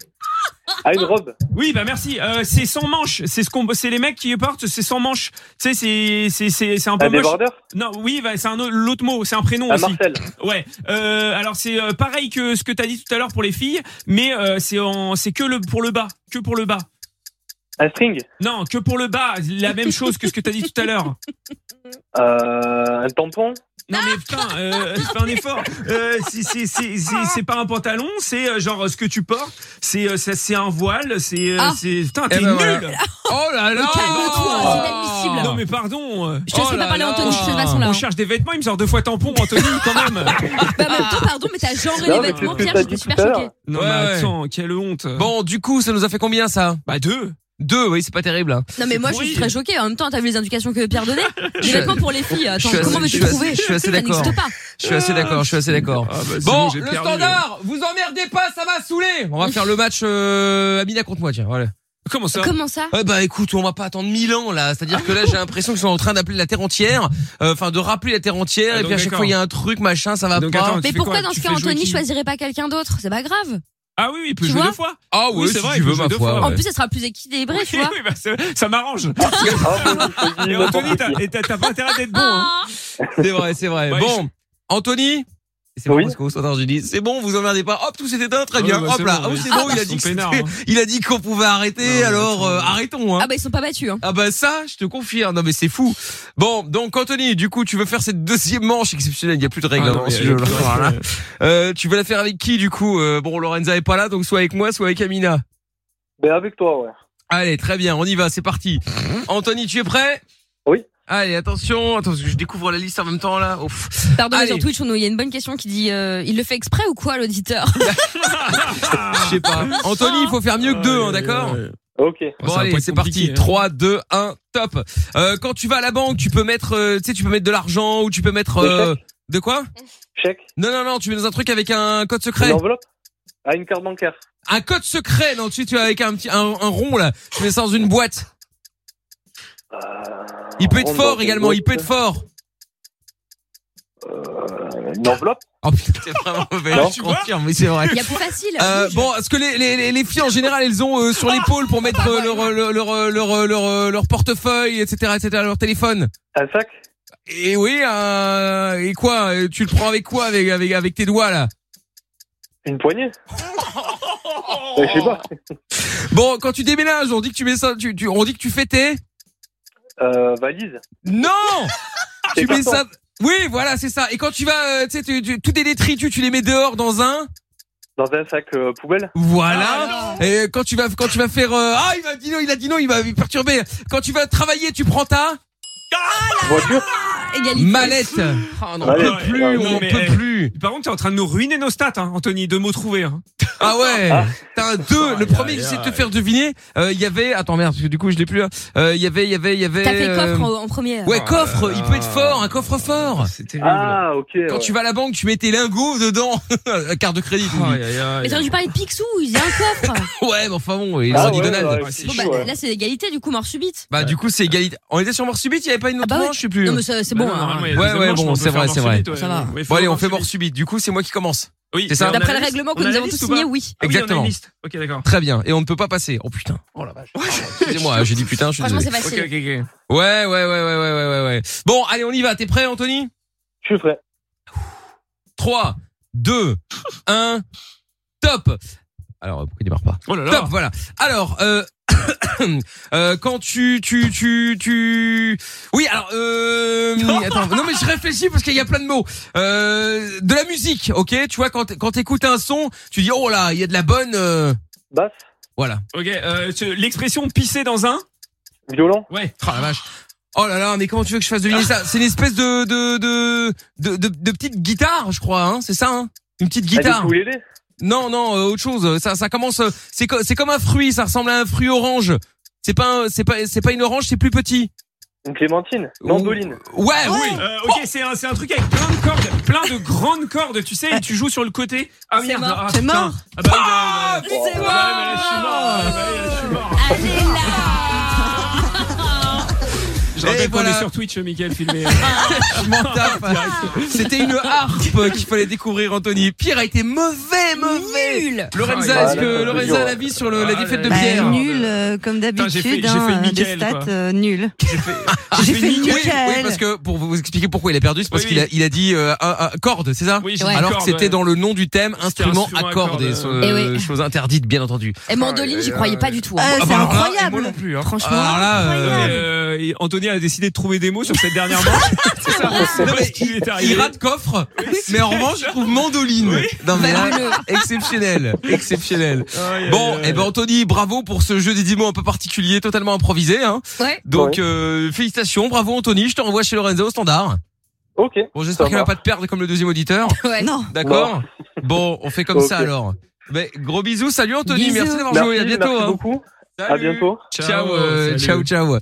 Speaker 9: Ah, une robe.
Speaker 2: Oui, bah merci. Euh, c'est sans manches. C'est ce qu'on, c'est les mecs qui portent. C'est sans manches. Tu sais, c'est c'est c'est c'est un peu
Speaker 9: Un
Speaker 2: moche.
Speaker 9: débardeur
Speaker 2: Non, oui, bah, c'est un autre- l'autre mot. C'est un prénom
Speaker 9: Un
Speaker 2: aussi.
Speaker 9: Ah, Marcel.
Speaker 2: Ouais. Euh, alors c'est euh, pareil que ce que t'as dit tout à l'heure pour les filles, mais euh, c'est en c'est que le pour le bas, que pour le bas.
Speaker 9: Un string.
Speaker 2: Non, que pour le bas. La même chose que ce que t'as dit tout à l'heure.
Speaker 9: Euh, un tampon.
Speaker 2: Non mais putain, euh, fais un effort. Euh, c'est- c'est- c'est
Speaker 4: Ah.
Speaker 2: c'est- c'est pas un pantalon, c'est euh, genre euh, ce que tu portes. C'est euh, c'est c'est un voile. C'est euh,
Speaker 4: Ah.
Speaker 2: c'est putain, t'es
Speaker 5: ben
Speaker 2: nul.
Speaker 5: voilà. Oh là là
Speaker 4: Calme-toi, c'est inadmissible.
Speaker 2: Non mais pardon. euh,
Speaker 4: Je te
Speaker 5: Oh
Speaker 4: sais pas
Speaker 5: là
Speaker 4: parler,
Speaker 5: là.
Speaker 4: Anthony, de cette façon-là.
Speaker 2: On cherche des vêtements, il me sort deux fois tampon, Anthony, quand même.
Speaker 4: Bah, en même temps, pardon, mais t'as genré
Speaker 9: Non,
Speaker 4: les
Speaker 9: mais
Speaker 4: vêtements,
Speaker 9: c'est ce que
Speaker 4: Pierre,
Speaker 9: t'as
Speaker 4: j'étais
Speaker 9: dit
Speaker 4: super
Speaker 9: tout à l'heure.
Speaker 4: choquée.
Speaker 2: Non,
Speaker 5: Ouais,
Speaker 2: mais
Speaker 5: ouais.
Speaker 2: attends, quelle honte.
Speaker 5: Bon, du coup, ça nous a fait combien ça
Speaker 2: bah deux.
Speaker 5: Deux, oui, c'est pas terrible. hein.
Speaker 4: Non, mais moi, je
Speaker 2: pourri.
Speaker 4: suis très choquée. En même temps, t'as vu les indications que Pierre donnait Les
Speaker 5: Je-
Speaker 4: vêtements pour les filles. Attends,
Speaker 5: suis assez-
Speaker 4: comment veux-tu
Speaker 5: je suis assez-
Speaker 4: trouver
Speaker 5: je suis assez
Speaker 4: Ça
Speaker 5: d'accord.
Speaker 4: n'existe pas.
Speaker 5: Je suis assez d'accord, je suis assez d'accord.
Speaker 2: Ah, bah, c'est
Speaker 5: Bon,
Speaker 2: j'ai
Speaker 5: le
Speaker 2: perdu.
Speaker 5: standard, vous emmerdez pas, ça m'a saoulé. On va faire le match euh, Amina contre moi, tiens, voilà.
Speaker 2: Comment ça
Speaker 4: Comment ça
Speaker 5: Eh bah écoute, on va pas attendre mille ans là, c'est-à-dire que là j'ai l'impression qu'ils sont en train d'appeler la terre entière, euh, enfin de rappeler la terre entière
Speaker 2: Ah,
Speaker 5: et
Speaker 2: donc,
Speaker 5: puis à chaque
Speaker 2: d'accord.
Speaker 5: fois il y a un truc machin, ça va
Speaker 2: Donc,
Speaker 5: pas.
Speaker 2: attends, tu
Speaker 4: Mais
Speaker 2: fais
Speaker 4: pourquoi
Speaker 2: quoi
Speaker 4: dans ce
Speaker 2: Tu
Speaker 4: cas,
Speaker 2: fais jouer
Speaker 4: Anthony
Speaker 2: qui
Speaker 4: choisirait pas quelqu'un d'autre C'est pas grave.
Speaker 2: Ah oui, oui, il peut
Speaker 4: Tu
Speaker 2: jouer
Speaker 4: vois
Speaker 2: deux fois.
Speaker 5: Ah
Speaker 2: oui, c'est
Speaker 5: si
Speaker 2: vrai,
Speaker 5: tu
Speaker 2: il
Speaker 5: veux
Speaker 2: peut
Speaker 5: ma
Speaker 2: jouer deux
Speaker 5: foi,
Speaker 2: fois.
Speaker 5: ouais.
Speaker 4: En plus, ça sera plus équilibré, tu
Speaker 2: oui,
Speaker 4: vois.
Speaker 2: oui, bah, c'est- ça m'arrange.
Speaker 9: Ah, bah, je te dis
Speaker 2: Et
Speaker 9: n'importe
Speaker 2: Anthony, t'as-
Speaker 9: qui.
Speaker 2: et t'as t'as pas intérêt d'être bon. hein.
Speaker 4: Ah
Speaker 5: C'est vrai, c'est vrai.
Speaker 2: Ouais,
Speaker 5: bon, Anthony c'est bon
Speaker 9: Oui.
Speaker 5: parce qu'au standard j'ai dit c'est bon vous emmerdez pas hop tout s'éteint très
Speaker 2: Ouais,
Speaker 5: bien
Speaker 2: bah,
Speaker 5: hop
Speaker 2: c'est
Speaker 5: là
Speaker 2: bon,
Speaker 5: oh,
Speaker 2: oui.
Speaker 5: c'est bon
Speaker 2: Ah,
Speaker 5: il
Speaker 2: ils
Speaker 5: a
Speaker 2: sont
Speaker 5: dit que
Speaker 2: peinards,
Speaker 5: c'était-
Speaker 2: hein.
Speaker 5: il a dit qu'on pouvait arrêter
Speaker 2: Non, mais
Speaker 5: alors
Speaker 2: attends.
Speaker 5: euh, arrêtons hein.
Speaker 4: Ah bah, ils sont pas battus, hein.
Speaker 5: Ah bah ça, je te confirme. Non mais c'est fou. Bon, donc Anthony, du coup, tu veux faire cette deuxième manche exceptionnelle. Il n'y a plus de règles.
Speaker 2: Ah
Speaker 5: hein,
Speaker 2: non,
Speaker 5: dans ce
Speaker 2: il y a-
Speaker 5: jeu.
Speaker 2: il y a plus de
Speaker 5: Voilà.
Speaker 2: règles.
Speaker 5: Euh, tu veux la faire avec qui du coup Euh, Bon, Lorenza est pas là, donc soit avec moi, soit avec Amina.
Speaker 9: Ben, avec toi, ouais.
Speaker 5: Allez, très bien, on y va, c'est parti.
Speaker 2: Mhm.
Speaker 5: Anthony, tu es prêt
Speaker 9: Oui.
Speaker 5: Allez, attention, attends, parce que je découvre la liste en même temps là. Ouf.
Speaker 4: Pardon, mais
Speaker 5: Allez.
Speaker 4: sur Twitch, on- il y a une bonne question qui dit euh, il le fait exprès ou quoi, l'auditeur
Speaker 5: Je sais pas. Anthony, il faut faire mieux que deux, hein, d'accord
Speaker 9: Ok.
Speaker 5: Bon allez, c'est parti. 3, 2, 1, top. Euh, quand tu vas à la banque, tu peux mettre, euh, tu sais, tu peux mettre de l'argent ou tu peux mettre
Speaker 9: Des
Speaker 5: euh, de quoi
Speaker 9: Chèque.
Speaker 5: Non, non, non, tu mets dans un truc avec un code secret.
Speaker 9: Une enveloppe. Ah, une carte bancaire.
Speaker 5: Un code secret, non, tu sais, tu as avec un petit, un, un rond, là. Tu mets ça dans une boîte.
Speaker 9: Euh,
Speaker 5: Il peut être
Speaker 9: on
Speaker 5: fort
Speaker 9: va-
Speaker 5: également, il peut être fort.
Speaker 9: Euh, Une enveloppe.
Speaker 5: Oh putain, c'est vraiment mauvais,
Speaker 9: Non.
Speaker 5: je confirme, mais c'est vrai.
Speaker 4: Il y a plus facile. Ah.
Speaker 5: Euh, bon, est-ce que les, les, les, les filles en général, elles ont euh, sur l'épaule pour mettre euh, leur, leur, leur, leur, leur, euh, leur portefeuille, etc., etc., leur téléphone
Speaker 9: Un sac.
Speaker 5: Et oui, euh, et quoi euh, Tu le prends avec quoi avec, avec, avec tes doigts, là
Speaker 9: Une poignée. Euh, Je sais pas.
Speaker 5: Oh. Bon, quand tu déménages, on dit que tu mets ça, tu, tu, on dit que tu fais tes...
Speaker 9: Euh, valise.
Speaker 5: Non
Speaker 9: Tes
Speaker 5: Tu mets
Speaker 9: cartons.
Speaker 5: ça. Oui, voilà, c'est ça. Et quand tu vas, euh, tu sais, tu, tu, tous tes détritus, tu les mets dehors dans un.
Speaker 9: Dans un sac euh, poubelle.
Speaker 5: Voilà. et quand tu vas, quand tu vas faire, euh, ah, il va dit non, il a dit non, il va me perturber. Quand tu vas travailler, tu prends ta
Speaker 9: Voiture.
Speaker 4: Égalité.
Speaker 5: mallette. Oh, non, on
Speaker 9: Mallette.
Speaker 5: peut plus,
Speaker 9: Ah,
Speaker 5: on
Speaker 2: non,
Speaker 5: en
Speaker 2: mais,
Speaker 5: peut
Speaker 2: eh.
Speaker 5: plus.
Speaker 2: Par contre, t'es en train de nous ruiner nos stats, hein, Anthony, de mots trouvés. hein.
Speaker 5: Ah ouais.
Speaker 9: Ah.
Speaker 5: T'as un deux. Le
Speaker 2: Aïe,
Speaker 5: premier
Speaker 2: aïe,
Speaker 5: que j'essaie de te
Speaker 2: aïe.
Speaker 5: faire deviner, euh, il y avait, attends merde, parce que du coup je l'ai plus. là. Euh, Il y avait, il y avait, il y avait.
Speaker 4: T'as fait
Speaker 5: euh,
Speaker 4: coffre en, en premier.
Speaker 5: Ouais,
Speaker 2: Oh
Speaker 5: coffre.
Speaker 2: là
Speaker 5: Il
Speaker 2: là.
Speaker 5: peut être fort, un coffre fort.
Speaker 2: C'est terrible.
Speaker 9: Ah, ok.
Speaker 5: Quand
Speaker 9: ouais.
Speaker 5: tu vas à la banque, tu mets tes lingots dedans. Carte de crédit. tu dis.
Speaker 2: Aïe, aïe, aïe.
Speaker 4: Mais t'aurais dû parler de Picsou, il y a un coffre.
Speaker 5: Ouais, mais enfin bon, ils
Speaker 9: Ah
Speaker 5: ont dit
Speaker 9: ouais,
Speaker 5: Donald.
Speaker 9: ouais,
Speaker 2: Ouais, c'est
Speaker 4: Bon,
Speaker 9: chaud,
Speaker 4: bah,
Speaker 9: ouais.
Speaker 4: là, c'est l'égalité, du coup, mort subite.
Speaker 5: hein. Bah du coup c'est égalité. On était sur mort subite, il y avait pas une autre
Speaker 4: Ah bah ouais.
Speaker 5: manche, je sais plus.
Speaker 4: Non, mais ça- c'est
Speaker 2: Bah
Speaker 4: bon.
Speaker 2: non,
Speaker 4: hein.
Speaker 2: normalement, il y a
Speaker 5: Ouais,
Speaker 2: deuxième
Speaker 5: ouais,
Speaker 2: manche,
Speaker 5: bon,
Speaker 2: on peut
Speaker 5: c'est
Speaker 2: faire
Speaker 5: vrai,
Speaker 2: mort
Speaker 5: c'est vrai.
Speaker 2: subite, ouais.
Speaker 4: Ça va.
Speaker 2: Ouais, faut
Speaker 5: Bon allez, on
Speaker 2: mort
Speaker 5: fait mort
Speaker 2: subite.
Speaker 5: subite. Du coup, c'est moi qui commence.
Speaker 2: Oui,
Speaker 5: C'est ça.
Speaker 2: on a
Speaker 4: D'après
Speaker 2: la
Speaker 4: le
Speaker 2: liste
Speaker 4: règlement que
Speaker 2: On a
Speaker 4: nous
Speaker 2: la
Speaker 4: avons
Speaker 2: liste
Speaker 4: tous
Speaker 2: ou pas
Speaker 4: signé, oui.
Speaker 2: Ah oui, on a une
Speaker 5: Exactement.
Speaker 2: liste. Ok, d'accord.
Speaker 5: Très bien. Et on ne peut pas passer. Oh putain. Oh la vache. Pardon. Excusez-moi, hein, j'ai dit putain, je suis
Speaker 4: Franchement,
Speaker 5: désolé.
Speaker 4: c'est
Speaker 2: Ok,
Speaker 4: facile.
Speaker 2: ok, ok.
Speaker 5: Ouais, ouais, ouais, ouais, ouais, ouais, ouais, ouais. Bon, allez, on y va. T'es prêt, Anthony
Speaker 9: Je suis prêt.
Speaker 5: 3, 2, 1, top. Alors, pourquoi il démarre pas
Speaker 2: Oh là là.
Speaker 5: Top, voilà. Alors, euh, euh, quand tu, tu, tu, tu, oui, alors, euh, attends, non mais je réfléchis parce qu'il y a plein de mots. Euh, de la musique, ok. Tu vois, quand t- quand t'écoutes un son, tu dis oh là, il y a de la bonne, euh,
Speaker 9: Basse.
Speaker 5: voilà.
Speaker 2: Ok, euh, ce- l'expression pisser dans un.
Speaker 9: Violon.
Speaker 2: Ouais.
Speaker 5: Oh la vache. Oh là là, mais comment tu veux que je fasse deviner ça C'est une espèce de de, de de de de petite guitare, je crois, hein. C'est ça, hein Une petite
Speaker 9: Ah,
Speaker 5: guitare.
Speaker 9: du ukulélé.
Speaker 5: Non, non, euh, autre chose. Ça, ça commence. euh, C'est co- c'est comme un fruit. Ça ressemble à un fruit orange. C'est pas un- c'est pas c'est pas une orange. C'est plus petit.
Speaker 9: Une clémentine.
Speaker 5: Ouh.
Speaker 9: Lambeline.
Speaker 5: Ouais, oui.
Speaker 2: Euh, ok, c'est un, c'est un truc avec plein de cordes, plein de grandes cordes, tu sais, et tu joues sur le côté. Ah
Speaker 4: C'est
Speaker 2: merde,
Speaker 4: mort.
Speaker 2: ah,
Speaker 3: C'est
Speaker 2: putain.
Speaker 3: mort.
Speaker 2: Ah bah, oui, bah, oui, bah, oui.
Speaker 9: c'est
Speaker 2: Ah bah, oui, bah, là, je suis mort. Ah bah, oui, là, je suis mort.
Speaker 4: Allez là
Speaker 2: Je rappelle
Speaker 5: Et
Speaker 2: qu'on
Speaker 5: voilà.
Speaker 2: est sur Twitch, Michael, filmé.
Speaker 5: Je m'en tape. C'était une harpe qu'il fallait découvrir, Anthony. Pierre a été mauvais, mauvais. Lorenza,
Speaker 3: Ah,
Speaker 5: est-ce que Lorenza a l'avis sur le- la défaite de
Speaker 3: Bah,
Speaker 5: Pierre
Speaker 3: nul, euh, comme
Speaker 2: j'ai fait-
Speaker 3: d'habitude,
Speaker 2: j'ai
Speaker 3: hein,
Speaker 2: fait
Speaker 3: des
Speaker 2: Mickaël,
Speaker 3: stats
Speaker 2: quoi.
Speaker 3: euh, nulles. J'ai fait
Speaker 5: Oui, Ah, oui,
Speaker 3: Mickaël.
Speaker 5: parce que pour vous expliquer pourquoi il a perdu, c'est parce
Speaker 2: Oui,
Speaker 5: qu'il a,
Speaker 2: oui.
Speaker 5: il a dit euh, un- un- corde, c'est ça
Speaker 2: Oui, j'ai dit
Speaker 5: Alors
Speaker 2: corde,
Speaker 5: que c'était
Speaker 2: ouais.
Speaker 5: dans le nom du thème,
Speaker 2: C'était
Speaker 5: instrument
Speaker 2: instrument
Speaker 5: à
Speaker 2: à
Speaker 5: cordes,
Speaker 2: cordes,
Speaker 5: et
Speaker 2: euh.
Speaker 5: so-
Speaker 4: Eh oui.
Speaker 5: chose interdite bien entendu.
Speaker 2: Ah,
Speaker 4: Et mandoline, j'y croyais pas du tout. hein.
Speaker 3: Euh, c'est
Speaker 5: bah, alors
Speaker 2: et
Speaker 5: là,
Speaker 2: Ah, moi
Speaker 3: incroyable.
Speaker 2: non plus. hein.
Speaker 4: Franchement,
Speaker 5: Alors là, euh,
Speaker 2: Et, euh, et Anthony a décidé de trouver des mots sur cette dernière manche. C'est ça. C'est
Speaker 5: Non,
Speaker 2: pas
Speaker 5: mais
Speaker 2: ce qui lui est
Speaker 5: il
Speaker 2: arrivé.
Speaker 5: rate coffre, mais en revanche je trouve mandoline. Non mais là, exceptionnel, exceptionnel.
Speaker 2: Aïe,
Speaker 5: Bon,
Speaker 2: aïe, aïe.
Speaker 5: eh ben Anthony, bravo pour ce jeu des 10 mots un peu particulier, totalement improvisé. Hein.
Speaker 4: Ouais.
Speaker 5: Donc
Speaker 9: Ouais.
Speaker 5: euh, félicitations, bravo Anthony, je te renvoie chez Lorenzo au standard.
Speaker 9: Ok.
Speaker 5: Bon, j'espère
Speaker 9: Ça
Speaker 5: qu'il va
Speaker 9: marche.
Speaker 5: pas te perdre comme le deuxième auditeur.
Speaker 4: ouais.
Speaker 3: Non,
Speaker 5: D'accord Bon, on fait comme ça
Speaker 9: Ok.
Speaker 5: alors. Mais gros bisous, salut Anthony,
Speaker 4: Bisous.
Speaker 5: merci d'avoir
Speaker 9: Merci,
Speaker 5: joué, à bientôt.
Speaker 9: merci
Speaker 5: hein.
Speaker 9: beaucoup. À
Speaker 5: Salut.
Speaker 9: bientôt.
Speaker 5: Ciao, euh,
Speaker 2: Salut.
Speaker 5: ciao, ciao.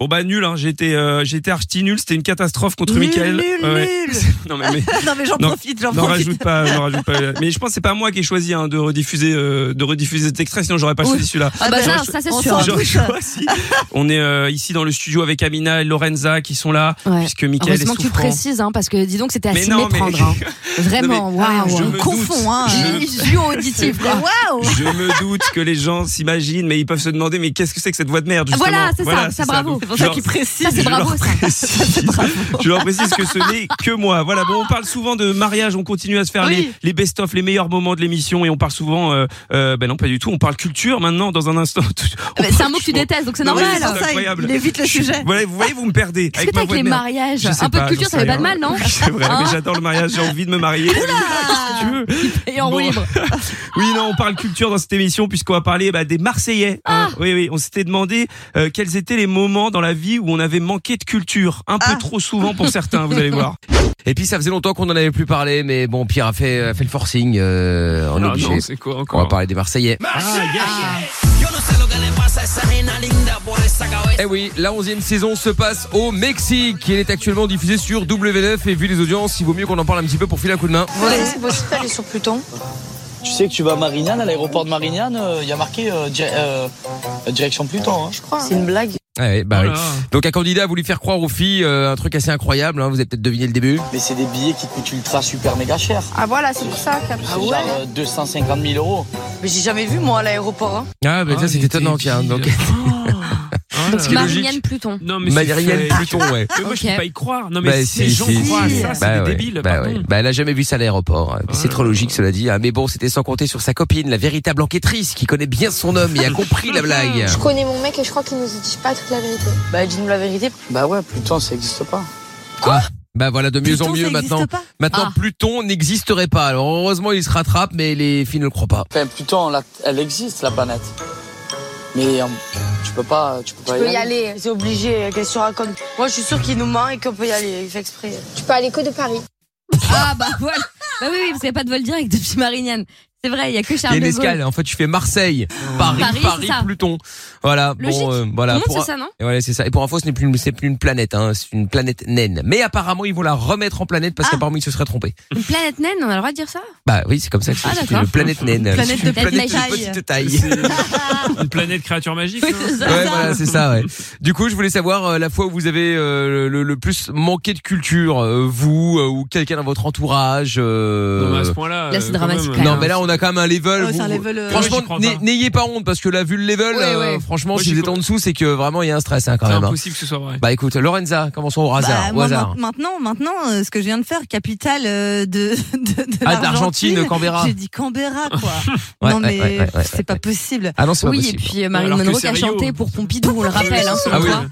Speaker 2: Bon bah nul, hein. j'étais euh, j'étais archi nul, c'était une catastrophe contre
Speaker 3: Nul,
Speaker 2: Michael.
Speaker 3: nul,
Speaker 2: Ouais.
Speaker 3: nul.
Speaker 2: non mais, mais
Speaker 3: non mais j'en
Speaker 2: Non.
Speaker 3: profite, j'en
Speaker 2: n'en
Speaker 3: profite.
Speaker 2: rajoute pas, n'en rajoute pas. Mais je pense que c'est pas moi qui ai choisi hein, de rediffuser euh, de rediffuser cet extrait, sinon j'aurais pas
Speaker 4: Oui.
Speaker 2: choisi celui-là.
Speaker 4: Ah bah
Speaker 3: bah,
Speaker 4: ça,
Speaker 3: je-
Speaker 4: ça c'est
Speaker 3: on
Speaker 4: sûr.
Speaker 3: s'en-
Speaker 2: J'aurais
Speaker 3: doute.
Speaker 2: choisi.
Speaker 3: Bah,
Speaker 2: On est euh, ici dans le studio avec Amina et Lorenza qui sont là,
Speaker 4: Ouais.
Speaker 2: puisque Michael est
Speaker 4: Heureusement que tu le
Speaker 2: souffrant.
Speaker 4: précises, hein, parce que dis donc c'était à
Speaker 2: Mais
Speaker 4: s'y
Speaker 2: non, mais-
Speaker 4: méprendre. hein. Vraiment,
Speaker 3: Ah,
Speaker 4: waouh.
Speaker 2: je
Speaker 3: on
Speaker 2: me
Speaker 3: confond,
Speaker 2: doute.
Speaker 3: hein.
Speaker 2: Je-
Speaker 4: Illusion auditive. euh. quoi.
Speaker 3: Mais waouh
Speaker 2: Je me doute que les gens s'imaginent, mais ils peuvent se demander, mais qu'est-ce que c'est que cette voix de merde justement
Speaker 4: Voilà, c'est ça, ça, bravo.
Speaker 2: donc,
Speaker 4: C'est pour ça
Speaker 2: je
Speaker 4: qu'il
Speaker 2: leur-
Speaker 3: Ah,
Speaker 4: Ça c'est
Speaker 2: je leur
Speaker 4: bravo ça.
Speaker 2: précise- Je leur précise que ce n'est que moi. Voilà, bon, on parle souvent de mariage, on continue à se faire
Speaker 3: Oui.
Speaker 2: les, les best-of, les meilleurs moments de l'émission, et on parle souvent, euh, euh, ben non, pas du tout, on parle culture maintenant, dans un instant. On
Speaker 4: Mais Ah, bah, C'est un
Speaker 2: parle-
Speaker 4: mot que tu
Speaker 2: bon,
Speaker 4: détestes, donc c'est
Speaker 2: Non, mais
Speaker 4: normal.
Speaker 2: c'est
Speaker 4: hein.
Speaker 2: ça. incroyable.
Speaker 3: il évite le
Speaker 2: je suis-
Speaker 3: sujet.
Speaker 2: Voilà, vous voyez, vous me perdez.
Speaker 4: Qu'est-ce que t'as avec
Speaker 2: voix
Speaker 4: les
Speaker 2: de merde.
Speaker 4: mariages
Speaker 2: Je sais
Speaker 4: Un peu de
Speaker 2: pas,
Speaker 4: culture,
Speaker 2: j'en
Speaker 4: ça fait
Speaker 2: sais
Speaker 4: pas de mal,
Speaker 2: rien.
Speaker 4: non
Speaker 2: C'est vrai,
Speaker 4: Hein
Speaker 2: mais j'adore le mariage, j'ai envie de me marier. Qu'est-ce que tu veux
Speaker 4: Et en roue
Speaker 2: Bon.
Speaker 4: libre.
Speaker 2: Oui, non, on parle culture dans cette émission puisqu'on va parler bah, des Marseillais.
Speaker 4: Ah.
Speaker 2: hein. Oui, oui, on s'était demandé euh, quels étaient les moments dans la vie où on avait manqué de culture, un peu
Speaker 3: Ah.
Speaker 2: trop souvent pour certains, vous allez voir.
Speaker 5: Et puis ça faisait longtemps qu'on n'en avait plus parlé, mais bon, Pierre a fait, a fait le forcing, euh, on est obligé.
Speaker 2: Ah, c'est quoi
Speaker 5: on va parler des Marseillais.
Speaker 1: Ah.
Speaker 5: Eh oui, la 11e saison se passe au Mexique. Elle est actuellement diffusée sur W9 et vu les audiences, il vaut mieux qu'on en parle un petit peu pour filer un coup de main.
Speaker 16: Tu sais que tu vas à Marignane, à l'aéroport de Marignane, euh, il y a marqué euh, di- euh, euh, direction Pluton. Hein.
Speaker 5: Ah ouais, bah oui. Donc un candidat a voulu faire croire aux filles euh, un truc assez incroyable, hein, vous avez peut-être deviné le début.
Speaker 16: Mais c'est des billets qui te coûtent ultra super méga cher.
Speaker 11: Ah voilà, c'est pour ça qu'après.
Speaker 16: C'est genre euh, 250 000 euros.
Speaker 11: Mais j'ai jamais vu moi à l'aéroport. hein.
Speaker 5: Ah bah
Speaker 2: Ah,
Speaker 5: ça c'est
Speaker 2: les
Speaker 5: étonnant tiens.
Speaker 2: débiles.
Speaker 5: Donc
Speaker 2: Parce
Speaker 5: que- logique.
Speaker 4: Marianne Pluton.
Speaker 2: Non, mais c'est
Speaker 5: Madrienne
Speaker 2: fait.
Speaker 5: Pluton, ouais.
Speaker 2: Mais moi, je
Speaker 4: Ok.
Speaker 2: peux pas y croire. Ah Non, mais
Speaker 5: Bah,
Speaker 2: si les
Speaker 5: si,
Speaker 2: gens
Speaker 5: si,
Speaker 2: croient
Speaker 3: si.
Speaker 2: ça, c'est
Speaker 5: Bah
Speaker 2: des
Speaker 5: ouais,
Speaker 2: débiles.
Speaker 5: bah
Speaker 2: pardon. Ah.
Speaker 5: ouais. Bah, elle a jamais vu ça à l'aéroport. hein. C'est trop logique, cela dit. hein. Mais bon, c'était sans compter sur sa copine, la véritable enquêtrice, qui connaît bien son homme et a compris la blague.
Speaker 11: Je connais mon mec et je crois qu'il nous dit pas toute la vérité. Bah dis-nous la vérité.
Speaker 16: Bah ouais, Pluton, ça n'existe pas.
Speaker 5: Bah voilà, de mieux en mieux maintenant. Maintenant,
Speaker 4: Ah.
Speaker 5: Pluton n'existerait pas. Alors heureusement, il se rattrape, mais les filles ne le croient pas.
Speaker 16: Enfin, Pluton, la- elle existe, la planète. Mais euh, tu peux pas, tu peux
Speaker 11: Tu
Speaker 16: pas
Speaker 11: peux y aller. C'est obligé, euh, qu'elle se raconte. Moi je suis sûr qu'il nous ment et qu'on peut y aller, il fait exprès. Tu peux aller que de Paris.
Speaker 4: Ah bah voilà. Bah oui, oui, parce qu'il n'y a pas de vol direct depuis Marignane. C'est vrai, il n'y a que
Speaker 5: Il y a
Speaker 4: Charles
Speaker 5: une
Speaker 4: de Gaulle.
Speaker 5: escale. En fait, tu fais Marseille,
Speaker 2: Oh.
Speaker 5: Paris,
Speaker 4: Paris,
Speaker 5: Paris,
Speaker 4: c'est ça.
Speaker 5: Pluton. Voilà.
Speaker 4: Logique.
Speaker 5: Bon, euh,
Speaker 4: Tout le
Speaker 5: voilà.
Speaker 4: monde
Speaker 5: Pour-
Speaker 4: sait ça, non
Speaker 5: Et voilà, c'est ça. Et pour info, ce n'est plus, une- c'est plus une planète, hein. c'est une planète naine. Mais apparemment, ils vont la remettre en planète parce
Speaker 3: Ah.
Speaker 5: qu'apparemment, ils se seraient trompés.
Speaker 4: Une planète naine, on a le droit de dire ça
Speaker 5: Bah oui, c'est comme ça que c'est
Speaker 4: Ah,
Speaker 5: c'est
Speaker 4: d'accord.
Speaker 5: une planète naine.
Speaker 3: planète
Speaker 5: C'est
Speaker 3: de
Speaker 5: une planète
Speaker 4: petite
Speaker 5: de
Speaker 3: taille.
Speaker 5: petite taille.
Speaker 2: C'est Une planète créature magique.
Speaker 4: Oui,
Speaker 2: non
Speaker 4: c'est ça.
Speaker 5: Ouais, voilà, c'est ça. Ouais. Du coup, je voulais savoir euh, la fois où vous avez euh, le, le plus manqué de culture, euh, vous euh, ou quelqu'un dans votre entourage. euh,
Speaker 2: Non, mais à ce point-là.
Speaker 4: Là,
Speaker 2: euh,
Speaker 4: c'est
Speaker 2: quand
Speaker 4: dramatique,
Speaker 2: même,
Speaker 4: quand
Speaker 2: euh,
Speaker 5: Non, mais là, on a quand même un level.
Speaker 3: Ouais, c'est
Speaker 5: vous-
Speaker 3: un level, euh,
Speaker 5: Franchement,
Speaker 2: Moi, j'y crois
Speaker 5: n'ay-
Speaker 2: pas.
Speaker 5: n'ayez pas honte parce que là, vu le level,
Speaker 4: Ouais,
Speaker 5: euh,
Speaker 4: ouais.
Speaker 5: franchement,
Speaker 2: Moi,
Speaker 5: si
Speaker 2: j'y
Speaker 5: vous êtes
Speaker 2: crois-
Speaker 5: en dessous, c'est que vraiment il y a un stress hein, quand
Speaker 2: C'est
Speaker 5: même. hein.
Speaker 2: impossible que ce soit vrai.
Speaker 5: Bah écoute, Lorenza, commençons au hasard.
Speaker 3: Bah,
Speaker 5: au
Speaker 3: moi,
Speaker 5: hasard.
Speaker 3: ma- maintenant, maintenant, euh, ce que je viens de faire, capitale euh, de, de, de
Speaker 5: Ah, d'Argentine, Canberra.
Speaker 3: J'ai dit Canberra, quoi.
Speaker 5: Ouais,
Speaker 3: non,
Speaker 5: ouais,
Speaker 3: mais
Speaker 5: ouais, ouais, ouais,
Speaker 3: c'est pas possible.
Speaker 5: Ah non, c'est pas
Speaker 4: Oui, et
Speaker 5: possible.
Speaker 4: puis euh, Marine
Speaker 2: Alors que
Speaker 4: Monroe qui
Speaker 2: c'est
Speaker 4: a
Speaker 2: Rio.
Speaker 4: chanté pour Pompidou, on le rappelle. Hein,
Speaker 5: Ah oui.
Speaker 4: toi.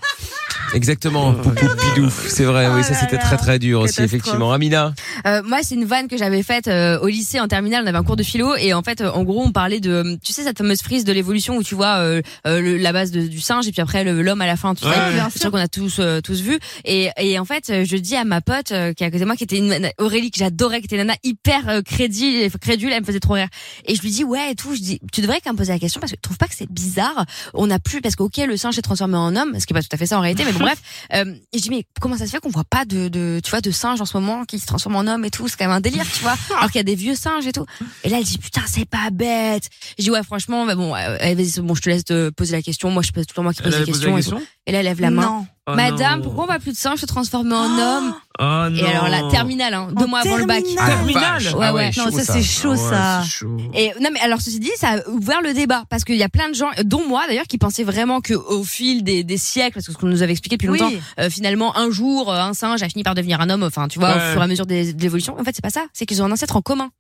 Speaker 5: Exactement. Poupou Bidouf, c'est vrai.
Speaker 3: Oh
Speaker 5: oui, ça
Speaker 3: là
Speaker 5: c'était
Speaker 3: là.
Speaker 5: très très dur aussi,
Speaker 3: Catastrophe.
Speaker 5: effectivement. Amina.
Speaker 4: Euh, moi, c'est une vanne que j'avais faite euh, au lycée en terminale. On avait un cours de philo et en fait, euh, en gros, on parlait de, euh, tu sais, cette fameuse prise de l'évolution où tu vois euh, euh, le- la base de- du singe et puis après le- l'homme à la fin, tout
Speaker 2: Ouais,
Speaker 4: ça.
Speaker 2: ouais.
Speaker 4: Le truc qu'on a tous euh, tous vu. Et, et en fait, euh, je dis à ma pote euh, qui est à côté de moi, qui était une nana- Aurélie que j'adorais, qui était une nana hyper euh, crédule, crédule, elle me faisait trop rire. Et je lui dis ouais et tout. Je dis, tu devrais quand même poser la question parce que tu trouves pas que c'est bizarre On n'a plus parce que ok, le singe est transformé en homme, ce qui est pas tout à fait ça en réalité, mais bon bref. Euh, et je dis mais comment ça se fait qu'on voit pas de, de tu vois de singes en ce moment qui se transforment en hommes et tout c'est quand même un délire tu vois alors qu'il y a des vieux singes et tout et là elle dit putain c'est pas bête je dis ouais franchement bah bon euh, allez, vas-y, c'est bon je te laisse te poser la question moi je pose toujours moi qui
Speaker 2: Elle
Speaker 4: pose les
Speaker 2: avait posé la
Speaker 4: questions et, tout.
Speaker 2: question.
Speaker 4: Et là elle lève la main
Speaker 3: Non.
Speaker 2: Oh, Oh
Speaker 4: Madame,
Speaker 2: non.
Speaker 4: pourquoi on va plus de sang Je suis transformée en homme.
Speaker 2: Oh non.
Speaker 4: Et alors la terminale, hein, deux
Speaker 2: En
Speaker 4: mois avant le bac.
Speaker 2: terminale. Terminale
Speaker 4: Ouais,
Speaker 2: Ah ouais,
Speaker 4: ouais.
Speaker 2: Non, chaud, ça, ça. c'est chaud, Ah ouais, ça. c'est
Speaker 4: Et non, mais alors ceci dit, ça a ouvert le débat parce qu'il y a plein de gens, dont moi d'ailleurs, qui pensaient vraiment que au fil des, des siècles, parce que ce qu'on nous avait expliqué depuis
Speaker 3: Oui.
Speaker 4: longtemps, euh, finalement un jour euh, un singe a fini par devenir un homme. Enfin, tu vois,
Speaker 2: Ouais.
Speaker 4: au fur et à mesure des- de l'évolution. En fait, c'est pas ça. C'est qu'ils ont un ancêtre en commun.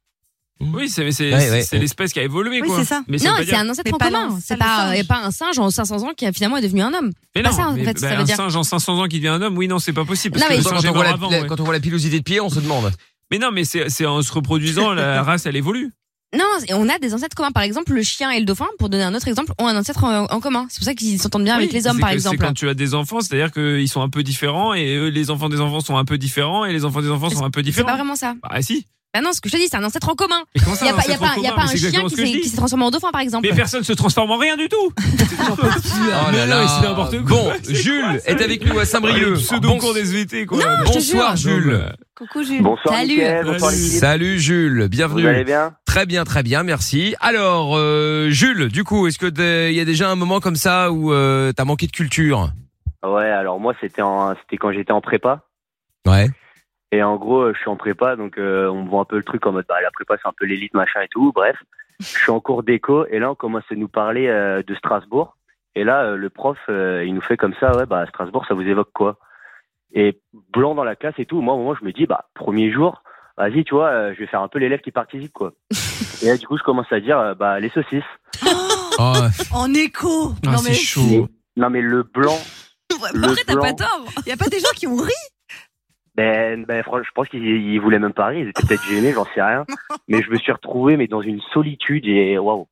Speaker 2: Oui, c'est c'est-
Speaker 5: Ouais, ouais.
Speaker 2: c'est l'espèce qui a évolué, quoi. Mais ça
Speaker 4: non, c'est
Speaker 2: veut dire-
Speaker 4: un ancêtre en commun. C'est pas, y a pas un singe en 500 ans qui a finalement est devenu un homme.
Speaker 2: Mais
Speaker 4: pas
Speaker 2: non,
Speaker 4: ça en
Speaker 2: mais,
Speaker 4: fait.
Speaker 2: bah,
Speaker 4: ça
Speaker 2: un
Speaker 4: veut dire.
Speaker 2: singe en 500 ans qui devient un homme, oui, non, c'est pas possible. Parce
Speaker 4: Non,
Speaker 2: que
Speaker 4: mais-
Speaker 2: le
Speaker 4: Quand
Speaker 2: singe est
Speaker 5: on voit
Speaker 2: mort
Speaker 5: la-
Speaker 2: avant,
Speaker 5: la-
Speaker 2: ouais.
Speaker 5: quand on voit la pilosité de pied, on se demande.
Speaker 2: Mais non, mais c'est c'est en se reproduisant, la race, elle évolue.
Speaker 4: Non, et on a des ancêtres communs. Par exemple, le chien et le dauphin, pour donner un autre exemple, ont un ancêtre en, en commun. C'est pour ça qu'ils s'entendent bien avec les hommes,
Speaker 2: C'est
Speaker 4: par
Speaker 2: que-
Speaker 4: exemple.
Speaker 2: C'est quand tu as des enfants, c'est-à-dire qu'ils sont un peu différents et eux, les enfants des enfants sont un peu différents et les enfants des enfants sont un peu
Speaker 4: C'est
Speaker 2: différents.
Speaker 4: pas vraiment ça.
Speaker 2: Ah si.
Speaker 4: Bah non, ce que je te dis, c'est un ancêtre en commun.
Speaker 2: Mais comment ça,
Speaker 4: y a
Speaker 2: un
Speaker 4: pas, y a
Speaker 2: ancêtre
Speaker 4: pas,
Speaker 2: en
Speaker 4: y a
Speaker 2: commun
Speaker 4: pas
Speaker 2: Mais
Speaker 4: un
Speaker 2: c'est
Speaker 4: chien
Speaker 2: exactement
Speaker 4: qui
Speaker 2: ce que je
Speaker 4: s'est
Speaker 2: dis.
Speaker 4: qui s'est transformé en dauphin, par exemple.
Speaker 2: Mais personne se transforme en rien du tout. Ah,
Speaker 5: là
Speaker 2: Oh,
Speaker 4: Ah,
Speaker 2: Mais non,
Speaker 5: là.
Speaker 2: mais c'est n'importe quoi.
Speaker 5: Bon, Jules est avec nous à Saint-Brieuc.
Speaker 2: Pseudo cours des SVT quoi.
Speaker 5: Non, Bonsoir Jules.
Speaker 4: Coucou
Speaker 3: Jules.
Speaker 5: Salut Jules, bienvenue.
Speaker 8: Vous allez bien
Speaker 5: Très bien, très bien, merci. Alors euh, Jules, du coup, est-ce que t'es- il y a déjà un moment comme ça où euh, t'as manqué de culture
Speaker 8: Ouais, alors moi, c'était en, c'était quand j'étais en prépa.
Speaker 5: Ouais.
Speaker 8: Et en gros, euh, je suis en prépa, donc euh, on me voit un peu le truc en mode, bah, la prépa, c'est un peu l'élite, machin et tout. Bref, je suis en cours d'éco, et là, on commence à nous parler euh, de Strasbourg. Et là, euh, le prof, euh, il nous fait comme ça, ouais, bah, Strasbourg, ça vous évoque quoi Et blanc dans la classe et tout. Moi, au moment, je me dis, bah, premier jour, vas-y, tu vois, euh, je vais faire un peu l'élève qui participe, quoi. et là, du coup, je commence à dire, euh, bah, les saucisses.
Speaker 3: En écho.
Speaker 8: Ah,
Speaker 3: non mais.
Speaker 8: Non, mais le blanc. le
Speaker 3: Après, t'as pas
Speaker 8: blanc.
Speaker 3: tort. Y a pas des gens qui ont ri
Speaker 8: Ben, ben, franchement, je pense qu'ils ils voulaient même pas rire, ils étaient peut-être gênés, j'en sais rien. Mais je me suis retrouvé, mais dans une solitude et waouh.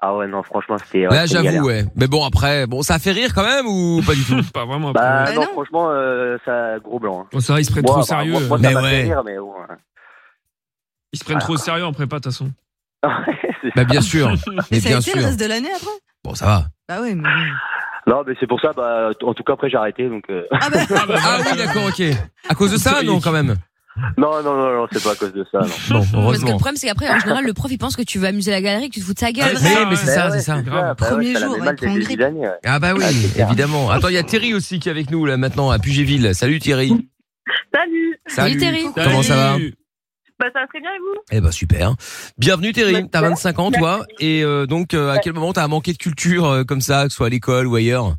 Speaker 8: Ah ouais, non, franchement, c'était. ouais,
Speaker 5: Là,
Speaker 8: c'était une
Speaker 5: j'avoue, ouais.
Speaker 8: galère.
Speaker 5: Mais bon, après, bon, ça a fait rire quand même ou pas du tout
Speaker 2: Pas vraiment.
Speaker 8: Bah, non, franchement, euh, ça, gros blanc. hein.
Speaker 2: Bon, ça va, ils se prennent
Speaker 8: Moi,
Speaker 2: trop au
Speaker 8: bah,
Speaker 2: sérieux.
Speaker 8: moi,
Speaker 5: euh,
Speaker 8: moi, ça
Speaker 2: Mais
Speaker 8: m'a fait
Speaker 2: ouais.
Speaker 8: rire, mais bon, hein. Ah,
Speaker 2: Ils se prennent trop au sérieux en prépa de toute façon.
Speaker 5: Bah bien sûr.
Speaker 3: Mais
Speaker 5: Mais
Speaker 3: ça a
Speaker 5: bien
Speaker 3: été le
Speaker 5: sûr.
Speaker 3: reste de l'année après
Speaker 5: Bon, ça va.
Speaker 3: Bah oui, mais.
Speaker 8: Non, mais c'est pour ça, bah, t- en tout cas, après, j'ai arrêté, donc. euh,
Speaker 5: Ah oui, d'accord, ok. À cause de ça, non, quand même.
Speaker 8: non, non, non, non, c'est pas à cause de ça, non.
Speaker 5: Bon,
Speaker 4: Parce que le problème, c'est qu'après, en général, le prof, il pense que tu veux amuser la galerie, que tu te fous
Speaker 2: Ah,
Speaker 4: de sa gueule.
Speaker 8: Premier jour, mal des début d'année, ouais.
Speaker 5: Ah bah oui, évidemment. Attends, il y a Thierry aussi qui est avec nous là maintenant à Pugéville. Salut Thierry.
Speaker 15: Salut.
Speaker 5: Comment ça va
Speaker 15: Bah ça va très bien et vous
Speaker 5: Eh ben super. Bienvenue Thierry, t'as 25 ans toi et euh, donc euh, à quel moment t'as manqué de culture euh, comme ça, que ce soit à l'école ou ailleurs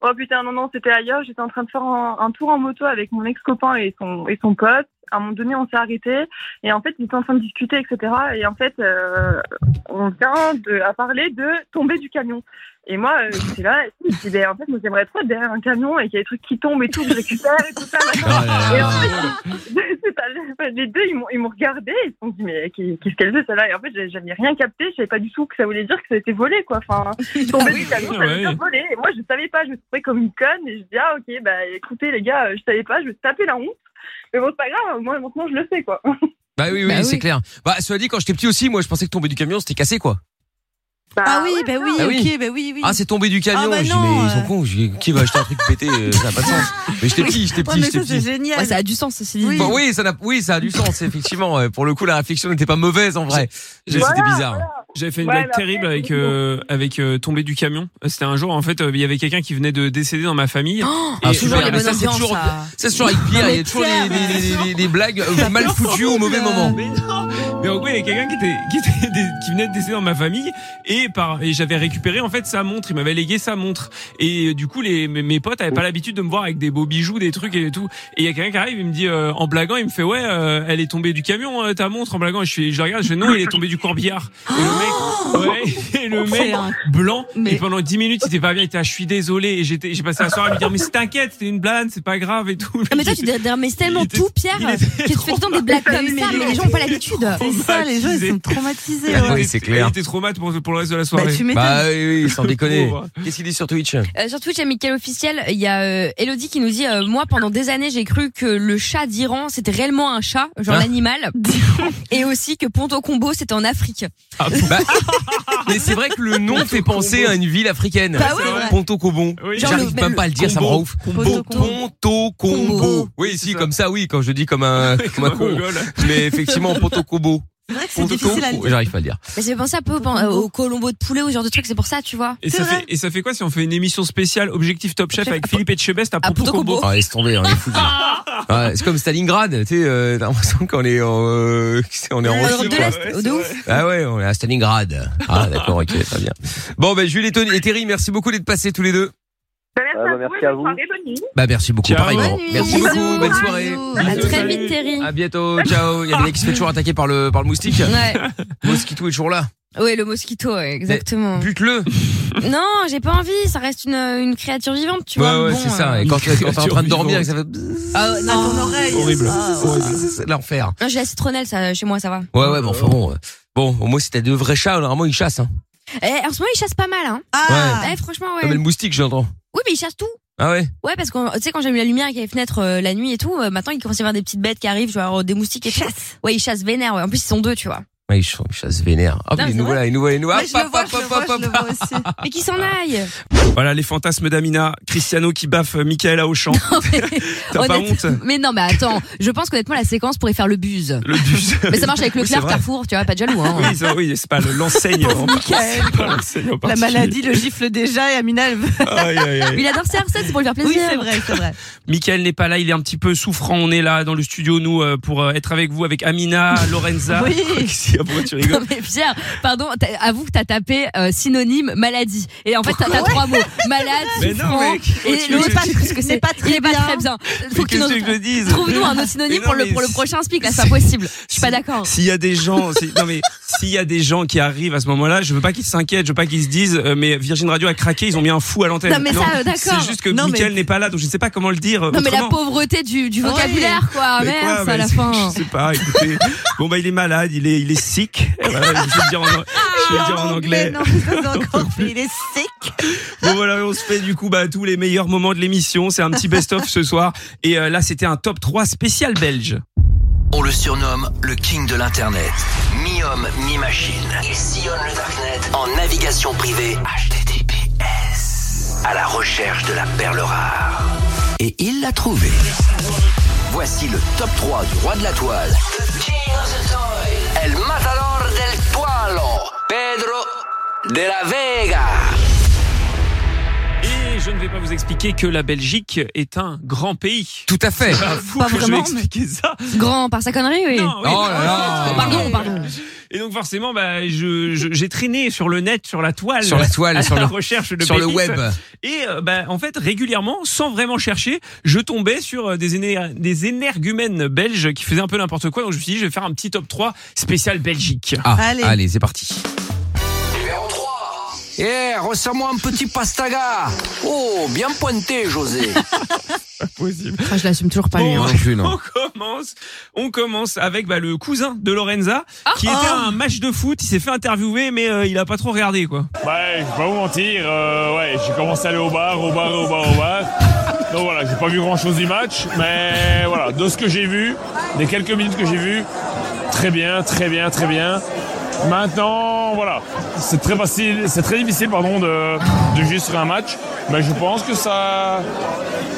Speaker 15: Oh putain, non, non, c'était ailleurs. J'étais en train de faire un, un tour en moto avec mon ex-copain et son, et son pote. À un moment donné, on s'est arrêté et en fait, ils étaient en train de discuter, etc. Et en fait, euh, on vient de, à parler de tomber du camion. Et moi, euh, j'étais là, et je dis, Ben, en fait, moi, j'aimerais trop être derrière un camion et qu'il y ait des trucs qui tombent et tout, que je récupère et tout ça.
Speaker 2: Ah
Speaker 15: machin. et en fait, c'est pas- les deux, ils m'ont- ils m'ont regardé et ils se sont dit, mais qu'est- qu'est-ce qu'elle veut, celle-là Et en fait, j'avais- j'avais rien capté, je savais pas du tout que ça voulait dire que ça a été volé, quoi. Enfin, tomber du camion, ça
Speaker 2: Ah
Speaker 15: veut
Speaker 17: Ouais.
Speaker 15: dire voler. Et moi, je savais pas, je me trouvais comme une conne et je dis, ah, ok, bah écoutez, les gars, euh, je savais pas, je vais se taper la honte. Mais bon, c'est pas grave, moi, maintenant, je le sais, quoi.
Speaker 2: Ah,
Speaker 5: Bah oui, oui, c'est clair. Bah cela dit, quand j'étais petit aussi, moi je pensais que tomber du camion c'était cassé quoi.
Speaker 3: ah oui, bah oui,
Speaker 5: Ah oui.
Speaker 3: ok, bah oui, oui.
Speaker 5: Ah c'est tombé du camion.
Speaker 3: Ah bah
Speaker 5: Je dis,
Speaker 3: non,
Speaker 5: mais
Speaker 3: euh.
Speaker 5: ils sont cons. Je dis, qui va acheter un truc pété euh, Ça n'a pas de sens. Mais j'étais petit, j'étais petit, j'étais petit.
Speaker 3: génial.
Speaker 4: ça a du sens, ceci dit.
Speaker 5: Bon, oui, ça n'a- oui, ça a du sens, effectivement. Euh, Pour le coup, la réflexion n'était pas mauvaise en vrai.
Speaker 2: J'ai-
Speaker 5: C'était
Speaker 2: Voilà,
Speaker 5: bizarre.
Speaker 2: J'avais fait une
Speaker 5: Ouais,
Speaker 2: blague
Speaker 5: mais après,
Speaker 2: terrible avec euh, avec euh, tomber du camion. C'était un jour en fait, euh, il y avait quelqu'un qui venait de décéder dans ma famille.
Speaker 5: Ah, toujours les
Speaker 2: mais
Speaker 5: bonnes
Speaker 2: ça, c'est
Speaker 5: ambiances,
Speaker 2: toujours-
Speaker 5: ça. Ça, c'est toujours avec Pierre, il y a toujours les- les- les- les- les blagues euh, mal foutues au mauvais moment.
Speaker 2: Mais non. Mais en gros, il y a quelqu'un qui était, qui, était dé- qui venait de décéder dans ma famille et par et j'avais récupéré en fait sa montre. Il m'avait légué sa montre et euh, du coup les mes, mes potes avaient pas l'habitude de me voir avec des beaux bijoux, des trucs et tout. Et il y a quelqu'un qui arrive, il me dit euh, en blaguant, il me fait ouais, euh, elle est tombée du camion euh, ta montre en blaguant. Et je fais, je le regarde, je fais non, elle est tombée du corbillard. Et
Speaker 3: Oh
Speaker 2: le mec, ouais,
Speaker 5: Oh,
Speaker 2: et le
Speaker 3: C'est
Speaker 2: mec
Speaker 3: un-
Speaker 2: blanc. Et pendant 10 minutes, il était pas bien. Il était, ah, je suis désolé. Et j'étais, j'ai passé la soirée à lui dire mais t'inquiète, c'était une blague, c'est pas grave et tout.
Speaker 4: Ah, mais toi, tu dérames tellement tout, Pierre, que tu fais tout le temps des blagues comme ça,
Speaker 3: Mais
Speaker 4: mais
Speaker 3: il
Speaker 4: les gens
Speaker 3: était
Speaker 4: ont pas l'habitude.
Speaker 3: C'est ça, les gens, ils sont traumatisés. ouais.
Speaker 5: Ah, c'est clair.
Speaker 2: Il était traumatisé pour, pour le reste de la soirée.
Speaker 5: Bah, tu m'étonnes. Bah oui, oui, sans déconner. Qu'est-ce qu'il dit sur Twitch
Speaker 4: Euh, sur Twitch, à Mickaël officiel, il y a euh, Elodie qui nous dit euh, moi pendant des années j'ai cru que le chat d'Iran c'était réellement un chat, genre
Speaker 5: Hein
Speaker 4: l'animal, et aussi que Ponto Combo c'était en Afrique.
Speaker 5: Bah, Mais c'est vrai que le nom fait penser à une ville africaine.
Speaker 4: Bah ouais. C'est vrai.
Speaker 5: Ponto Combo.
Speaker 4: Oui. Genre
Speaker 5: J'arrive
Speaker 4: le-
Speaker 5: même pas à le dire, ça me
Speaker 4: Combo.
Speaker 5: rend ouf. Ponto Combo. Oui, si, comme ça, oui, quand je dis comme un, comme un con. Mais effectivement, Ponto Combo.
Speaker 4: C'est vrai que
Speaker 5: Ponto, J'arrive pas à le dire.
Speaker 4: Mais ça fait penser un peu au- au colombo de poulet ou ce genre de truc, c'est pour ça, tu vois.
Speaker 2: Et ça, fait, et ça fait quoi si on fait une émission spéciale Objectif Top Chef avec Philippe Etchebest à Ponto Combo
Speaker 5: Ah, laisse tomber, on est foutu. Ah, c'est comme Stalingrad, tu sais, euh, t'as l'impression qu'on est en, euh, on est en
Speaker 4: L'Europe
Speaker 5: Russie,
Speaker 4: de
Speaker 5: quoi.
Speaker 4: l'Est, de ouf.
Speaker 5: Ah ouais, on est à Stalingrad. Ah d'accord, ok, très bien. Bon ben Jules et Tony et Terry, merci beaucoup d'être passés tous les deux.
Speaker 13: Euh, Merci à vous.
Speaker 5: Bah merci beaucoup
Speaker 13: Ciao.
Speaker 5: pareillement.
Speaker 13: Bonne nuit.
Speaker 5: Merci
Speaker 13: Bisous.
Speaker 5: beaucoup, bonne soirée.
Speaker 4: À très vite, Terry.
Speaker 5: À bientôt, ciao. Il y a des mecs qui se fait toujours attaquer par le par le moustique.
Speaker 4: Ouais.
Speaker 5: Mosquito est toujours là.
Speaker 4: Oui, le mosquito, ouais, exactement.
Speaker 5: Bute-le.
Speaker 4: Non, j'ai pas envie, ça reste une, une créature vivante, tu vois.
Speaker 5: ouais ouais,
Speaker 4: bon,
Speaker 5: c'est
Speaker 4: euh,
Speaker 5: ça. Et quand tu es en train de dormir, et que ça fait
Speaker 4: Ah, non. ton oreille. Ah,
Speaker 5: horrible, horrible. l'enfer.
Speaker 4: Non, j'ai la citronnelle, ça, chez moi, ça va.
Speaker 5: Ouais ouais, mais enfin bon. euh, Bon, au moins si t'as de vrais chats, normalement ils chassent. Hein.
Speaker 4: Eh, en ce moment, ils chassent pas mal, hein.
Speaker 5: Ah.
Speaker 4: Eh, franchement,
Speaker 5: Ah,
Speaker 4: ouais.
Speaker 5: mais le moustique, j'entends.
Speaker 4: Oui, mais ils chassent tout.
Speaker 5: Ah ouais.
Speaker 4: Ouais, parce que tu sais, quand j'allume la lumière avec les fenêtres euh, la nuit et tout, euh, maintenant, ils commencent à voir des petites bêtes qui arrivent, genre euh, des moustiques et tout. Ouais, ils chassent vénère, ouais. En plus, ils sont deux, tu vois.
Speaker 3: Ah.
Speaker 5: Ouais, ils ch- ils chassent vénère. Hop,
Speaker 4: Non,
Speaker 5: les
Speaker 4: c'est
Speaker 5: nouveaux
Speaker 4: vrai.
Speaker 5: là, les nouveaux, les nouveaux.
Speaker 4: Ouais,
Speaker 5: Hop,
Speaker 4: je le
Speaker 5: hop,
Speaker 4: vois,
Speaker 5: hop,
Speaker 4: je le
Speaker 5: hop,
Speaker 4: vois,
Speaker 5: hop,
Speaker 4: je le
Speaker 5: hop.
Speaker 4: vois aussi. Mais qu'ils s'en aillent.
Speaker 2: Voilà les fantasmes d'Amina, Cristiano qui baffe Michaela Auchan. T'as pas honte
Speaker 4: Honnête- Mais non, mais attends, je pense qu'honnêtement, la séquence pourrait faire le buse.
Speaker 2: Le bus.
Speaker 4: Mais ça marche avec le
Speaker 2: Oui, c'est
Speaker 4: Claire
Speaker 2: vrai.
Speaker 4: Carrefour, tu vois, pas de jaloux, hein.
Speaker 2: Oui, ça, oui, c'est pas le- l'enseigne. en-
Speaker 4: Michael,
Speaker 2: c'est pas l'enseigne en
Speaker 3: La
Speaker 2: particulier.
Speaker 3: maladie le gifle déjà et Amina, elle veut.
Speaker 2: Aïe, aïe, aïe.
Speaker 4: Il adore ses recettes, c'est pour lui faire plaisir.
Speaker 3: Oui, c'est vrai, c'est vrai.
Speaker 2: Michael n'est pas là, il est un petit peu souffrant. On est là dans le studio, nous, euh, pour euh, être avec vous, avec Amina, Lorenza.
Speaker 4: Oui.
Speaker 2: Qu'est-ce qu'il y a Pourquoi tu
Speaker 4: Non
Speaker 2: rigoles
Speaker 4: mais Pierre, pardon, t'as- avoue que t'as tapé euh, synonyme maladie. Et en fait, t'as t'as trois mots. Malade,
Speaker 2: Mais non,
Speaker 4: souffrant
Speaker 2: mec, faut
Speaker 4: et
Speaker 2: que tu-
Speaker 4: l'autre, je sais pas ce que c'est.
Speaker 3: pas très
Speaker 4: Il est pas
Speaker 3: bien.
Speaker 4: très bien.
Speaker 2: Mais
Speaker 4: Faut que tu
Speaker 2: qu'est-ce
Speaker 4: nous-
Speaker 2: que je dise
Speaker 4: Trouve-nous un autre synonyme
Speaker 2: Mais
Speaker 4: pour,
Speaker 2: non,
Speaker 4: le,
Speaker 2: mais
Speaker 4: pour le
Speaker 2: si-
Speaker 4: prochain speak, là, c'est pas possible. Je suis pas d'accord.
Speaker 2: S'il y a des gens, si- non mais s'il y a des gens qui arrivent à ce moment-là, je veux pas qu'ils s'inquiètent, je veux pas qu'ils se disent, euh, mais Virgin Radio a craqué, ils ont mis un fou à l'antenne.
Speaker 4: Non, mais ça, euh, d'accord.
Speaker 2: C'est juste que
Speaker 4: Non, mais-
Speaker 2: Michael n'est pas là, donc je ne sais pas comment le dire. euh,
Speaker 4: Non mais la
Speaker 2: autrement. Ah
Speaker 4: pauvreté du, du
Speaker 3: Oui.
Speaker 4: vocabulaire, quoi.
Speaker 2: Mais
Speaker 4: Merde,
Speaker 2: quoi,
Speaker 4: ça, à
Speaker 2: mais
Speaker 4: la
Speaker 2: c'est-
Speaker 4: fin.
Speaker 2: Je sais pas, écoutez. bon, bah, il est malade, il est, il est sick. Voilà, je vais le dire en, je vais le
Speaker 4: Ah,
Speaker 2: dire en anglais.
Speaker 3: Non, mais ça, c'est encore pire, il est sec.
Speaker 2: Bon, voilà, on se fait du coup, bah, tous les meilleurs moments de l'émission. C'est un petit best-of ce soir. Et euh, là, c'était un top 3 spécial belge.
Speaker 1: On le surnomme le king de l'internet. Mi-homme, mi-machine. Il sillonne le darknet en navigation privée HTTPS à la recherche de la perle rare. Et il l'a trouvé. Voici le top 3 du roi de la toile. El matador del toalo, Pedro de la Vega.
Speaker 2: Et je ne vais pas vous expliquer que la Belgique est un grand pays.
Speaker 5: Tout à fait.
Speaker 2: C'est pas fou
Speaker 4: Pas
Speaker 2: que je vais
Speaker 4: vraiment,
Speaker 2: expliquer ça.
Speaker 4: Grand par sa connerie, oui.
Speaker 2: Non, oui.
Speaker 5: Oh là là.
Speaker 4: Pardon, pardon.
Speaker 2: Et donc forcément, bah, je, je- j'ai traîné sur le net, sur la toile,
Speaker 5: Sur la toile,
Speaker 2: à
Speaker 5: sur
Speaker 2: la
Speaker 5: le-
Speaker 2: recherche de
Speaker 5: sur le
Speaker 2: pépites.
Speaker 5: web.
Speaker 2: Et euh, bah, en fait, régulièrement, sans vraiment chercher, je tombais sur euh, des, éner- des énergumènes belges qui faisaient un peu n'importe quoi. Donc je me suis dit, je vais faire un petit top 3 spécial Belgique.
Speaker 5: Ah,
Speaker 3: Allez.
Speaker 5: allez, c'est parti.
Speaker 1: Eh, ressors-moi un petit pastaga. Oh, bien pointé, José.
Speaker 2: Possible.
Speaker 4: Ah, je l'assume toujours pas, lui.
Speaker 2: Bon,
Speaker 4: hein.
Speaker 5: non plus, non.
Speaker 2: On commence, on commence avec bah, le cousin de Lorenza qui
Speaker 4: oh.
Speaker 2: était à un match de foot. Il s'est fait interviewer, mais euh, il a pas trop regardé quoi.
Speaker 17: Ouais, je vais pas vous mentir, euh, ouais, j'ai commencé à aller au bar, au bar, au bar, au bar. Donc voilà, j'ai pas vu grand chose du match, mais voilà, de ce que j'ai vu, des quelques minutes que j'ai vues, très bien, très bien, très bien. Maintenant, voilà, c'est très facile, c'est très difficile, pardon, de, de juger sur un match, mais je pense que ça.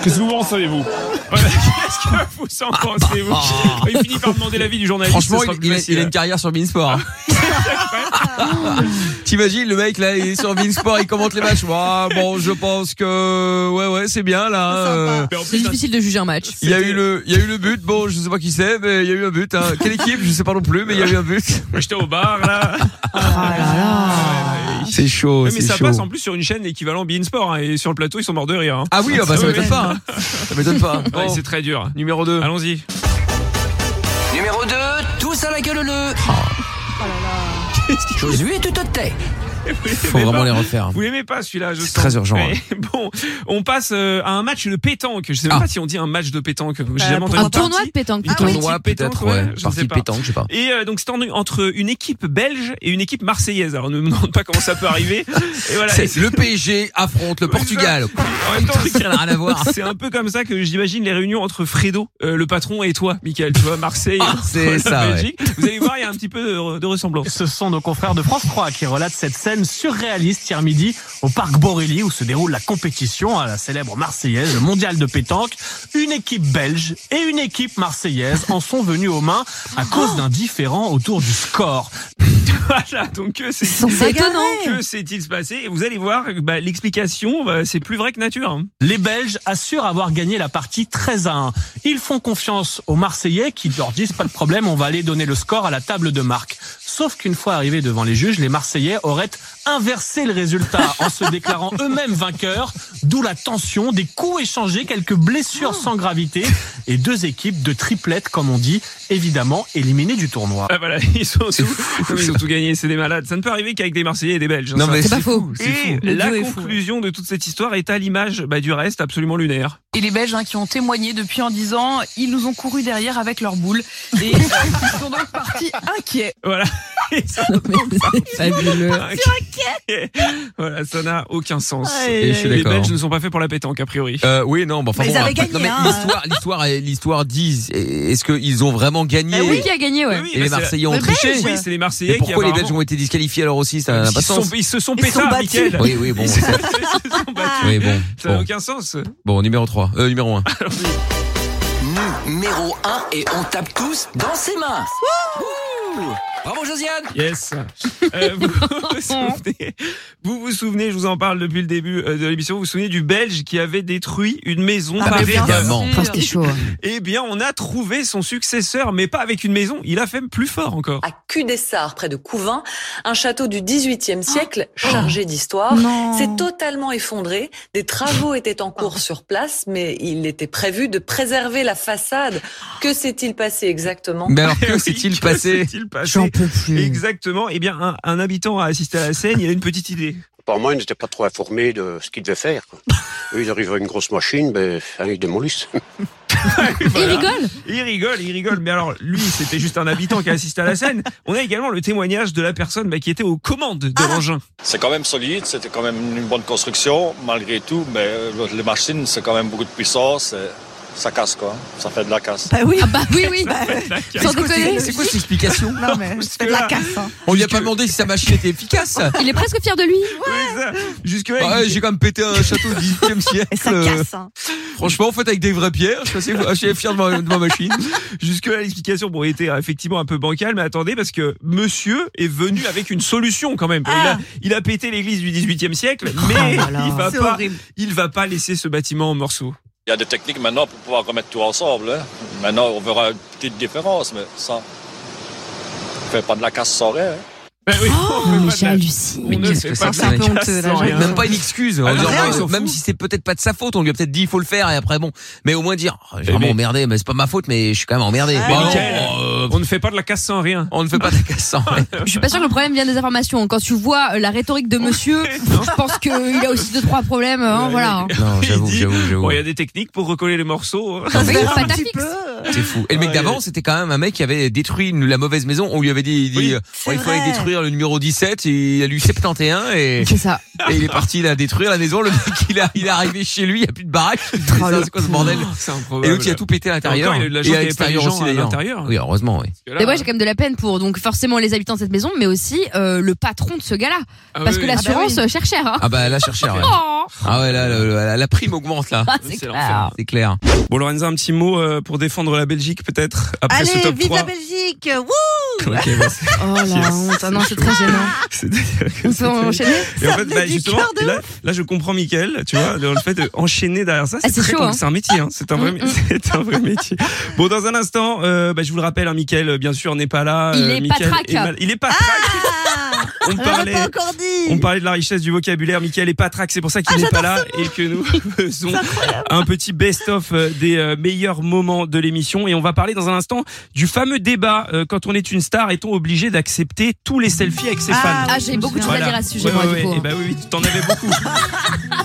Speaker 17: Qu'est-ce que vous en savez-vous
Speaker 2: Voilà, Qu'est-ce que vous en pensez vous
Speaker 5: Ah.
Speaker 2: Il finit par demander l'avis du journaliste.
Speaker 5: Oh. Franchement,
Speaker 2: ce sera
Speaker 5: il,
Speaker 2: plus
Speaker 5: il a,
Speaker 2: facile.
Speaker 5: il a une carrière sur Beansport. hein. T'imagines le mec là, il est sur Beansport, il commente les matchs. Ouah, bon, je pense que ouais, ouais, c'est bien là. hein. Euh,
Speaker 2: Mais en
Speaker 4: C'est
Speaker 2: plus,
Speaker 4: difficile de juger un match.
Speaker 5: Il y a eu le, il y a eu le but. Bon, je sais pas qui c'est, mais il y a eu un but. hein. Quelle équipe Je sais pas non plus, mais il y a eu un but.
Speaker 2: J'étais au bar là.
Speaker 4: Ah là là.
Speaker 5: C'est chaud,
Speaker 2: Ouais, mais
Speaker 5: Oh, c'est
Speaker 2: ça
Speaker 5: chaud.
Speaker 2: passe en plus sur une chaîne équivalent Bein Sport hein, et sur le plateau ils sont morts de rire. hein.
Speaker 5: Ah oui, ah bah, ça
Speaker 2: Ouais,
Speaker 5: m'étonne
Speaker 2: ouais.
Speaker 5: pas. hein. Ça m'étonne pas.
Speaker 2: Ouais,
Speaker 5: Bon,
Speaker 2: c'est très dur.
Speaker 5: numéro 2
Speaker 2: Allons-y.
Speaker 1: Numéro 2, tous à la gueule leu. Josué, tu te tais.
Speaker 5: Faut vraiment les refaire.
Speaker 2: Vous l'aimez pas celui-là, je
Speaker 5: C'est
Speaker 2: sens.
Speaker 5: très urgent,
Speaker 2: Mais
Speaker 5: hein.
Speaker 2: Bon, on passe euh, à un match de pétanque. Je sais même
Speaker 5: Ah.
Speaker 2: pas si on dit un match de pétanque. J'ai jamais entendu
Speaker 4: Euh, Un
Speaker 2: partie.
Speaker 4: tournoi de pétanque.
Speaker 5: Un
Speaker 2: Ah oui,
Speaker 5: tournoi
Speaker 2: type pétanque,
Speaker 5: peut-être,
Speaker 2: ouais,
Speaker 5: ouais.
Speaker 2: je sais
Speaker 5: Partie
Speaker 2: pas.
Speaker 5: pétanque, je sais pas.
Speaker 2: Et euh, donc c'est en- entre une équipe belge et une équipe marseillaise. Alors ne me demande pas comment ça peut arriver. Et voilà. Et
Speaker 5: C'est- Le PSG affronte le
Speaker 2: Oui,
Speaker 5: Portugal.
Speaker 2: en même temps,
Speaker 5: Ça n'a rien à voir.
Speaker 2: C'est un peu comme ça que j'imagine les réunions entre Fredo, euh, le patron, et toi, Michael. Tu vois, Marseille,
Speaker 5: Ah, c'est
Speaker 2: la
Speaker 5: ça, ouais.
Speaker 2: Belgique. Vous allez voir, il y a un petit peu de, de ressemblance.
Speaker 12: Ce sont nos confrères de France 3 qui relatent cette scène. scène surréaliste hier midi au parc Borély où se déroule la compétition à la célèbre Marseillaise, le mondial de pétanque. Une équipe belge et une équipe marseillaise en sont venues aux mains à cause d'un différent autour du score.
Speaker 2: Voilà, donc que c'est
Speaker 12: sont étonnants.
Speaker 2: Que s'est-il passé Et vous allez voir, bah, l'explication, bah, c'est plus vrai que nature. hein.
Speaker 12: Les Belges assurent avoir gagné la partie 13 à 1. Ils font confiance aux Marseillais qui leur disent pas de problème, on va aller donner le score à la table de marque. Sauf qu'une fois arrivés devant les juges, les Marseillais auraient inversé le résultat en se déclarant eux-mêmes vainqueurs, d'où la tension, des coups échangés, quelques blessures sans gravité et deux équipes de triplettes comme on dit, évidemment éliminées du tournoi.
Speaker 2: Ah, voilà, ils sont tout, ils ont tout gagné, c'est des malades. Ça ne peut arriver qu'avec des Marseillais et des Belges. hein,
Speaker 5: Non,
Speaker 2: ça.
Speaker 5: mais C'est c'est pas fou, fou. c'est
Speaker 2: Et
Speaker 5: fou. Le
Speaker 2: la
Speaker 5: duo est fou.
Speaker 2: conclusion de toute cette histoire est à l'image bah, du reste absolument lunaire.
Speaker 18: Et les Belges hein, qui ont témoigné depuis en disant ils nous ont couru derrière avec leurs boules et euh, ils sont donc partis inquiets.
Speaker 2: Voilà.
Speaker 18: fabuleux.
Speaker 2: voilà, ça n'a aucun sens.
Speaker 5: Et je suis
Speaker 2: les
Speaker 5: d'accord.
Speaker 2: Belges ne sont pas faits pour la pétanque a priori.
Speaker 5: Euh, oui, non, bon, enfin
Speaker 2: Mais
Speaker 5: bon,
Speaker 2: ils avaient
Speaker 5: après-
Speaker 2: gagné,
Speaker 5: non, mais
Speaker 2: hein.
Speaker 5: l'histoire, l'histoire, est- l'histoire dit, est-ce qu'ils ont vraiment gagné
Speaker 4: Ah Bah oui, qui a gagné, ouais.
Speaker 5: Et les Marseillais ont triché.
Speaker 2: Oui, c'est les Marseillais
Speaker 5: Et pourquoi
Speaker 2: qui
Speaker 5: les Belges ont été disqualifiés alors aussi Ça n'a
Speaker 2: ils,
Speaker 5: pas de
Speaker 2: sont-
Speaker 5: sens.
Speaker 2: ils se sont
Speaker 5: Ils sont
Speaker 2: pétards,
Speaker 5: battus.
Speaker 2: Mickaël.
Speaker 5: Oui, oui, bon,
Speaker 2: Ils se-
Speaker 5: c'est-
Speaker 2: ils se sont battus.
Speaker 5: Oui, bon.
Speaker 2: Ça n'a
Speaker 5: bon.
Speaker 2: aucun sens.
Speaker 5: Bon, numéro 3. Euh, numéro 1.
Speaker 1: Numéro 1 et on tape tous dans ses mains. Wouhou Bravo Josiane
Speaker 2: Yes. Euh, vous, vous souvenez- vous vous souvenez, je vous en parle depuis le début euh, de l'émission, vous vous souvenez du Belge qui avait détruit une maison
Speaker 5: Ah, bah,
Speaker 2: pavée
Speaker 5: bien
Speaker 2: d'œufs.
Speaker 5: sûr. Évidemment. C'était chaud, hein.
Speaker 2: Eh bien, on a trouvé son successeur, mais pas avec une maison, il a fait plus fort encore.
Speaker 5: Ah,
Speaker 19: Cudessart, près de Couvin, un château du XVIIIe
Speaker 3: Oh.
Speaker 19: siècle chargé d'histoire. C'est totalement effondré. Des travaux étaient en cours sur place, mais il était prévu de préserver la façade. Que s'est-il passé exactement
Speaker 5: Mais alors, que s'est-il passé
Speaker 2: J'en peux plus. Exactement. Eh bien, un, un habitant a assisté à la scène, il a une petite idée.
Speaker 20: Apparemment, ils n'étaient pas trop informés de ce qu'ils devaient faire. quoi. Eux, ils arrivent à une grosse machine, ben, allez, ils démolissent.
Speaker 2: Il rigole Il rigole, il rigole. Mais alors, lui, c'était juste un habitant qui a assisté à la scène. On a également le témoignage de la personne bah, qui était aux commandes de l'engin.
Speaker 21: C'est quand même solide, c'était quand même une bonne construction, malgré tout, mais euh, les machines, c'est quand même beaucoup de puissance, et ça casse quoi, hein. ça fait de la casse.
Speaker 3: Bah oui.
Speaker 4: bah oui, oui.
Speaker 5: Sans déconner. C'est quoi cette explication
Speaker 3: Non, mais c'est de la casse. hein.
Speaker 5: On lui a pas demandé si sa machine était efficace.
Speaker 4: Il est presque fier de lui.
Speaker 2: Jusque
Speaker 5: Ah ouais, j'ai quand même pété un château du 18 e siècle.
Speaker 4: ça casse, hein.
Speaker 5: Franchement, en fait, avec des vraies pierres, je suis assez, assez fier de ma, de ma machine.
Speaker 2: Jusque-là, l'explication bon, était euh, effectivement un peu bancale, mais attendez, parce que monsieur est venu avec une solution quand même. Bon, il, a, il a pété l'église du 18e siècle, mais
Speaker 21: Oh là là.
Speaker 2: il va
Speaker 21: C'est
Speaker 2: pas,
Speaker 21: horrible.
Speaker 2: il va pas laisser ce bâtiment en morceaux.
Speaker 21: Il y a des techniques maintenant pour pouvoir remettre tout ensemble. hein. Maintenant, on verra une petite différence, mais ça fait pas de la casse sans rien. hein.
Speaker 2: Bah
Speaker 5: mais
Speaker 2: Mais
Speaker 5: Mais
Speaker 2: qu'est-ce
Speaker 5: qu'est-ce
Speaker 2: fait
Speaker 5: que
Speaker 2: que pas c'est
Speaker 5: c'est
Speaker 2: que ça, de mec casse sans rien.
Speaker 5: Même pas une excuse.
Speaker 2: Ah non,
Speaker 5: En disant,
Speaker 2: rien,
Speaker 5: bah,
Speaker 2: ils s'en
Speaker 5: même
Speaker 2: foutent.
Speaker 5: si c'est peut-être pas de sa faute, on lui a peut-être dit il faut le faire et après bon. Mais au moins dire, oh, j'ai vraiment emmerdé, mais c'est pas ma faute, mais je suis quand même emmerdé.
Speaker 2: Mais
Speaker 5: Bah non,
Speaker 2: Mickaël,
Speaker 5: euh,
Speaker 2: on ne fait pas de la casse sans rien.
Speaker 5: On ne fait pas de la casse sans rien.
Speaker 4: Je suis pas sûr que le problème vient des informations. Quand tu vois euh, la rhétorique de monsieur, je pense qu'il a aussi deux trois problèmes. hein, voilà.
Speaker 5: Non, j'avoue, j'avoue,
Speaker 2: Bon, Il
Speaker 5: j'avoue.
Speaker 2: y a des techniques pour recoller les morceaux. hein.
Speaker 5: C'est fou. Et le
Speaker 2: Ah,
Speaker 5: mec d'avant, c'était quand même un mec qui avait détruit une- la mauvaise maison. On lui avait dit, il, dit, euh, ouais, il fallait détruire le numéro 17. Et il a lu 71 et,
Speaker 4: C'est ça.
Speaker 5: et il est parti la détruire la maison. Le mec, il, a, il est arrivé chez lui, il n'y a plus de baraque.
Speaker 4: Oh,
Speaker 5: Il fait ça, C'est quoi ce bordel
Speaker 2: C'est
Speaker 5: Et
Speaker 2: improbable.
Speaker 5: l'autre, il a tout pété à l'intérieur.
Speaker 2: Encore, il y a eu de la
Speaker 5: Et
Speaker 2: chance
Speaker 5: à
Speaker 2: qu'il y avait pas
Speaker 5: l'extérieur
Speaker 2: les gens
Speaker 5: aussi,
Speaker 2: à
Speaker 5: d'ailleurs.
Speaker 2: l'intérieur.
Speaker 5: Oui, heureusement, oui.
Speaker 4: Mais moi j'ai quand même de la peine pour donc forcément les habitants de cette maison, mais aussi euh, le patron de ce gars-là,
Speaker 5: Ah
Speaker 4: parce
Speaker 5: oui,
Speaker 4: que
Speaker 5: oui.
Speaker 4: l'assurance
Speaker 5: Ah bah oui.
Speaker 4: euh, cher cher. Hein.
Speaker 5: Ah bah là, chercher. Ouais.
Speaker 4: Oh.
Speaker 5: Ah ouais, là, le- le- la, la prime augmente là.
Speaker 4: Ah, c'est C'est clair. l'enfer.
Speaker 5: C'est clair.
Speaker 2: Bon, Lorenza, un petit mot euh, pour défendre la Belgique, peut-être, après
Speaker 3: Allez,
Speaker 2: ce top
Speaker 3: vive
Speaker 2: 3.
Speaker 3: la Belgique Wouh
Speaker 2: Ok, bah, c'est-
Speaker 4: Oh la honte, ah non c'est très gênant. On peut enchaîner
Speaker 2: Et en fait, bah, justement, et là, là, je comprends Mickaël, tu vois, le le fait d'enchaîner derrière ça,
Speaker 4: Ah,
Speaker 2: c'est
Speaker 4: c'est
Speaker 2: très
Speaker 4: chaud,
Speaker 2: compli-
Speaker 4: hein. mm.
Speaker 2: c'est un métier, hein, c'est un, vrai- c'est un vrai métier. Bon, dans un instant, euh, bah, je vous le rappelle, hein, Mickaël, euh, bien sûr, n'est pas là.
Speaker 4: Il
Speaker 2: euh,
Speaker 4: est Ah
Speaker 2: Mickaël
Speaker 4: patraque.
Speaker 2: mal- Il est pas on parlait, on parlait de la richesse du vocabulaire. Michael est patraque, c'est pour ça qu'il
Speaker 4: Ah,
Speaker 2: n'est pas là et que nous faisons un petit best-of euh, des euh, meilleurs moments de l'émission. Et on va parler dans un instant du fameux débat euh, quand on est une star, est-on obligé d'accepter tous les selfies avec ses
Speaker 4: Ah,
Speaker 2: fans
Speaker 4: ah, j'ai beaucoup de choses à dire à ce sujet,
Speaker 2: Ouais, Eh
Speaker 4: moi,
Speaker 2: ouais,
Speaker 4: du
Speaker 2: ouais.
Speaker 4: coup, hein.
Speaker 2: Eh ben oui, oui, t'en avais beaucoup.